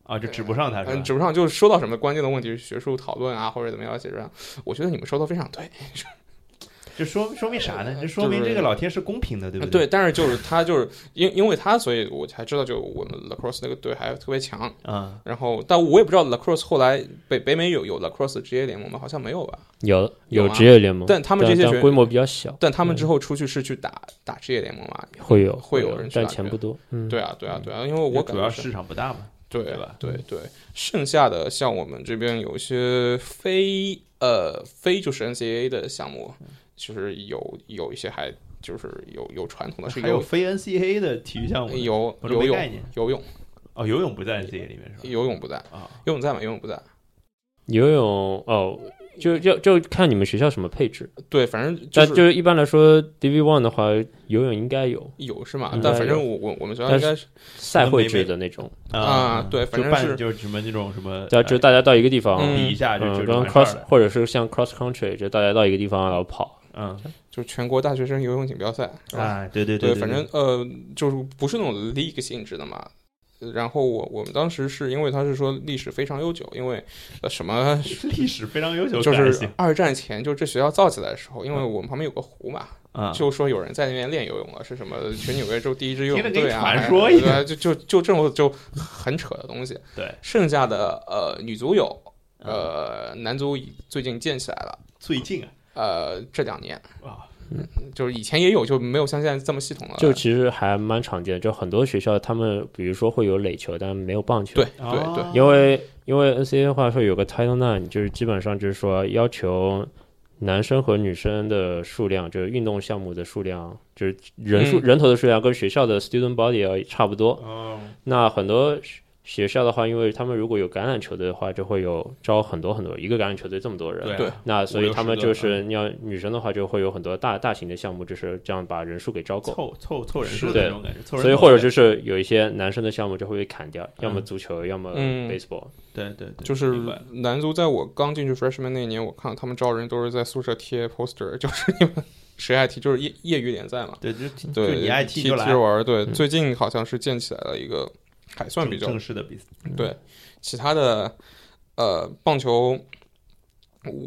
A: 啊，就指不上他是
B: 嗯，
A: 吧？
B: 指不上就是说到什么关键的问题，学术讨论啊，或者怎么样解决啊，我觉得你们说的非常对。
A: 这说说明啥呢？
B: 呃
A: 这说明
B: 就是
A: 这个老天是公平的，对不
B: 对，？但是就是他就是因因为他，所以我才知道就我们 lacrosse 那个队还特别强。
A: 嗯，
B: 然后，但我也不知道 lacrosse 后来北北美有有 lacrosse 职业联盟吗？好像没有吧。
C: 有
B: 有
C: 有
B: 吗
C: 职业联盟，
B: 但他们这些
C: 但
B: 学
C: 规模比较小，
B: 但他们之后出去是去打打职业联盟嘛？
C: 会有
B: 会有人去
C: 但
B: 打
C: 钱
B: 这
C: 不
B: 个
C: 多。嗯，
B: 对啊，对啊，对啊，因为我感
A: 主
B: 觉
A: 要
B: 是
A: 市场不大嘛。
B: 对
A: 对吧
B: 对对，剩下的像我们这边有一些非呃非就是 NCAA 的项目，就是有有一些还就是有有传统的是
A: 还有
B: 游
A: 非 NCAA 的体育项目呢，
B: 游
A: 我都
B: 游
A: 没概
B: 泳
A: 念。
B: 游泳
A: 哦，游泳不在 NCAA 里面是吧？
B: 游泳不在
A: 啊，
B: 游泳在吗？游泳不在。
C: 游泳哦，就就就看你们学校什么配置。
B: 对，反正就
C: 但
B: 是
C: 就是一般来说，DV One 的话，游泳应该有
B: 有是嘛
C: 应？
B: 但
C: 该
B: 反
C: 有
B: 正我我我们学校
C: 但
B: 应该是
C: 赛
A: 可能
C: 会
A: 北
C: 制
A: 美
C: 的那种，
B: 啊对反
A: 就
B: 正是
A: 办就是什么那种什么，
C: 对啊，就是
A: 呃
C: 大家到一个地方，
B: 嗯
A: 比一下就
C: 嗯，
A: 就
C: 刚
A: 就
C: 刚
A: 完事儿
C: cross
A: 了。
C: 或者是像 cross country，就大家到一个地方然后跑，
A: 嗯
B: 就全国大学生游泳锦标赛是吧？
A: 啊，对对
B: 对
A: 对，
B: 反正呃，就是不是那种 league 性质的嘛。呃然后我我们当时是因为他是说历史非常悠久，因为呃什么
A: 对历史非常悠久，
B: 就
A: 可还
B: 是
A: 行嗯
B: 二战前就这学校造起来的时候，因为我们旁边有个湖嘛，
A: 啊，
B: 就说有人在那边练游泳了，是什么全纽约州第一支游
A: 听
B: 泳
A: 着跟
B: 队啊，
A: 传说一样
B: 对啊就就就这种就很扯的东西。
A: 对，
B: 剩下的呃女足有，
A: 嗯
B: 呃男足最近建起来了，
A: 最近啊
B: 呃这两年嗯
A: 啊，
B: 就是以前也有，就没有像现在这么系统了。
C: 就其实还蛮常见的。就很多学校他们比如说会有垒球，但没有棒球。
B: 对，对对
A: 哦
C: 因为因为 NCAA 的话说有个 Title Nine，就是基本上就是说要求男生和女生的数量，就是运动项目的数量，就是人数、
B: 嗯
C: 人头的数量跟学校的 student body 要差不多。
A: 哦，
C: 那很多学学校的话，因为他们如果有橄榄球队的话，就会有招很多很多，一个橄榄球队这么多人。
A: 对啊
B: 对
C: 那所以他们
A: 五
C: 就
A: 六
C: 是你要女生的话，就会有很多大大型的项目，就是这样把人数给招够。
A: 凑凑凑人数
B: 是
C: 的
A: 的那种感觉，凑人
C: 所以
A: 头
C: 或者
A: 呗
C: 就是有一些男生的项目就会被砍掉，要么
A: 嗯
C: 足球，要么
B: 嗯
C: baseball。
A: 对对对，
B: 就是
A: 明白了
B: 男足，在我刚进去 freshman 那一年，我看他们招人都是在宿舍贴 poster，就是 你们谁爱踢，就是业业余联赛嘛。
A: 对就就
B: 对，
A: 你爱踢
B: 踢
A: 就来
B: 踢着，玩儿。对，
C: 嗯
B: 最近好像是建起来了一个，还算比
A: 正
B: 较
A: 正式的比赛
B: 对。其他的，呃，棒球，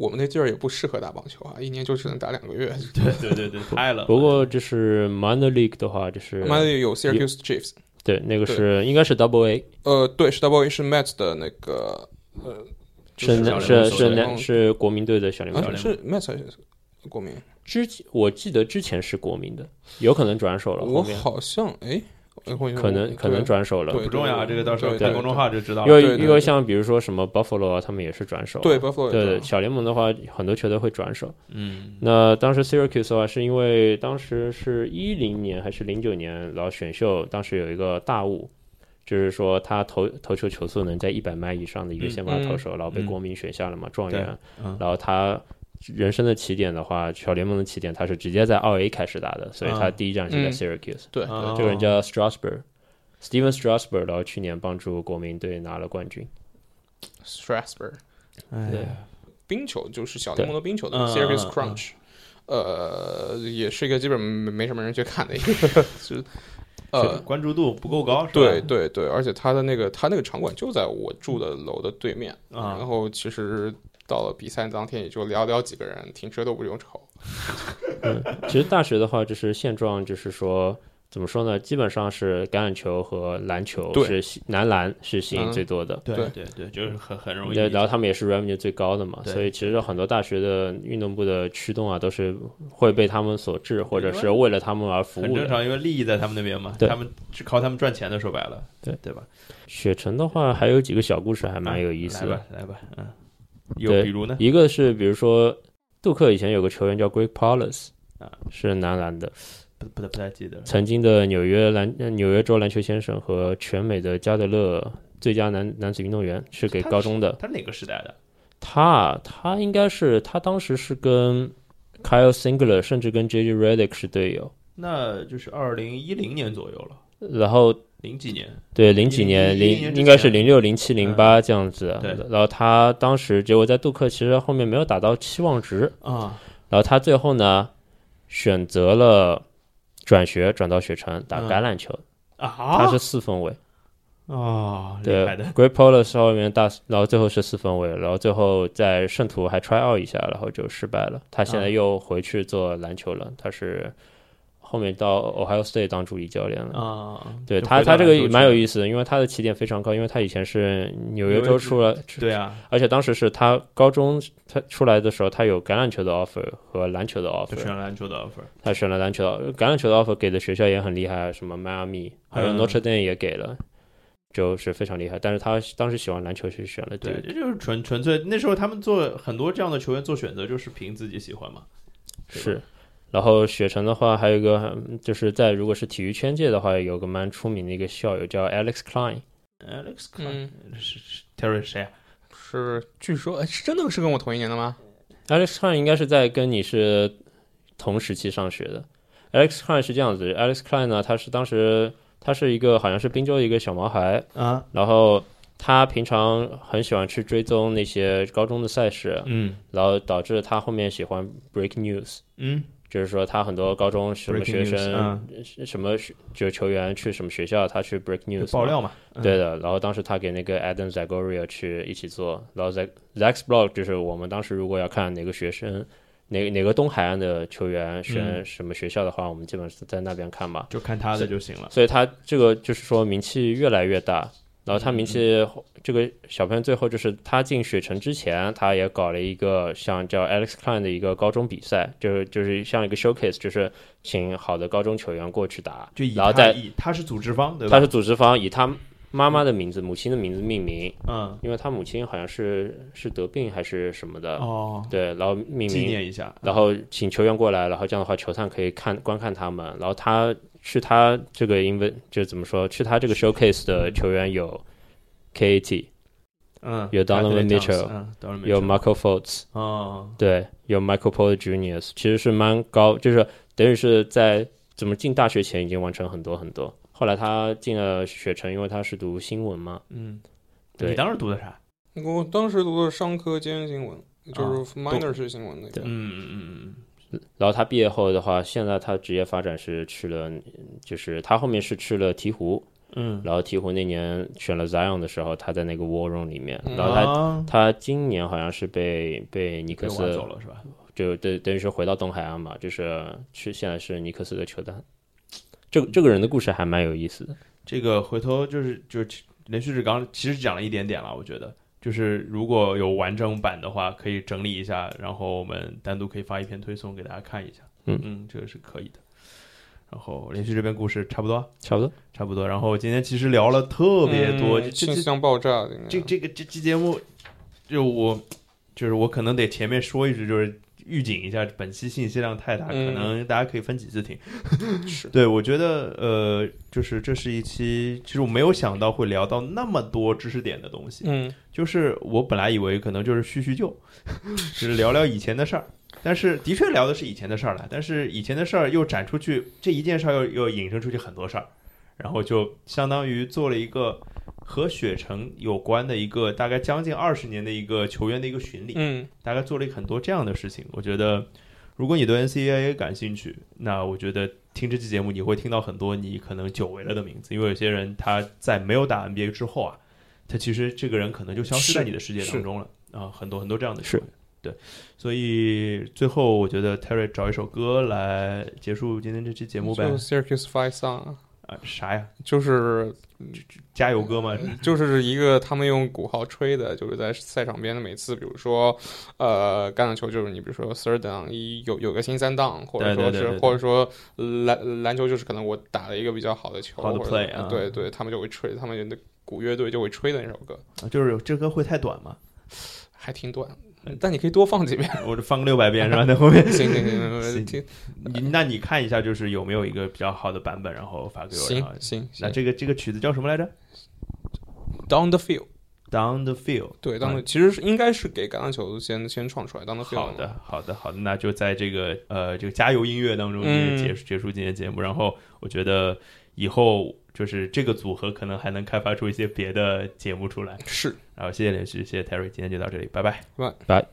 B: 我们那地儿也不适合打棒球啊，一年就只能打两个月。
A: 对对对对，太冷了。
C: 不过就是 minor league 的话，就是
B: 妈的，有 Syracuse Chiefs，
C: 对那个是应该是 double A，
B: 呃，对，是 Double A 是 Mets 的那个，呃，就
A: 小
B: 是
C: 那
A: 联
C: 是
A: 盟
C: 是
A: 联
C: 那是国民队的小联
B: 啊
C: 盟
A: 小。联盟
B: 是 Mets 还是国民？
C: 之前我记得之前是国民的，有可能转手了，
B: 我
C: 后面
B: 好像哎，我
C: 可能可能
B: 对
C: 转手了。
A: 不重要啊，这个到时候
B: 对
A: 看
B: 对
A: 公众号就知道
C: 因
A: 了。
B: 对
C: 为
B: 对
C: 因为
B: 对
C: 像比如说什么 Buffalo 啊，他们也是转手啊。
B: 对 Buffalo
C: 对
B: 也
C: 对，
B: 是
C: 小联盟的话，很多球队会转手。
A: 嗯，
C: 那当时 Syracuse 的话，是因为当时是一零年还是零九年，然后选秀当时有一个大雾，就是说他投投球球速能在一百迈以上的一个
A: 嗯
C: 先发投手，然后被
A: 嗯
C: 国民选下了嘛，状元。
A: 嗯
C: 然后他人生的起点的话，小联盟的起点，他是直接在二 A 开始打的，所以他
A: 嗯
C: 第一站是在
B: 嗯
C: Syracuse。
B: 对
A: 啊
B: 对
A: 哦
C: 这个人叫 Strasburg。Steven Strasburg，然后去年帮助国民队拿了冠军。
B: Strasburg
A: 哎
C: 对，
B: 冰球就是小联盟的冰球的
A: 嗯
B: Syracuse
A: 嗯嗯
B: Crunch，呃，也是一个基本没没什么人去看 的一个，是
A: 是
B: 呃，
A: 关注度不够高，是吧
B: 对对对，而且他的那个他那个场馆就在我住的楼的对面，
A: 啊
B: 然后其实到了比赛当天也就寥寥几个人，停车都不用愁。
C: 嗯， 其实大学的话，就是现状，就是说怎么说呢？基本上是橄榄球和篮球
B: 对
C: 是吸男篮是吸引
B: 嗯
C: 最多的，
A: 对
B: 对
A: 对对，就是很很容易
C: 对，然后他们也是 revenue 最高的嘛，
A: 对
C: 所以其实很多大学的运动部的驱动啊，都是会被他们所致，或者是为了他们而服
A: 很
C: 务
A: 正
C: 的。
A: 常，因为利益在他们那边嘛，
C: 对
A: 他们是靠他们赚钱的，说白了，
C: 对
A: 对吧？
C: 雪城的话，还有几个小故事还蛮有意思
A: 来
C: 的
A: 吧，，来吧，嗯，有
C: 对
A: 比如呢
C: 一个是比如说杜克以前有个球员叫 Greg Paulus，
A: 啊
C: 是男篮的，
A: 不不太不太记得了，
C: 曾经的纽约篮呃纽约州篮球先生和全美的加德勒最佳男男子运动员是给
A: 他
C: 高中的。
A: 他哪个时代的？
C: 他啊他应该是他当时是跟 Kyle Singler 甚至跟 JJ Redick 是队友，
A: 那就是二零一零年左右了，
C: 然后
A: 零几年，
C: 对，零几
A: 零
C: 年，
A: 一一年
C: 零
A: 之
C: 应该是
A: 前嗯
C: 零六、零七、零八这样子。啊
A: 对
C: 然后他当时结果在杜克其实后面没有打到期望值，
A: 啊，
C: 然后他最后呢选择了转学，转到雪城打
A: 嗯
C: 橄榄球，
A: 啊
C: 他是四分卫。
A: 啊，厉
C: 对
A: 害的，
C: ，Great Polo 是后面大，然后最后是四分卫，然后最后在圣徒还 try out 一下，然后就失败了。他现在
A: 啊
C: 又回去做篮球了，他是后面到 Ohio State 当助理教练了。
A: 啊，
C: 对
A: 就
C: 他，
A: 回到
C: 他这
A: 篮球
C: 个蛮
A: 去
C: 有
A: 了
C: 意思的，因为他的起点非常高，因为他以前是纽约
A: 纽约
C: 州
A: 之
C: 出了，
A: 对啊，
C: 而且当时是他高中他出来的时候，他有橄榄球的 offer 和篮球的
A: 就
C: offer，
A: 选了篮球的 offer，
C: 他选了篮球的，橄榄球的 offer 给的学校也很厉害，啊什么迈阿密，还有
A: 嗯
C: Notre Dame 也给了。就是非常厉害，但是他当时喜欢篮球，去选了 Duke
A: 对，这就是纯纯粹那时候他们做很多这样的球员做选择，就是凭自己喜欢嘛，对吧
C: 是。然后雪城的话，还有一个嗯就是在如果是体育圈界的话，有个蛮出名的一个校友叫 Alex Klein，
A: Alex Klein
B: 嗯，
A: 是是 Terry 谁啊？
B: 是，据说哎是真的是跟我同一年的吗？
C: Alex Klein 应该是在跟你是同时期上学的。Alex Klein 是这样子，Alex Klein 呢，他是当时他是一个好像是滨州的一个小毛孩，
A: 啊，
C: 然后他平常很喜欢去追踪那些高中的赛事，
A: 嗯
C: 然后导致他后面喜欢 break news，
A: 嗯，
C: 就是说他很多高中什么
A: Breaking
C: 学
A: news，
C: 生
A: 嗯、
C: 什么学就是球员去什么学校，他去 break
A: 就
C: news
A: 爆
C: 嘛
A: 料嘛，嗯
C: 对的，然后当时他给那个 Adam Zagoria 去一起做，然后 Zag Zax Blog 就是我们当时如果要看哪个学生，哪哪个东海岸的球员选
A: 嗯
C: 什么学校的话，我们基本上是在那边看嘛。
A: 就看他的就行了。
C: 所以他这个就是说名气越来越大，然后他
A: 嗯
C: 名气、这个小朋友最后就是他进雪城之前，他也搞了一个像叫 Alex Klein 的一个高中比赛，就是就是像一个 showcase，就是请好的高中球员过去打，
A: 就以
C: 然后
A: 他
C: 再
A: 以他是组织方对吧？
C: 他是组织方以他妈妈的名字、母亲的名字命名。
A: 嗯
C: 因为他母亲好像是是得病还是什么的，
A: 哦，
C: 对，然后命
A: 纪
C: 名，
A: 念一下。
C: 然后请球员过来，然后这样的话球探可以看观看他们，然后他去他这个因为就是怎么说，去他这个 showcase 的球员有 KAT，
A: 嗯，
C: 有 Donovan
A: Patrick Jones，
C: Mitchell，
A: 嗯，Donovan
C: 有
A: Mitchell
C: Michael Fultz，
A: 哦，
C: 对，有 Michael Porter Jr.，其实是蛮高，就是等于是在怎么进大学前已经完成很多很多。后来他进了雪城，因为他是读新闻嘛，
A: 嗯，
C: 对
A: 你当时读的啥？
B: 我当时读的是商科兼新闻，就是 minor 是新闻那个。
C: 对
A: 嗯嗯
C: 然后他毕业后的话，现在他职业发展是去了，嗯就是他后面是去了鹈鹕，
A: 嗯嗯，
C: 然后鹈鹕那年选了 Zion 的时候，他在那个 War Room 里面，
B: 嗯
C: 然后他、
A: 啊
C: 他今年好像是被被尼克
A: 被挖
C: 斯
A: 走了是吧？
C: 就等等于是回到东海岸嘛，就是去现在是尼克斯的球探。这个这个人的故事还蛮有意思的，
A: 这个回头就是就是连续志刚其实讲了一点点了，我觉得。就是如果有完整版的话，可以整理一下，然后我们单独可以发一篇推送给大家看一下。
C: 嗯
A: 嗯，这个是可以的。然后连续这边故事差不多，
C: 差不多。
A: 差不多。然后今天其实聊了特别多，
B: 嗯
A: 这这
B: 信
A: 这
B: 息量爆炸的那
A: 这
B: 个。
A: 这个这期节目，就我就是我可能得前面说一句，就是预警一下，本期信息量太大，可
B: 嗯
A: 能大家可以分几次听。
B: 是
A: 对我觉得呃，就是这是一期，其实我没有想到会聊到那么多知识点的东西。
B: 嗯，
A: 就是我本来以为可能就是叙叙旧， 就是聊聊以前的事儿。但是的确聊的是以前的事儿了，但是以前的事儿又展出去，这一件事儿又又引申出去很多事儿，然后就相当于做了一个和雪城有关的一个大概将近二十年的一个球员的一个巡礼，
B: 嗯，
A: 大概做了很多这样的事情。我觉得，如果你对 NCAA 感兴趣，那我觉得听这期节目你会听到很多你可能久违了的名字，因为有些人他在没有打 NBA 之后啊，他其实这个人可能就消失
B: 是
A: 在你的世界
B: 是
A: 当中了啊，很多很多这样的
C: 是
A: 球员。对，所以最后我觉得 Terry 找一首歌来结束今天这期节目呗
B: 就。Circus Five Song，
A: 啊，啥呀？
B: 就是
A: 加油歌吗？
B: 就是一个他们用鼓号吹的，就是在赛场边的每次，比如说，呃，橄榄球就是你比如说 third down 一有有个新三档，或者
A: 对对
B: 说
A: 对
B: 是
A: 对对
B: 或者说篮篮球就是可能我打了一个比较好的球，
A: 好的
B: 或者
A: play 啊
B: 对对，他们就会吹，他们的鼓乐队就会吹的那首歌，
A: 啊就是这歌会太短吗？
B: 还挺短，但你可以多放几遍。
A: 我就放个六百遍是吧？在后面，
B: 嗯行 行行
A: 行
B: 行，听
A: 你那你看一下，就是有没有一个比较好的版本，然后发给我。然后
B: 行行
A: 那
B: 行
A: 这个这个曲子叫什么来着
B: ，Down the field，
A: ？Down the Field。
B: 对，Down the 其实是应该是给橄榄球先先创出来，Down the field，
A: 好的，好的，好的，那就在这个呃这个加油音乐当中
B: 嗯
A: 结束、结束今天节目。然后我觉得以后就是这个组合可能还能开发出一些别的节目出来。
B: 是。
A: 然后谢谢连续，谢谢 Terry，今天就到这里，拜拜。
C: 拜。